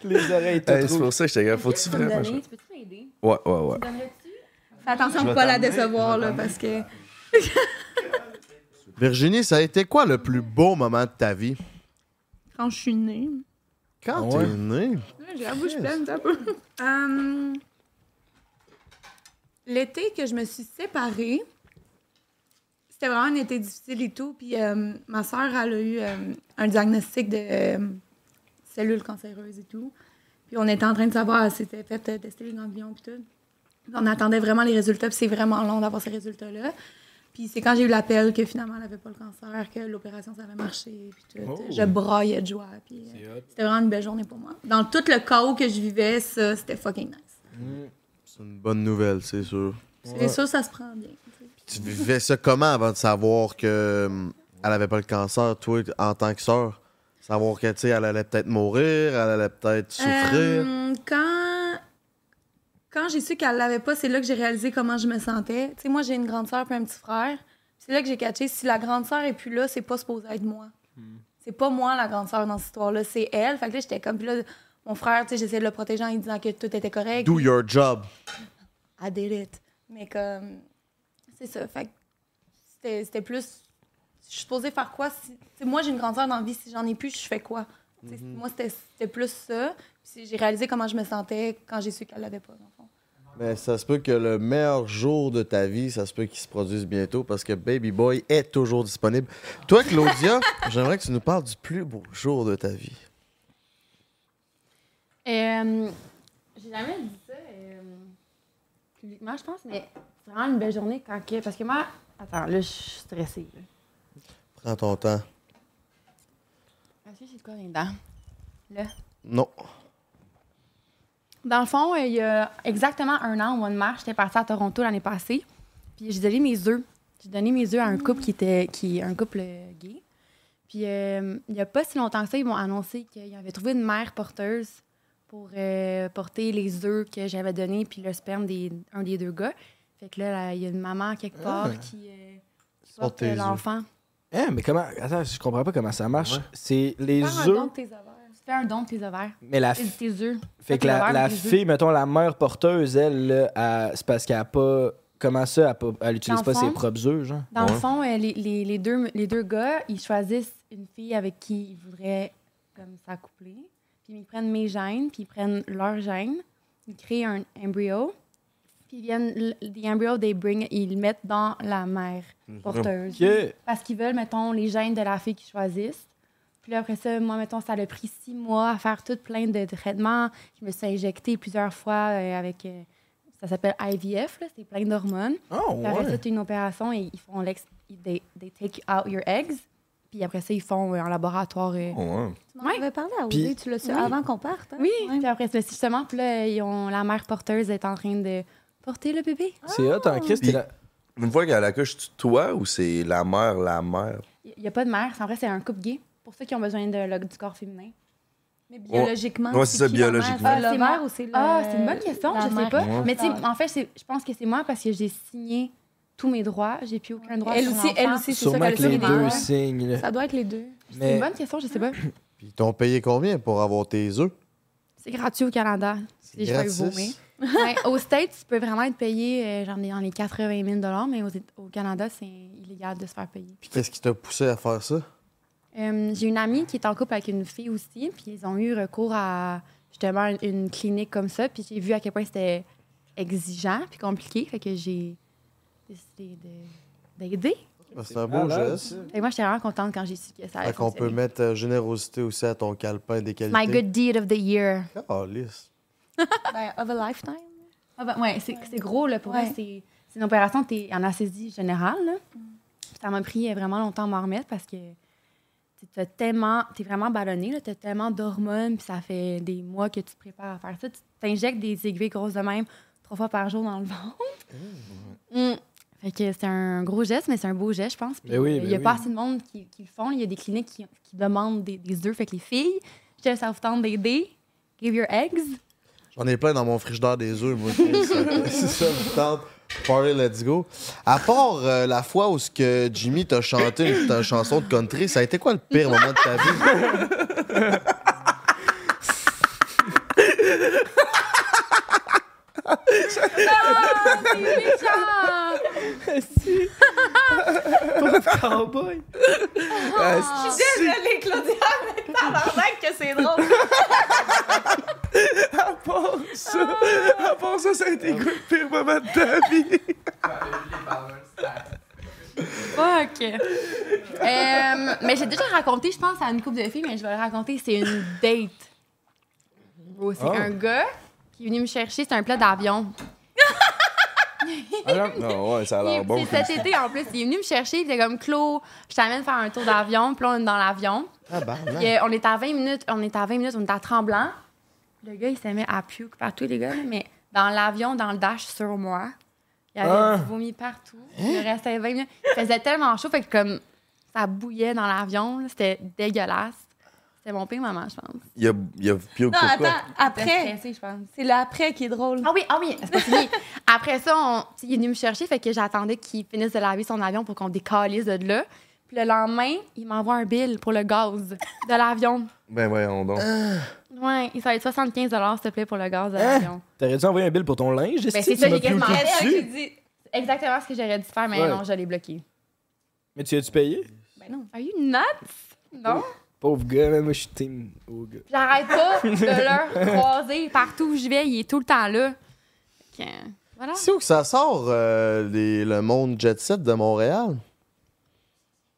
S10: j'ai les oreilles tout
S1: Hey, c'est pour ça que j'étais comme, Faut-tu vraiment. genre-
S3: peux-tu m'aider?
S1: Ouais, ouais, ouais.
S2: Fais attention
S1: Je
S2: de
S1: vais
S2: pas la
S1: t'emmener,
S2: décevoir, là, parce que.
S9: Virginie, ça a été quoi le plus beau moment de ta vie?
S2: Quand je suis née.
S9: Quand
S2: Ouais.
S9: t'es né?
S2: J'ai la bouche pleine, ça peu. Hum, L'été que je me suis séparée, c'était vraiment un été difficile et tout. Puis euh, ma soeur, elle a eu euh, un diagnostic de euh, cellules cancéreuses et tout. Puis on était en train de savoir, c'était fait euh, tester les ganglions et tout. Puis on attendait vraiment les résultats, puis c'est vraiment long d'avoir ces résultats-là. Puis c'est quand j'ai eu l'appel que finalement elle n'avait pas le cancer, que l'opération ça avait marché, puis tout.
S3: Oh.
S2: Je braillais de joie, puis euh, c'était vraiment une belle journée pour moi. Dans tout le chaos que je vivais, ça, c'était fucking nice.
S9: C'est une bonne nouvelle, c'est sûr.
S2: C'est sûr, ça se prend bien.
S9: Tu vivais ça comment avant de savoir que hum, elle avait pas le cancer, toi, en tant que sœur? Savoir que, tu sais, elle allait peut-être mourir, elle allait peut-être souffrir.
S2: Euh, quand quand j'ai su qu'elle l'avait pas, c'est là que j'ai réalisé comment je me sentais. Tu sais, moi, j'ai une grande sœur puis un petit frère. C'est là que j'ai catché, si la grande sœur est plus là, c'est pas supposé être moi. C'est pas moi, la grande sœur, dans cette histoire-là, c'est elle. Fait que là, j'étais comme... Puis là, mon frère, tu sais, j'essayais de le protéger en lui disant que tout était correct.
S9: Do your job.
S2: I did it. Mais comme, c'est ça. Fait que c'était c'était plus. Je suis supposée faire quoi? Si, tu sais, moi, j'ai une grande sœur dans la vie. Si j'en ai plus, je fais quoi? Tu sais,
S9: Mhm.
S2: Moi, c'était- c'était plus ça. Puis j'ai réalisé comment je me sentais quand j'ai su qu'elle l'avait pas. dans le fond.
S9: Mais ça se peut que le meilleur jour de ta vie, ça se peut qu'il se produise bientôt parce que Baby Boy est toujours disponible. Toi, Claudia, j'aimerais que tu nous parles du plus beau jour de ta vie.
S3: Euh, J'ai jamais dit ça euh, publiquement, je pense, mais c'est vraiment une belle journée quand que. Parce que moi, attends, là, je suis stressée. là.
S9: Prends ton temps.
S3: Est-ce que j'ai de quoi dedans? Là.
S9: Non.
S3: Dans le fond, euh, il y a exactement un an au mois de mars, j'étais partie à Toronto l'année passée. Puis j'ai donné mes œufs. J'ai donné mes œufs à un couple qui était qui un couple euh, gay. Puis euh, il n'y a pas si longtemps que ça, ils m'ont annoncé qu'ils avaient trouvé une mère porteuse pour euh, porter les œufs que j'avais donnés puis le sperme des un des deux gars. Fait que là, là, il y a une maman quelque part
S10: Ah.
S3: qui, euh, qui
S10: porte
S3: porte
S10: tes
S3: euh,
S10: œufs.
S3: l'enfant.
S10: Eh, mais comment. Attends, je comprends pas comment ça marche. C'est les
S3: Faire un
S10: œufs.
S3: don de tes ovaires. Fais un don de tes ovaires.
S10: Mais la
S3: Tes-
S10: f-
S3: Tes œufs.
S10: Fait que la, la fille, mettons, la mère porteuse, elle, là, elle- c'est parce qu'elle a pas. Comment ça, elle, a pas- elle utilise
S3: Dans
S10: pas
S3: le fond-
S10: ses propres œufs, genre?
S3: Dans le fond, euh, les, les- les deux, les deux gars, ils choisissent une fille avec qui ils voudraient comme s'accoupler. Puis ils prennent mes gènes, puis ils prennent leurs gènes. Ils créent un embryo. Puis ils viennent, l- the embryo, they bring, ils le mettent dans la mère porteuse.
S10: Ok.
S3: Parce qu'ils veulent, mettons, les gènes de la fille qu'ils choisissent. Puis là, après ça, moi, mettons, ça a pris six mois à faire tout plein de traitements. Je me suis injectée plusieurs fois euh, avec. euh, ça s'appelle IVF, là, c'est plein d'hormones.
S10: Oh,
S3: Puis après
S10: ouais.
S3: ça, t'as une opération et ils font l'ex. ils- They, they take out your eggs. Puis après ça, ils font euh, en laboratoire. euh,
S2: On avait parlé à
S3: Puis-
S2: Odé, tu l'as su
S3: Oui.
S2: avant qu'on parte. hein?
S3: Oui, puis après ça, c'est justement, puis là, ils ont, la mère porteuse est en train de porter le bébé.
S10: C'est hot, en Christ, t'es là.
S1: Une fois qu'elle accouche, tu toi ou c'est la mère, la mère?
S3: Il n'y a pas de mère. En vrai, c'est un couple gay. Pour ceux qui ont besoin de, le- du corps féminin. Mais
S1: biologiquement, Ouais, c'est c'est ça, qui la mère? biologiquement.
S3: Ah, c'est
S2: Le
S3: moi.
S2: mère ou c'est le-
S3: Ah, c'est une bonne question.
S2: la
S3: Je sais
S2: mère?
S3: pas.
S2: Ouais.
S3: Mais tu sais, en fait, c'est- je pense que c'est moi parce que j'ai signé tous mes droits. J'ai plus aucun droit
S2: Elle
S3: sur
S2: aussi-
S3: l'enfant.
S2: elle aussi,
S10: Sûrement que les
S2: hein?
S10: deux signent, là.
S3: hein. Ça doit être les deux. C'est
S9: Mais-
S10: Euh,
S3: une bonne question, je sais pas.
S9: Ils t'ont payé combien pour avoir tes œufs?
S3: C'est gratuit au Canada. Si je vais
S9: gratis.
S3: vomir. Ouais, aux States, tu peux vraiment être payé, euh, j'en ai dans les 80 000 mais aux Éta- au Canada, c'est illégal de se faire payer.
S9: Puis qu'est-ce qui t'a poussé à faire ça?
S3: Euh, J'ai une amie qui est en couple avec une fille aussi, puis ils ont eu recours à justement une, une clinique comme ça, puis j'ai vu à quel point c'était exigeant puis compliqué, fait que j'ai décidé de- d'aider.
S9: Ben, C'est un beau
S10: malade,
S9: geste.
S3: Fait que Moi, j'étais vraiment contente quand j'ai su que ça allait
S9: Fait qu'on peut
S3: fonctionner.
S9: mettre euh, générosité aussi à ton calepin des qualités.
S3: My good deed of the year.
S9: Oh, lisse.
S2: Ben, of a lifetime.
S3: Ah ben, ouais, c'est c'est gros, là, pour
S2: Ouais.
S3: vrai, c'est c'est une opération, t'es en anesthésie générale, là. Puis ça m'a pris euh, vraiment longtemps à m'en remettre parce que t'es- t'as tellement, t'es vraiment ballonné, là, t'as tellement d'hormones, puis ça fait des mois que tu te prépares à faire ça. Tu t'injectes des aiguilles grosses de même trois fois par jour dans le ventre.
S10: Mmh.
S3: Mm. Fait que c'est un gros geste, mais c'est un beau geste, je pense. Puis,
S10: Ben oui,
S3: euh,
S10: ben
S3: il y a pas
S10: oui.
S3: assez de monde qui, qui le font. Il y a des cliniques qui, qui demandent des, des œufs. Fait que les filles, je ça vous tente d'aider. Give your eggs.
S9: J'en ai plein dans mon frigidaire des œufs, moi. C'est ça, me tente. Party, let's go. À part euh, la fois où ce que Jimmy t'a chanté une ta chanson de country, ça a été quoi le pire moment de ta vie?
S3: Ah!
S10: Cowboy!
S2: Ah! Je suis désolée, Claudia, mais t'as l'air que c'est drôle.
S1: À part ça,
S3: Ah!
S1: à part ça, ça a été quoi le pire moment de ta vie?
S3: Fuck! Euh, mais j'ai déjà raconté, je pense, à une couple de filles, mais je vais le raconter. C'est une date. Bro, c'est
S10: Oh.
S3: un gars qui est venu me chercher. C'est un plat d'avion.
S1: non, ouais, ça a l'air
S3: Il-
S1: bon.
S3: c'est cet été, en plus. Il est venu me chercher. Il était comme, Claude, je t'amène faire un tour d'avion. Puis là, on est dans l'avion.
S9: Ah, bah,
S3: Puis, euh, on est à 20 minutes. On est à 20 minutes. On est à Tremblant. Le gars, il se met à puke partout, les gars. là, Mais dans l'avion, dans le dash, sur moi, il avait
S2: Ah.
S3: du vomi partout. Il restait 20 minutes. Il faisait tellement chaud. Fait que comme ça bouillait dans l'avion. là, C'était dégueulasse. C'était mon pire moment, je pense.
S1: Il y a, il y a puis
S3: Non,
S1: pourquoi?
S3: attends.
S2: Après,
S3: J'étais stressée, je pense.
S2: c'est l'après qui est drôle.
S3: Ah oui, ah oui, c'est pas fini. Après ça, on- tu sais, il est venu me chercher, fait que j'attendais qu'il finisse de laver son avion pour qu'on décalisse de là. Puis le lendemain, il m'envoie un bill pour le gaz de l'avion.
S1: Ben voyons donc.
S3: Ouais, il ça va être 75 s'il te plaît, pour le gaz de l'avion.
S10: T'aurais dû envoyer un bill pour ton linge,
S3: Ben,
S10: esti,
S3: c'est
S10: Hein? tu
S3: ça,
S10: m'as
S3: j'ai quasiment
S10: plus
S3: fait,
S10: dessus.
S3: j'ai dit exactement ce que j'aurais dû faire, mais
S10: Ouais.
S3: non, je l'ai bloqué.
S10: Mais tu as-tu payé?
S3: Ben non. Are you nuts? Non.
S10: Pauvre gars, man, moi je suis team au gars.
S3: J'arrête pas de le croiser partout où je vais, il est tout le temps là. Fait que, Voilà.
S9: C'est où que ça sort, euh, les- le monde jet set de Montréal?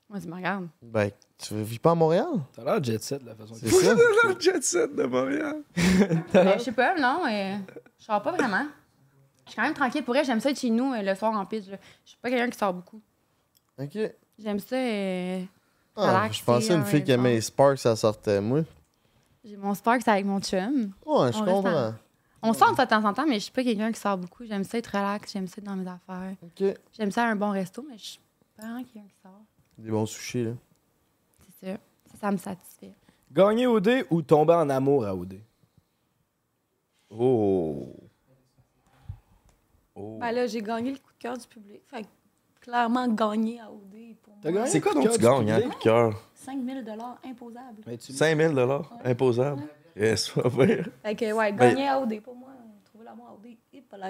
S3: Moi, tu me regardes.
S9: Ben, tu vis pas à Montréal?
S10: T'as l'air jet set, la façon
S9: C'est ça.
S1: Le jet set de Montréal.
S3: Ben, je sais pas, non. euh, je sors pas vraiment. Je suis quand même tranquille. Pour elle, j'aime ça être chez nous euh, le soir en pitch. Je je suis pas quelqu'un qui sort beaucoup.
S9: OK.
S3: J'aime ça. euh,
S9: Ah,
S3: relaxer,
S9: je pensais à une
S3: hein,
S9: fille qui aimait les Sparks, ça sortait, moi.
S3: J'ai mon Sparks avec mon chum.
S9: Ouais, je
S3: On reste en-
S9: comprends.
S3: On sort de fois de temps en temps, mais je suis pas quelqu'un qui sort beaucoup. J'aime ça être relax, j'aime ça être dans mes affaires. J'aime ça à un bon resto, mais je suis pas vraiment quelqu'un qui sort.
S9: Des bons sushis, là.
S3: C'est ça. Ça, ça me satisfait.
S10: Gagner au dé ou tomber en amour à au dé?
S1: Oh. Oh.
S2: Ah, Ben là, j'ai gagné le coup de cœur du public. Fait que clairement gagné à OD pour
S10: T'as gagné
S2: moi.
S1: C'est quoi
S10: coup de
S1: donc tu
S10: cœur
S1: gagnes,
S10: du
S1: hein,
S10: public?
S1: coup de cœur?
S2: 5 000 imposable.
S1: 5 000 imposable. Yes, pas pire.
S2: Fait que, ouais,
S1: Ben,
S2: gagner à OD pour moi, trouver l'amour à OD, hip, là,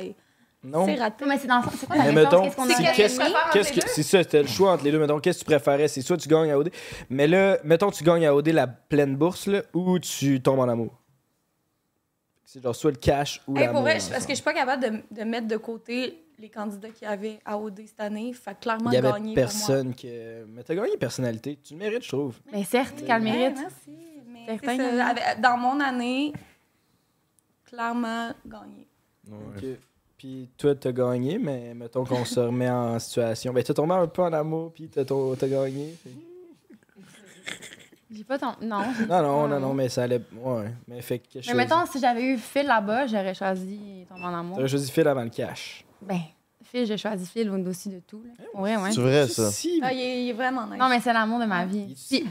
S10: Non.
S2: c'est raté.
S3: Ah, Mais c'est dans le sens- c'est quoi la
S10: Mais
S3: réponse?
S10: mettons,
S3: Qu'est-ce qu'on
S10: si-
S3: a
S10: qu'est-ce-
S3: gagné?
S10: qu'est-ce que- c'est ça, c'était le choix entre les deux. Mettons, qu'est-ce que tu préférais? C'est soit tu gagnes à OD, mais là, mettons, tu gagnes à OD la pleine bourse, là, ou tu tombes en amour. C'est genre soit le cash ou
S2: Hey,
S10: l'amour.
S2: pour vrai,
S10: dans
S2: je-
S10: le
S2: parce
S10: fond.
S2: que je suis pas capable de, de mettre de côté les candidats qu'il y avait à OD cette année. Fait que clairement,
S10: Il y avait
S2: gagné
S10: personne que. Mais t'as gagné personnalité. Tu le mérites, je trouve.
S2: pour moi. Mais certes,
S3: qu'elle le mérite.
S2: merci. Mais c'est
S3: Certain, hein.
S2: ça,
S3: elle le mérite.
S2: avec- dans mon année, clairement, gagné.
S10: Ok. euh, Puis toi, t'as gagné, mais mettons qu'on se remet en situation. Ben, t'es tombé un peu en amour, puis t'as ton- t'as gagné. fait-
S3: J'ai pas ton. Non. j'ai-
S10: Non, non, non, non, mais ça allait. Ouais, mais fait que.
S3: Mais mettons, si j'avais eu Phil là-bas, j'aurais choisi Tomber en amour.
S10: T'aurais choisi Phil avant le cash.
S3: Ben, Phil, j'ai choisi Phil au-dessus de tout. Là. Ouais, ouais.
S10: c'est vrai, Eh ça. Si.
S2: Ah, il, est, il est vraiment nice.
S3: Non, mais c'est l'amour de ma vie. Puis-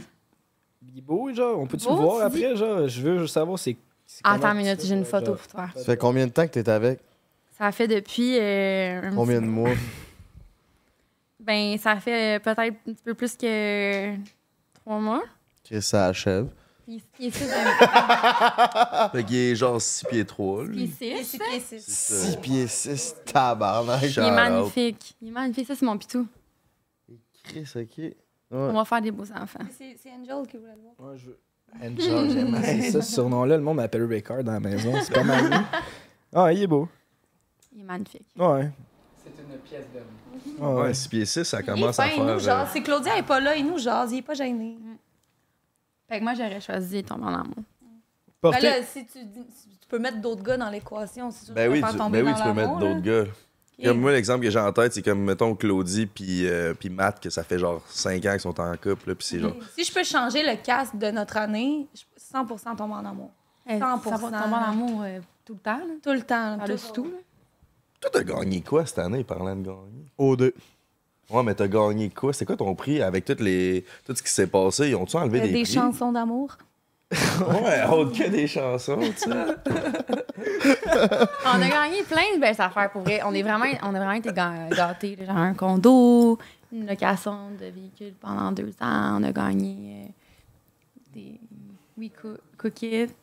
S10: Il est beau, genre. On peut-tu
S3: Beau,
S10: le voir
S3: tu dis?
S10: après, genre? Je veux juste savoir c'est. c'est
S3: Attends
S10: comment
S3: une
S10: tu
S3: minute,
S10: fais,
S3: j'ai une
S10: genre.
S3: photo pour toi.
S9: Ça fait combien de temps que t'es avec?
S3: Ça fait depuis. euh, un
S9: Combien
S3: petit-
S9: de mois?
S3: Ben, ça fait euh, peut-être un petit peu plus que trois mois.
S9: Chris, ça achève.
S3: Puis il est six de-
S1: Ah! Fait qu'il est genre 6 pieds 3.
S3: Puis il est six.
S1: ça.
S9: 6 pieds 6, tabarnak.
S3: Il est magnifique. Il est magnifique. Ça, c'est mon pitou.
S9: Chris, ok. Ouais.
S3: On va faire des beaux enfants.
S2: C'est c'est Angel qui voulait le voir.
S10: Ouais, je veux. Angel, j'aime assez ça. Ce surnom-là, le monde m'appelle Ricard dans la maison. C'est pas mal. lui. Ah, il est beau.
S3: Il est magnifique.
S10: Ouais. Ah,
S12: C'est une pièce d'homme.
S1: Ouais, 6 pieds 6, ça
S2: Il est
S1: commence
S2: fin,
S1: à
S2: il
S1: faire.
S2: nous
S1: euh,
S2: jase. C'est Claudia n'est pas là, il nous jase, il est pas gêné.
S3: Fait que moi, j'aurais choisi Tomber en amour.
S2: Ben là, si tu, dis- si tu peux mettre d'autres gars dans l'équation, c'est sûr
S1: Ben
S2: que
S1: oui,
S2: tu vas
S1: tu,
S2: faire tomber
S1: ben oui,
S2: dans
S1: tu peux mettre
S2: l'amour, là.
S1: d'autres gars.
S2: Ok.
S1: Comme moi, l'exemple que j'ai en tête, c'est comme, mettons, Claudie puis euh, puis Matt, que ça fait genre 5 ans qu'ils sont en couple, là, puis c'est genre...
S2: Si je peux changer le casque de notre année, je- 100 tombe en amour. 100
S3: Eh, ça va tomber en amour euh, tout Ah, le temps. là.
S2: Tout le temps,
S3: Par
S2: tout,
S3: dessus tout. là.
S1: Toi, t'as gagné quoi cette année, parlant de gagner?
S9: O2.
S1: Ouais, mais t'as gagné quoi? C'est quoi ton prix avec toutes les... tout ce qui s'est passé? Ils ont-tu enlevé
S2: Euh,
S1: des,
S2: des
S1: prix?
S2: chansons d'amour.
S1: ouais, autre que des chansons, tu sais.
S3: On a gagné plein de belles affaires pour vrai. On, est vraiment, on a vraiment été ga- gâtés. là. Genre un condo, une location de véhicule pendant deux ans. On a gagné euh, des We Coo- Cook It.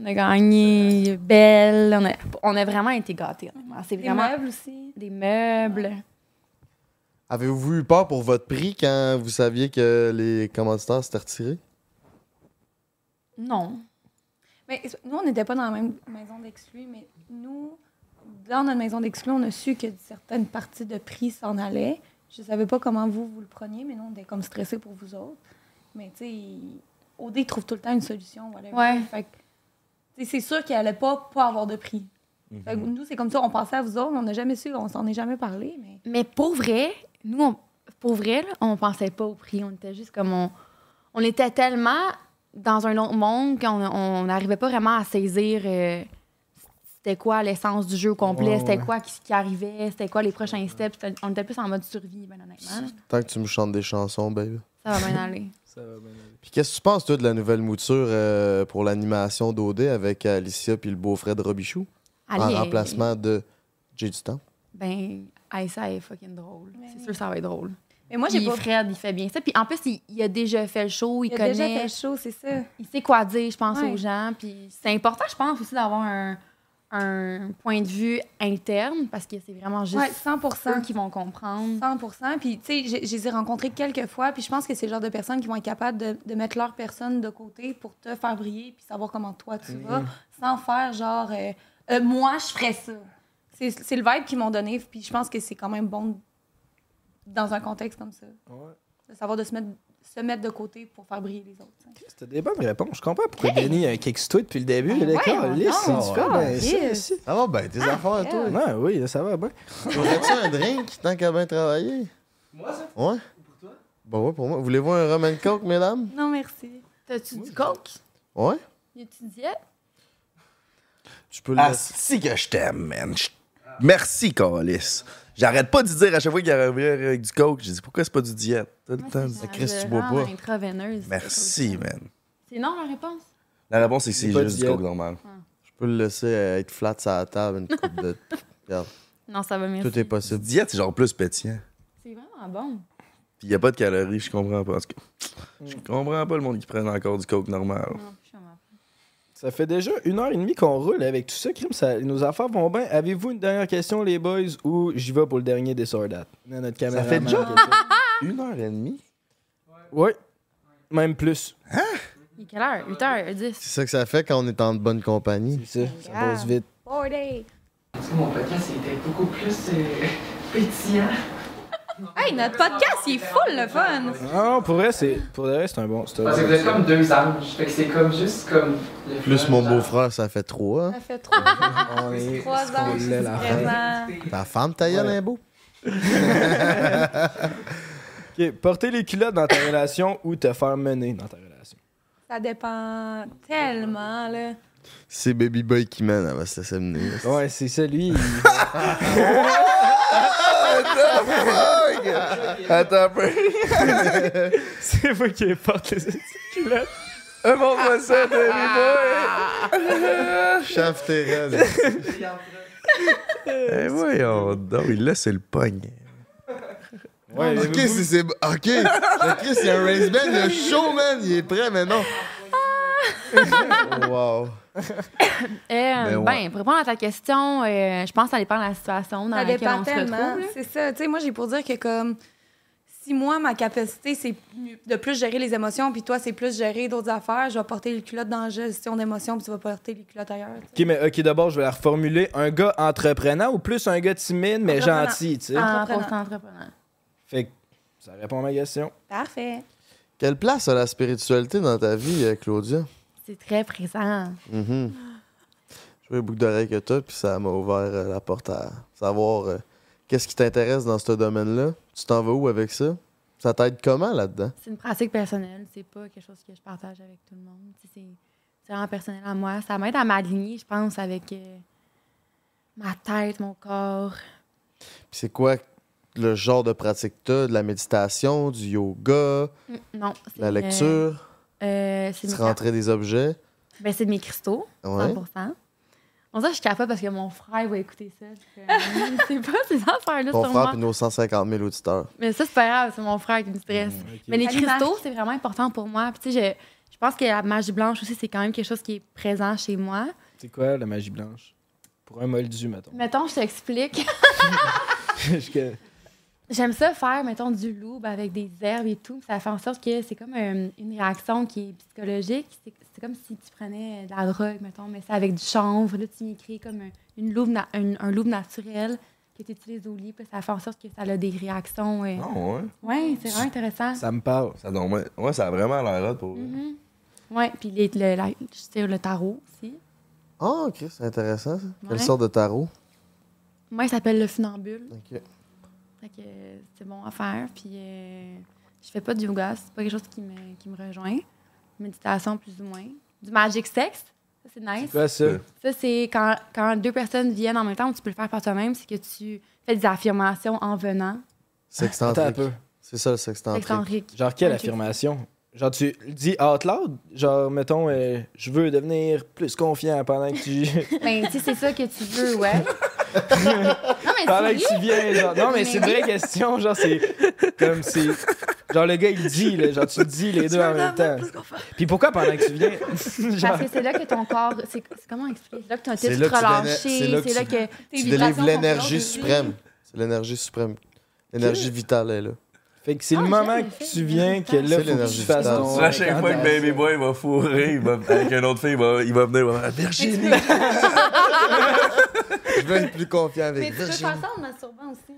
S3: On a gagné Belle. On a, on a vraiment été gâtés. honnêtement. C'est
S2: Des
S3: vraiment
S2: meubles aussi.
S3: Des meubles.
S9: Avez-vous eu peur pour votre prix quand vous saviez que les commanditaires s'étaient retirés?
S3: Non.
S2: Mais nous, on n'était pas dans la même maison d'exclus, mais nous, dans notre maison d'exclus, on a su que certaines parties de prix s'en allaient. Je savais pas comment vous, vous le preniez, mais nous, on était comme stressés pour vous autres. Mais tu sais, il- OD trouve tout le temps une solution. whatever.
S3: Ouais.
S2: Fait que, tu sais, c'est sûr qu'il allait pas, pas avoir de prix.
S1: Mhm.
S2: Fait que nous, c'est comme ça, on pensait à vous autres, on n'a jamais su, on s'en est jamais parlé. Mais...
S3: Mais pour vrai, nous, on, pour vrai, là, on pensait pas au prix. On était juste comme on, on était tellement dans un autre monde qu'on on n'arrivait pas vraiment à saisir euh, c'était quoi l'essence du jeu au complet,
S9: Ouais,
S3: c'était
S9: ouais.
S3: quoi qui, qui arrivait, c'était quoi les prochains steps. C'était- On était plus en mode survie, ben honnêtement. là.
S9: Tant que tu me chantes des chansons, baby.
S3: Ça va bien aller.
S9: Puis qu'est-ce que tu penses, toi, de la nouvelle mouture euh, pour l'animation d'OD avec Alicia puis le beau-frère de Robichou? En
S3: Allez.
S9: remplacement de J'ai du temps.
S3: Ben, hey, ça est fucking drôle. C'est sûr que ça va être drôle.
S2: Mais moi, j'ai
S3: Puis
S2: pas-
S3: Fred, il fait bien ça. Puis en plus, il, il a déjà fait le show, il,
S2: Il a
S3: connaît.
S2: déjà fait le show, c'est ça.
S3: Il sait quoi dire, je pense,
S2: Ouais.
S3: aux gens. Puis c'est important, je pense, aussi d'avoir un, un point de vue interne parce que c'est vraiment juste.
S2: Ouais, 100
S3: eux qui vont comprendre.
S2: 100 Puis, tu sais, je je les ai rencontrés quelques fois, puis je pense que c'est le genre de personnes qui vont être capables de, de mettre leur personne de côté pour te faire briller, puis savoir comment toi tu vas,
S3: Mhm.
S2: sans faire genre, euh, Euh, moi, je ferais ça. C'est c'est le vibe qu'ils m'ont donné, puis je pense que c'est quand même bon dans un contexte comme ça. De savoir de se mettre, se mettre de côté pour faire briller les autres.
S10: C'était des bonnes réponses. Je comprends pourquoi Denis a kick toi depuis le début.
S3: Ben
S10: mais
S2: ouais,
S10: d'accord,
S2: non,
S10: lisse, c'est
S2: non,
S10: super
S2: non,
S10: bien, ça,
S2: yes.
S10: ici.
S9: Ça
S1: Ah
S9: va
S1: ben,
S9: bien, tes
S3: Ah.
S9: affaires, toi.
S10: Ouais, Ah oui, là, ça va bien.
S9: Aurais-tu un drink tant qu'à bien travailler?
S10: Moi, ça?
S9: Ouais? Pour toi? Ben ouais, pour moi. Voulez-vous un rum and coke, mesdames?
S2: Non, merci.
S3: T'as-tu du coke?
S9: Ouais?
S3: Y a-tu une diète?
S9: Tu peux
S1: Ah, si que je t'aime, man. Je- Merci, Calis. J'arrête pas de dire à chaque fois qu'il revient avec du coke, je dis pourquoi c'est pas du diète? Tout le temps, c'est Chris, tu bois pas.
S3: euh, Intraveineuse.
S1: Merci, man.
S3: C'est non la réponse?
S1: La réponse, c'est que
S9: C'est
S1: c'est
S9: pas
S1: juste
S9: du
S1: du coke
S9: diète.
S1: normal.
S9: Je peux le laisser euh, être flat sur la table une coupe de. Regarde,
S3: Non, ça va, merci.
S9: tout est possible.
S1: Diète, c'est genre plus pétillant.
S3: C'est vraiment bon.
S1: Puis il n'y a pas de calories, je comprends pas. En tout cas, je comprends pas le monde qui prenne encore du coke normal.
S10: Ça fait déjà une heure et demie qu'on roule avec tout ça, crime. Ça, nos affaires vont bien. Avez-vous une dernière question, les boys, ou j'y vais pour le dernier des Sordat? Notre
S1: Ça
S10: caméraman
S1: fait
S10: qui
S1: déjà
S10: est là.
S1: une heure et demie.
S10: Oui. Même plus.
S3: Il est quelle heure? 8 h 10.
S9: C'est ça que ça fait quand on est en bonne compagnie.
S10: C'est
S9: ça,
S3: ça bosse
S9: vite.
S3: Party!
S12: Mon podcast il était beaucoup plus euh, pétillant.
S9: Euh,
S2: Hey, notre podcast, il est full le fun!
S10: Ah non, pour vrai, c'est pour le reste, c'est un bon. c'est un
S12: Parce que
S10: bon-
S12: vous êtes comme deux anges. Fait que c'est comme juste comme. le
S9: Plus
S12: fun,
S9: mon
S12: genre.
S9: beau-frère, ça fait trois.
S2: Ça fait trois
S10: On est-
S2: Trois ans,
S9: qu'on
S2: je
S9: l'est,
S2: suis
S9: la
S2: présent.
S9: Ta femme, ta gueule,
S10: Ouais.
S9: est beau.
S10: Ok, porter les culottes dans ta relation ou te faire mener dans ta relation.
S2: Ça dépend tellement, là.
S9: C'est Baby Boy qui mène, elle va se laisser mener.
S10: Ouais, c'est ça, lui.
S1: Attends un peu.
S10: c'est moi qui porte les culottes.
S1: Montre-moi Euh, ça, Baby Boy!
S9: Chef tes rêves.
S1: Eh voyons donc, il laisse le poignet.
S9: Ouais, Ah, ok, c'est, c'est. Ok! Ok, c'est un race band, le showman, il est prêt maintenant! wow!
S3: Euh,
S9: ouais.
S3: Ben, pour répondre à ta question, euh, je pense que ça dépend de la situation dans
S2: ça
S3: laquelle
S2: dépend
S3: on se
S2: tellement.
S3: retrouve.
S2: C'est ça. Tu sais, moi, j'ai pour dire que comme si moi, ma capacité, c'est mieux- de plus gérer les émotions, puis toi, c'est plus gérer d'autres affaires, je vais porter les culottes dans la gestion d'émotions, puis tu vas porter les culottes ailleurs.
S10: Ok, mais ok, d'abord, je vais la reformuler. Un gars entreprenant ou plus un gars timide mais
S2: Entreprenant.
S10: gentil, tu sais?
S3: Ah, pour
S2: Entrepreneur.
S3: entrepreneur.
S10: Fait que ça répond à ma question.
S2: Parfait.
S9: Quelle place a la spiritualité dans ta vie, euh, Claudia?
S3: C'est très présent.
S9: Mhm. Je vois les boucles d'oreilles que t'as, puis ça m'a ouvert euh, la porte à savoir euh, qu'est-ce qui t'intéresse dans ce domaine-là. Tu t'en vas où avec ça? Ça t'aide comment là-dedans?
S3: C'est une pratique personnelle. C'est pas quelque chose que je partage avec tout le monde. Tu sais, C'est c'est vraiment personnel à moi. Ça m'aide à m'aligner, je pense, avec euh, ma tête, mon corps.
S9: Puis c'est quoi le genre de pratique que t'as? De la méditation, du yoga,
S3: Mm, Non. c'est,
S9: de
S2: Euh,
S9: la lecture,
S3: euh, euh, c'est
S9: tu
S3: mes-
S9: rentrais des objets?
S3: Ben, c'est de mes cristaux,
S2: Ah,
S9: Ouais.
S3: 100%. On dirait que je capote parce que mon frère va écouter ça. Je fais, hum, C'est pas ces affaires-là
S9: Ton
S3: sur moi.
S9: frère et nos 150 000 auditeurs.
S3: Mais ça, c'est pas grave, c'est mon frère qui me stresse. Mais les
S2: Salut,
S3: cristaux, c'est vraiment important pour moi. Puis, tu sais, je, je pense que la magie blanche aussi, c'est quand même quelque chose qui est présent chez moi.
S10: C'est quoi la magie blanche? Pour un moldu, mettons.
S3: Mettons, je t'explique.
S10: Je que-
S3: J'aime ça faire, mettons, du loup avec des herbes et tout. Ça fait en sorte que c'est comme euh, une réaction qui est psychologique. C'est- C'est comme si tu prenais de la drogue, mettons, mais c'est avec du chanvre. Là, tu y crées comme un, une louve na- un, un louve naturel que tu utilises au lit. Puis ça fait en sorte que ça a des réactions. euh.
S1: Ah ouais?
S3: Ouais, c'est vraiment intéressant.
S10: Ça me parle.
S1: Ça donne... Ouais, ça a vraiment l'air hot pour.
S3: Mhm. Ouais, puis les- le, la- tu sais, le tarot aussi.
S9: Ah, ok, c'est intéressant ça.
S3: Ouais.
S9: Quelle sorte de tarot?
S3: Moi, il s'appelle le funambule.
S9: Ok.
S3: Fait que euh, c'est bon à faire. Puis euh, je fais pas de yoga, c'est pas quelque chose qui me, qui me rejoint. Méditation, plus ou moins. Du magic sex, ça c'est nice.
S10: quoi, ça?
S3: Ça, c'est quand, quand deux personnes viennent en même temps, tu peux le faire par toi-même, c'est que tu fais des affirmations en venant.
S9: Sextantrique.
S10: Attends un peu.
S9: C'est ça le sextantrique.
S3: Sextantrique.
S10: Genre, quelle
S3: Ok.
S10: affirmation? Genre, tu le dis out loud? Genre, mettons, euh, je veux devenir plus confiant pendant que tu.
S3: Ben, tu sais, c'est ça que tu veux, ouais. non, mais
S10: pendant
S3: c'est
S10: que tu
S3: vrai.
S10: viens, genre. Non, mais
S3: Mais
S10: c'est une vraie
S3: oui.
S10: question. Genre, c'est. Comme c'est. Genre, le gars, il dit, là. Genre, tu le dis les deux en même temps. Puis pourquoi pendant que tu viens? Genre-
S3: Parce que c'est là que ton corps. C'est c'est- comment expliquer? C'est là que ton- tu
S9: C'est
S3: as
S9: là
S3: tout
S9: que tu déna-
S3: relâché.
S9: c'est
S3: C'est
S9: là
S3: là,
S9: que tu-
S3: que.
S9: Tu délivres l'énergie suprême. C'est l'énergie suprême. L'énergie vitale est là.
S10: Fait que
S2: Ah,
S10: c'est le moment que tu viens que là,
S9: C'est
S10: faut que
S9: l'énergie
S10: tu fasses
S9: vitale.
S10: ton.
S1: La chaque fois que Baby Boy il va fourrer il va, avec une autre fille, il va, il va venir, il va faire Virginie!
S9: Je veux être plus confiant avec Virginie.
S2: ça en masturbant aussi.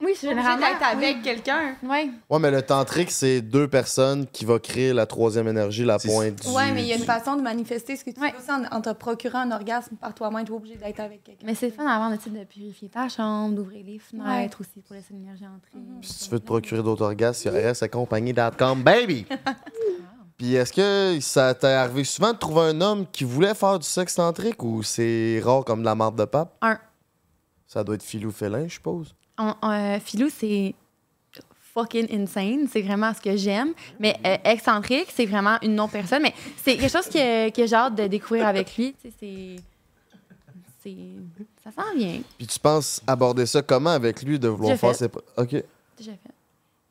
S3: Oui, je suis généralement.
S2: d'être avec quelqu'un.
S3: Oui.
S9: Ouais, mais le tantrique, c'est deux personnes qui vont créer la troisième énergie, la pointe du...
S2: Ouais, mais il y a une façon de manifester ce que tu veux aussi en, en te procurant un orgasme par toi-même. Tu es obligé d'être avec quelqu'un.
S3: Mais c'est le fun d'avoir le type de purifier ta chambre, d'ouvrir les fenêtres aussi pour laisser l'énergie entrer.
S2: Mhm.
S9: Si tu veux te procurer d'autres orgasmes, il reste accompagné d'acom baby! Puis est-ce que ça t'est arrivé souvent de trouver un homme qui voulait faire du sexe tantrique ou c'est rare comme de la marde de pape?
S3: Un.
S9: Ça doit être filou félin, je suppose.
S3: On- on, euh, Philou, c'est fucking insane. C'est vraiment ce que j'aime. Mais euh, excentrique, c'est vraiment une non-personne. Mais c'est quelque chose que, que j'ai hâte de découvrir avec lui. Tu sais, c'est. c'est- Ça s'en vient.
S9: Puis tu penses aborder ça comment avec lui de vouloir
S3: J'ai
S9: faire
S3: fait.
S9: ses... Ok.
S3: Déjà fait.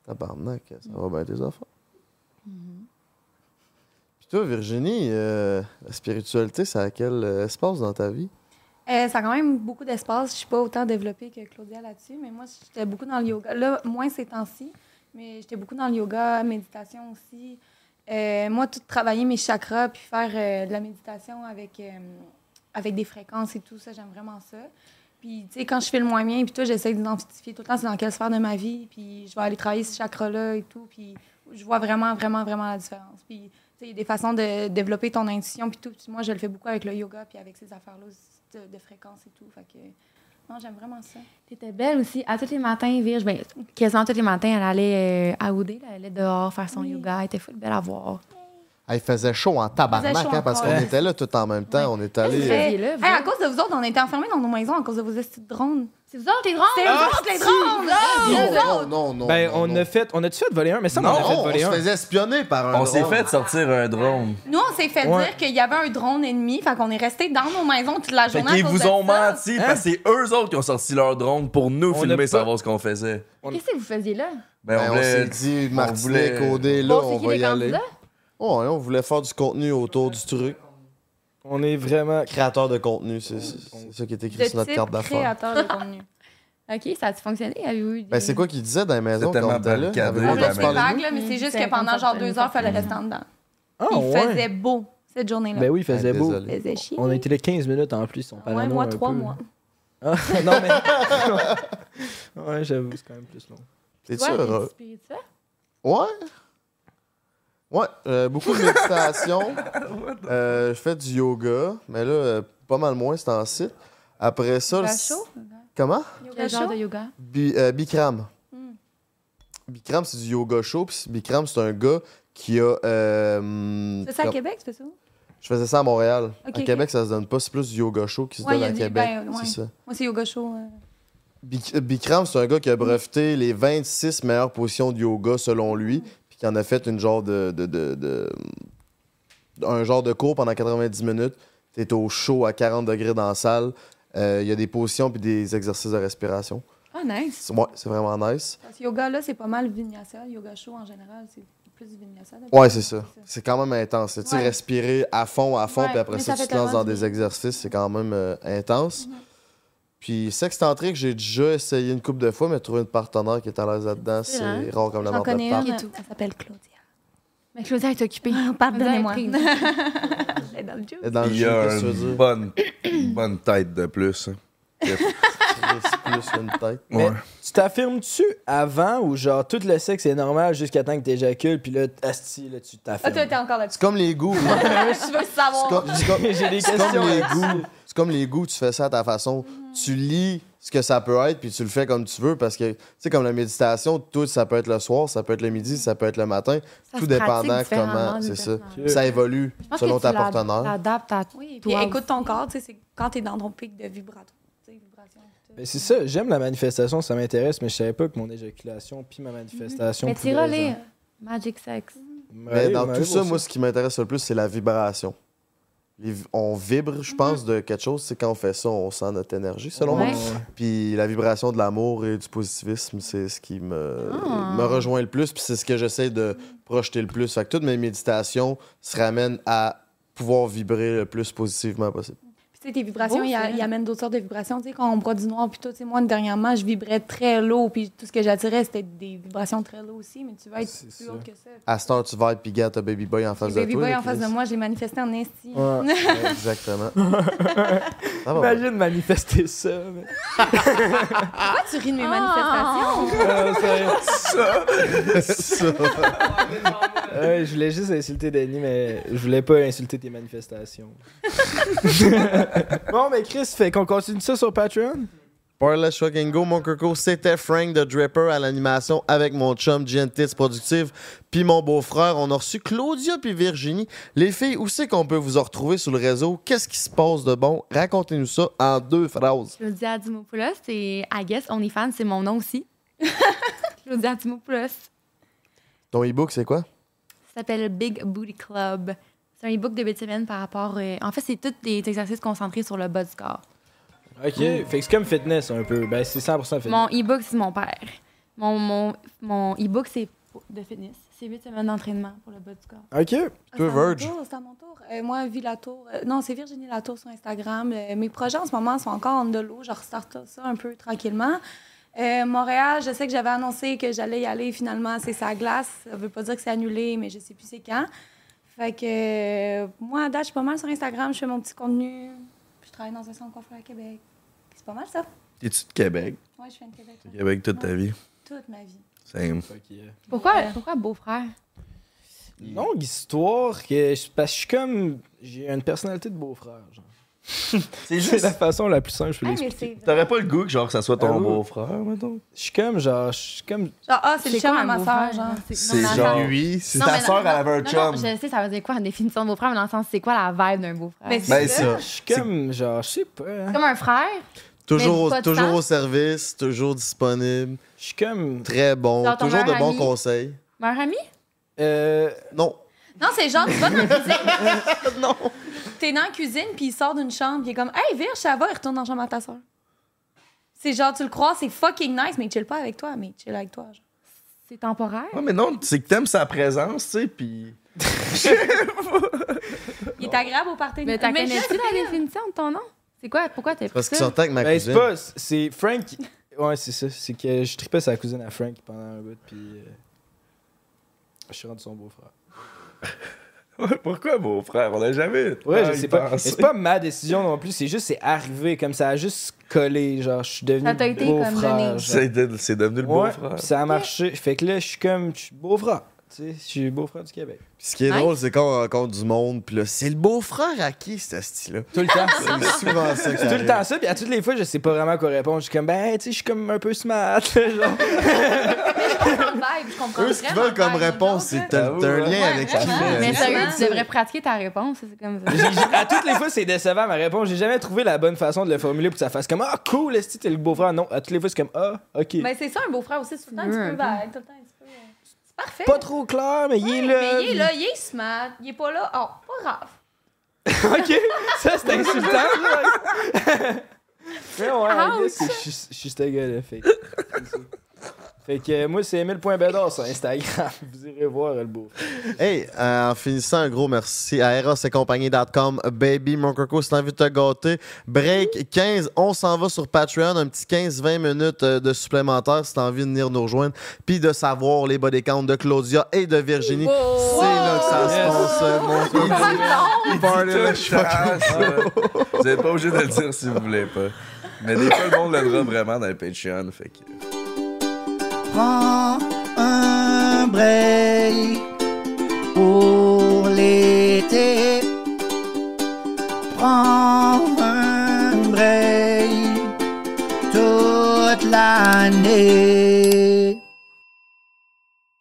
S9: Tabarnak, ça va bien tes affaires.
S2: Mm-hmm.
S9: Puis toi, Virginie, euh, la spiritualité, c'est à quel euh, espace dans ta vie?
S2: Euh, ça a quand même beaucoup d'espace. Je suis pas autant développée que Claudia là-dessus, mais moi, j'étais beaucoup dans le yoga. Là, moins ces temps-ci, mais j'étais beaucoup dans le yoga, méditation aussi. Euh, moi, tout travailler mes chakras, puis faire euh, de la méditation avec, euh, avec des fréquences et tout, ça, j'aime vraiment ça. Puis, tu sais, quand je fais le moins bien, puis tout, j'essaie d'identifier tout le temps c'est dans quelle sphère de ma vie, puis je vais aller travailler ce chakra-là et tout, puis je vois vraiment, vraiment, vraiment la différence. Puis, tu sais, il y a des façons de développer ton intuition, puis tout. Puis moi, je le fais beaucoup avec le yoga, puis avec ces affaires-là de, de fréquences et tout. Fait que, non, j'aime vraiment ça.
S3: T'étais belle aussi. À tous les matins, Virge, ben, quasiment tous les matins, elle allait euh, à Oudé, là, elle allait dehors faire son yoga. Elle était full belle à voir.
S9: Ah, il faisait chaud en
S2: Il
S9: tabarnak,
S2: faisait chaud
S9: hein, parce
S2: en
S9: qu'on
S2: tabarnak.
S9: était là tout en même temps. On est allé.
S2: Hey, hey, à cause de vous autres, on était enfermés dans nos maisons à cause de vos estis de drones.
S3: C'est vous autres, les drones?
S2: C'est vous
S10: Ah,
S2: autres, les
S10: si!
S2: drones! Ah,
S10: Non,
S2: C'est vous
S10: non,
S2: autres!
S9: non, non.
S10: Ben, on a fait. On a-tu fait voler un? Mais ça, on
S1: Non,
S10: en a fait
S1: on
S10: voler
S1: se
S10: un.
S1: faisait
S9: espionner par
S1: un On s'est drone. fait sortir un drone.
S2: Nous, on s'est fait
S1: Ouais.
S2: dire qu'il y avait un drone ennemi, fait qu'on est resté dans nos maisons toute la
S1: Fait
S2: journée. à
S1: qu'ils
S2: cause
S1: vous
S2: de
S1: ont
S2: ça.
S1: menti parce que c'est eux autres qui ont sorti leur drone pour nous
S10: On a
S1: filmer
S10: pas-
S1: savoir ce qu'on faisait.
S3: Qu'est-ce que vous faisiez là?
S9: Ben, on
S1: voulait-
S9: s'est dit,
S1: on
S9: Martinet,
S1: voulait- euh,
S9: Codé, là,
S3: Bon, c'est
S9: on
S3: qui
S9: va
S3: les
S9: y aller.
S3: candidats?
S9: Oh, ouais, on voulait faire du contenu autour du truc.
S10: On est vraiment.
S9: Créateur de contenu, c'est c'est- c'est ça qui est écrit sur
S3: De
S9: notre
S3: type
S9: carte d'affaires.
S3: créateur de contenu. OK, ça a-tu fonctionné? Avez-vous eu des-
S9: Ben, c'est quoi qu'il disait dans les maisons
S1: C'était
S9: quand on
S1: ma
S9: était là?
S1: barricade,
S9: Avez-vous
S1: la
S9: entendu
S1: maison.
S9: parler?
S2: Vague, là, mais c'est juste
S3: c'est
S2: que pendant genre deux heures, il fallait rester en dedans. il faisait beau cette journée-là.
S10: Ah, Ben oui, il faisait
S9: Ah,
S10: beau.
S9: désolé.
S2: Faisait chier.
S10: On a été là 15 minutes en plus, on parlait
S2: Ouais,
S10: long
S2: moi,
S10: un
S2: trois
S10: peu.
S2: mois.
S10: Ah, non, mais. ouais, j'avoue, c'est quand même plus long.
S9: T'es-tu
S3: Toi, t'es-tu
S9: heureux?
S3: spirituel?
S9: Ouais. Ouais, euh, beaucoup de méditation. Euh, je fais du yoga, mais là, euh, pas mal moins, c'est en site. Après ça... le-
S3: Yoga chaud?
S9: Comment?
S3: Quel genre de yoga?
S9: Bi- euh, Bikram.
S2: Hmm.
S9: Bikram, c'est du yoga chaud. Puis Bikram, c'est un gars qui a... euh,
S2: C'est ça à
S9: comme-
S2: Québec, c'est ça?
S9: Je faisais ça à Montréal.
S2: Ok,
S9: à
S2: ok.
S9: Québec, ça se donne pas. C'est plus du yoga show qui se
S2: Ouais, il
S9: donne
S2: y a
S9: à
S2: des-
S9: Québec.
S2: ben, ouais.
S9: C'est ça.
S2: Moi, c'est yoga show. euh.
S9: Bik- Bikram, c'est un gars qui a breveté les 26 meilleures positions de yoga selon lui,
S2: Hmm.
S9: puis qui en a fait une genre de, de, de- de- un genre de cours pendant 90 minutes. T'es au chaud à 40 degrés dans la salle. Euh, Il y a des positions puis des exercices de respiration.
S2: Ah, nice.
S9: C'est ouais, c'est vraiment nice.
S2: Parce que yoga, là, c'est pas mal vinyasa. Yoga show, en général, c'est plus du vinyasa. d'habitude.
S9: Ouais, c'est ça. C'est quand même intense. là. Tu sais,
S2: Ouais.
S9: respirer à fond, à fond,
S2: Ouais,
S9: puis après
S2: mais
S9: ça,
S2: ça fait
S9: tu te lances
S2: tellement
S9: dans
S2: du Mhm.
S9: des exercices. C'est quand même euh, intense. Puis sexe tantrique, j'ai déjà essayé une couple de fois, mais trouver une partenaire qui est à l'aise là-dedans,
S3: difficile,
S9: c'est
S3: hein?
S9: rare comme la
S2: J'en
S9: mort de
S2: connais
S9: table.
S2: une, elle s'appelle Claudia.
S3: Mais Claudia est occupée.
S2: Pardonnez-moi.
S3: Vous avez pris.
S2: Elle est dans le juice.
S9: Dans le
S1: Il y
S9: jeu,
S1: a
S9: qu'est-ce que tu veux
S1: une
S9: dire?
S1: bonne, une bonne tête de plus. hein.
S9: plus une tête.
S10: Mais
S1: Ouais.
S10: tu t'affirmes-tu avant ou genre tout le sexe est normal jusqu'à temps que t'éjacules, puis là, asti, là, tu
S2: Ah,
S10: t'affirmes?
S2: toi, t'es encore là-dessus.
S9: C'est comme les goûts. moi.
S2: Je veux
S9: C'est
S2: savoir.
S9: comme, c'est comme-
S10: J'ai des
S9: c'est comme
S10: questions
S9: les
S10: là-dessus.
S9: goûts. C'est comme les goûts, tu fais ça à ta façon.
S2: Mhm.
S9: Tu lis ce que ça peut être, puis tu le fais comme tu veux, parce que, tu sais, comme la méditation, tout, ça peut être le soir, ça peut être le midi, ça peut être le matin,
S3: Ça se
S9: tout
S3: pratique
S9: dépendant
S3: différemment
S9: comment,
S3: d'une
S9: c'est ça.
S3: personne.
S9: Ça évolue
S3: Je pense
S9: selon
S3: que
S9: ta
S3: tu l'ad-
S9: partenaire.
S3: l'adaptes à
S2: Oui, puis
S3: toi.
S2: écoute ton corps, tu sais, c'est quand t'es dans ton pic de vibrato. tu sais, vibration.
S10: Mais c'est ça, j'aime la manifestation, ça m'intéresse, mais je savais pas que mon éjaculation puis ma manifestation.
S3: Mm-hmm. Mais
S10: pouvait,
S3: t'iras
S10: genre,
S3: lire Magic Sex.
S9: Mais
S10: m'aller-
S9: dans
S10: m'aller
S9: tout
S10: voir
S9: ça, moi, ce qui m'intéresse le plus, c'est la vibration. Les vi- on vibre,
S3: Mhm.
S9: je pense, de quelque chose. C'est quand on fait ça, on sent notre énergie, selon
S3: Ouais.
S9: moi. Puis la vibration de l'amour et du positivisme, c'est ce qui me,
S3: Ah.
S9: me rejoint le plus. Puis c'est ce que j'essaie de projeter le plus. Fait que toutes mes méditations se ramènent à pouvoir vibrer le plus positivement possible.
S2: Puis tu sais, tes vibrations,
S3: Beau,
S2: il y
S3: ça.
S2: a- il amène d'autres sortes de vibrations. Tu sais, quand on broie du noir, puis tout, tu sais, moi, dernièrement, je vibrais très low, puis tout ce que j'attirais, c'était des vibrations très low aussi, mais tu vas être plus haute que ça.
S9: À cette heure, tu vibres puis gars, t'as Baby Boy en face
S2: Puis
S9: de
S2: Baby
S9: toi.
S2: Boy
S9: là,
S2: en face de
S9: Chris.
S2: moi, je l'ai manifesté en esti.
S9: Ouais, Exactement. Ah Ça va pas.
S10: Imagine manifester ça. mais-
S2: Pourquoi tu ris de mes manifestations?
S10: Ah,
S1: Ça!
S10: sérieux.
S9: Ça.
S10: Ouais, je voulais juste insulter Denis, mais je voulais pas insulter tes manifestations. bon, mais Chris, fait qu'on continue ça sur Patreon?
S9: Par la Shock and Go, mon coco, c'était Frank de Draper à l'animation avec mon chum Gentis Productive, puis mon beau-frère. On a reçu Claudia puis Virginie. Les filles, où c'est qu'on peut vous en retrouver sur le réseau? Qu'est-ce qui se passe de bon? Racontez-nous ça en deux phrases.
S3: Claudia Dimopoulos, c'est I guess OnlyFans, c'est mon nom aussi. Claudia Dimopoulos. Ça
S9: Ton e-book, c'est quoi?
S3: s'appelle Big Booty Club. C'est un e-book de BTMN par rapport. euh, en fait, c'est tous des exercices concentrés sur le bas du corps.
S10: Ok, fait que c'est comme fitness un peu. Ben, c'est 100% fitness.
S3: Mon e-book, c'est mon père. Mon, mon, mon e-book, c'est de fitness. C'est 8 semaines d'entraînement pour le bas du corps.
S1: OK.
S2: Ah, C'est à mon tour, C'est à mon tour. Euh, moi, Vie Latour. euh, non, c'est Virginie Latour sur Instagram. Euh, mes projets en ce moment sont encore en de l'eau. Je restarte ça un peu tranquillement. Euh, Montréal, je sais que j'avais annoncé que j'allais y aller. Finalement, c'est sa glace. Ça veut pas dire que c'est annulé, mais je sais plus c'est quand. Fait que euh, moi, à date, je suis pas mal sur Instagram. Je fais mon petit contenu. Puis Je travaille dans un centre coiffeur à Québec. C'est pas mal ça.
S1: T'es-tu de Québec?
S2: Oui, je suis de Québec.
S1: T'es de Québec toute ta vie.
S2: Toute ma vie.
S1: Same.
S3: Pourquoi, pourquoi beau-frère?
S10: Longue histoire que je- parce que je suis comme j'ai une personnalité de beau-frère. genre. C'est la façon la plus simple je peux
S2: Ah, mais
S10: l'expliquer.
S2: c'est
S1: T'aurais pas le goût que genre que ça soit ton
S10: Ah oui.
S1: beau-frère, mettons?
S10: Je suis comme genre je suis comme
S2: Genre, ah, c'est le chum
S3: quoi
S2: à
S3: un
S2: ma
S3: beau-frère,
S2: soeur, genre.
S1: C'est
S3: Non,
S1: genre
S3: non.
S1: lui, si
S3: Non,
S1: ta
S3: mais non,
S1: sœur, elle
S3: non,
S1: avait un
S3: non,
S1: chum.
S3: Non, je sais, ça veut dire quoi la définition de beau-frère, mais dans le sens, c'est quoi la vibe d'un beau-frère?
S2: Ben,
S9: c'est Ben, ça. ça.
S10: Je suis comme genre je sais pas. hein.
S3: C'est comme un frère.
S9: Toujours,
S3: mais
S9: au,
S3: pas de
S9: toujours
S3: temps.
S9: au service, toujours disponible.
S10: Je suis comme.
S9: Très bon,
S3: Genre ton
S9: toujours de
S3: meilleur
S9: bons
S3: ami.
S9: conseils.
S3: Meilleur ami?
S10: Euh.
S9: Non.
S2: Non, c'est genre, tu vas dans la cuisine. non. T'es dans la cuisine, puis il sort d'une chambre, puis il est comme, Hey, Virge, ça va, il retourne dans la chambre à ta soeur. C'est genre, tu le crois, c'est fucking nice, mais il chill pas avec toi, mais il chill avec toi. genre.
S3: C'est temporaire.
S1: Ouais, mais non, c'est que t'aimes sa présence, tu sais, pis.
S2: Il est agréable au partenaire.
S3: Mais t'as connais-tu
S2: je-
S3: la définition de ton nom? C'est quoi? Pourquoi t'as pris ça?
S9: avec ma
S10: Ben,
S9: cousine.
S10: C'est pas, c'est Frank. Ouais, c'est ça. C'est que je tripais sa cousine à Frank pendant un bout, puis euh, je suis rendu son beau-frère.
S1: Pourquoi beau-frère? On l'a jamais.
S10: Ouais,
S1: Ah,
S10: je
S1: il
S10: sais pas. Mais
S1: pense.
S10: C'est pas ma décision non plus, c'est juste, c'est arrivé comme ça, a juste collé. Genre, je suis devenu
S3: Ça t'a été comme donné.
S10: beau-frère.
S1: C'est de- c'est devenu le
S10: Ouais,
S1: beau-frère.
S10: puis ça a marché. Fait que là, je suis comme, je suis beau-frère. Tu sais, je suis beau-frère du Québec.
S9: Puis ce qui est
S10: Nice.
S9: drôle, c'est quand on rencontre du monde, puis là, c'est le beau-frère à qui, ce style-là?
S10: Tout le temps.
S9: C'est souvent ça qui
S10: C'est tout le
S9: arrive.
S10: temps ça, puis à toutes les fois, je sais pas vraiment quoi répondre. Je suis comme, ben, tu sais, je suis comme un peu smart. genre.
S2: Vibe, je comprends
S9: Eux, ce qu'ils
S2: vraiment
S9: veulent comme
S2: pas.
S9: réponse, c'est t'as
S10: Ah ouais,
S9: t'as un
S10: ouais.
S9: lien avec qui? là?
S3: Mais sérieux,
S2: Vraiment.
S3: tu devrais pratiquer ta réponse, c'est comme ça.
S10: J'ai- j'ai- à toutes les fois, c'est décevant ma réponse. J'ai jamais trouvé la bonne façon de le formuler pour que ça fasse comme Ah, cool, est-ce que t'es le beau-frère Non, à toutes les fois, c'est comme Ah, ok.
S2: Mais ben, c'est ça, un beau-frère aussi, tout le temps, un petit
S10: Ouais,
S2: peu
S10: un
S2: vague, tout le temps, un petit peu. euh, C'est parfait.
S10: Pas trop clair, mais il euh, est là.
S2: Mais il est là, il est smart, il est pas là. Oh, pas grave.
S10: ok, ça, c'est insultant. là. mais ouais, I guess que je suis- je suis ce gars-là. Fait que- c'est ça. Fait que euh, moi, c'est Emile.bedard sur Instagram. Vous irez voir le beau.
S9: Hey, euh, en finissant, un gros merci à erosetcompagnie.com, Baby, mon coco, si t'as envie de te gâter. Break 15, on s'en va sur Patreon, un petit 15-20 minutes euh, de supplémentaire si t'as envie de venir nous rejoindre, puis de savoir les body counts de Claudia et de Virginie. C'est là que ça se passe, euh, mon coco.
S10: Ah,
S9: Party
S1: Tout
S9: like
S1: le temps, ça. Vous êtes pas obligé de le dire si vous voulez pas. Mais des fois, le monde le dira vraiment dans le Patreon, fait que.
S5: Prends un break pour l'été. Prends un break toute l'année.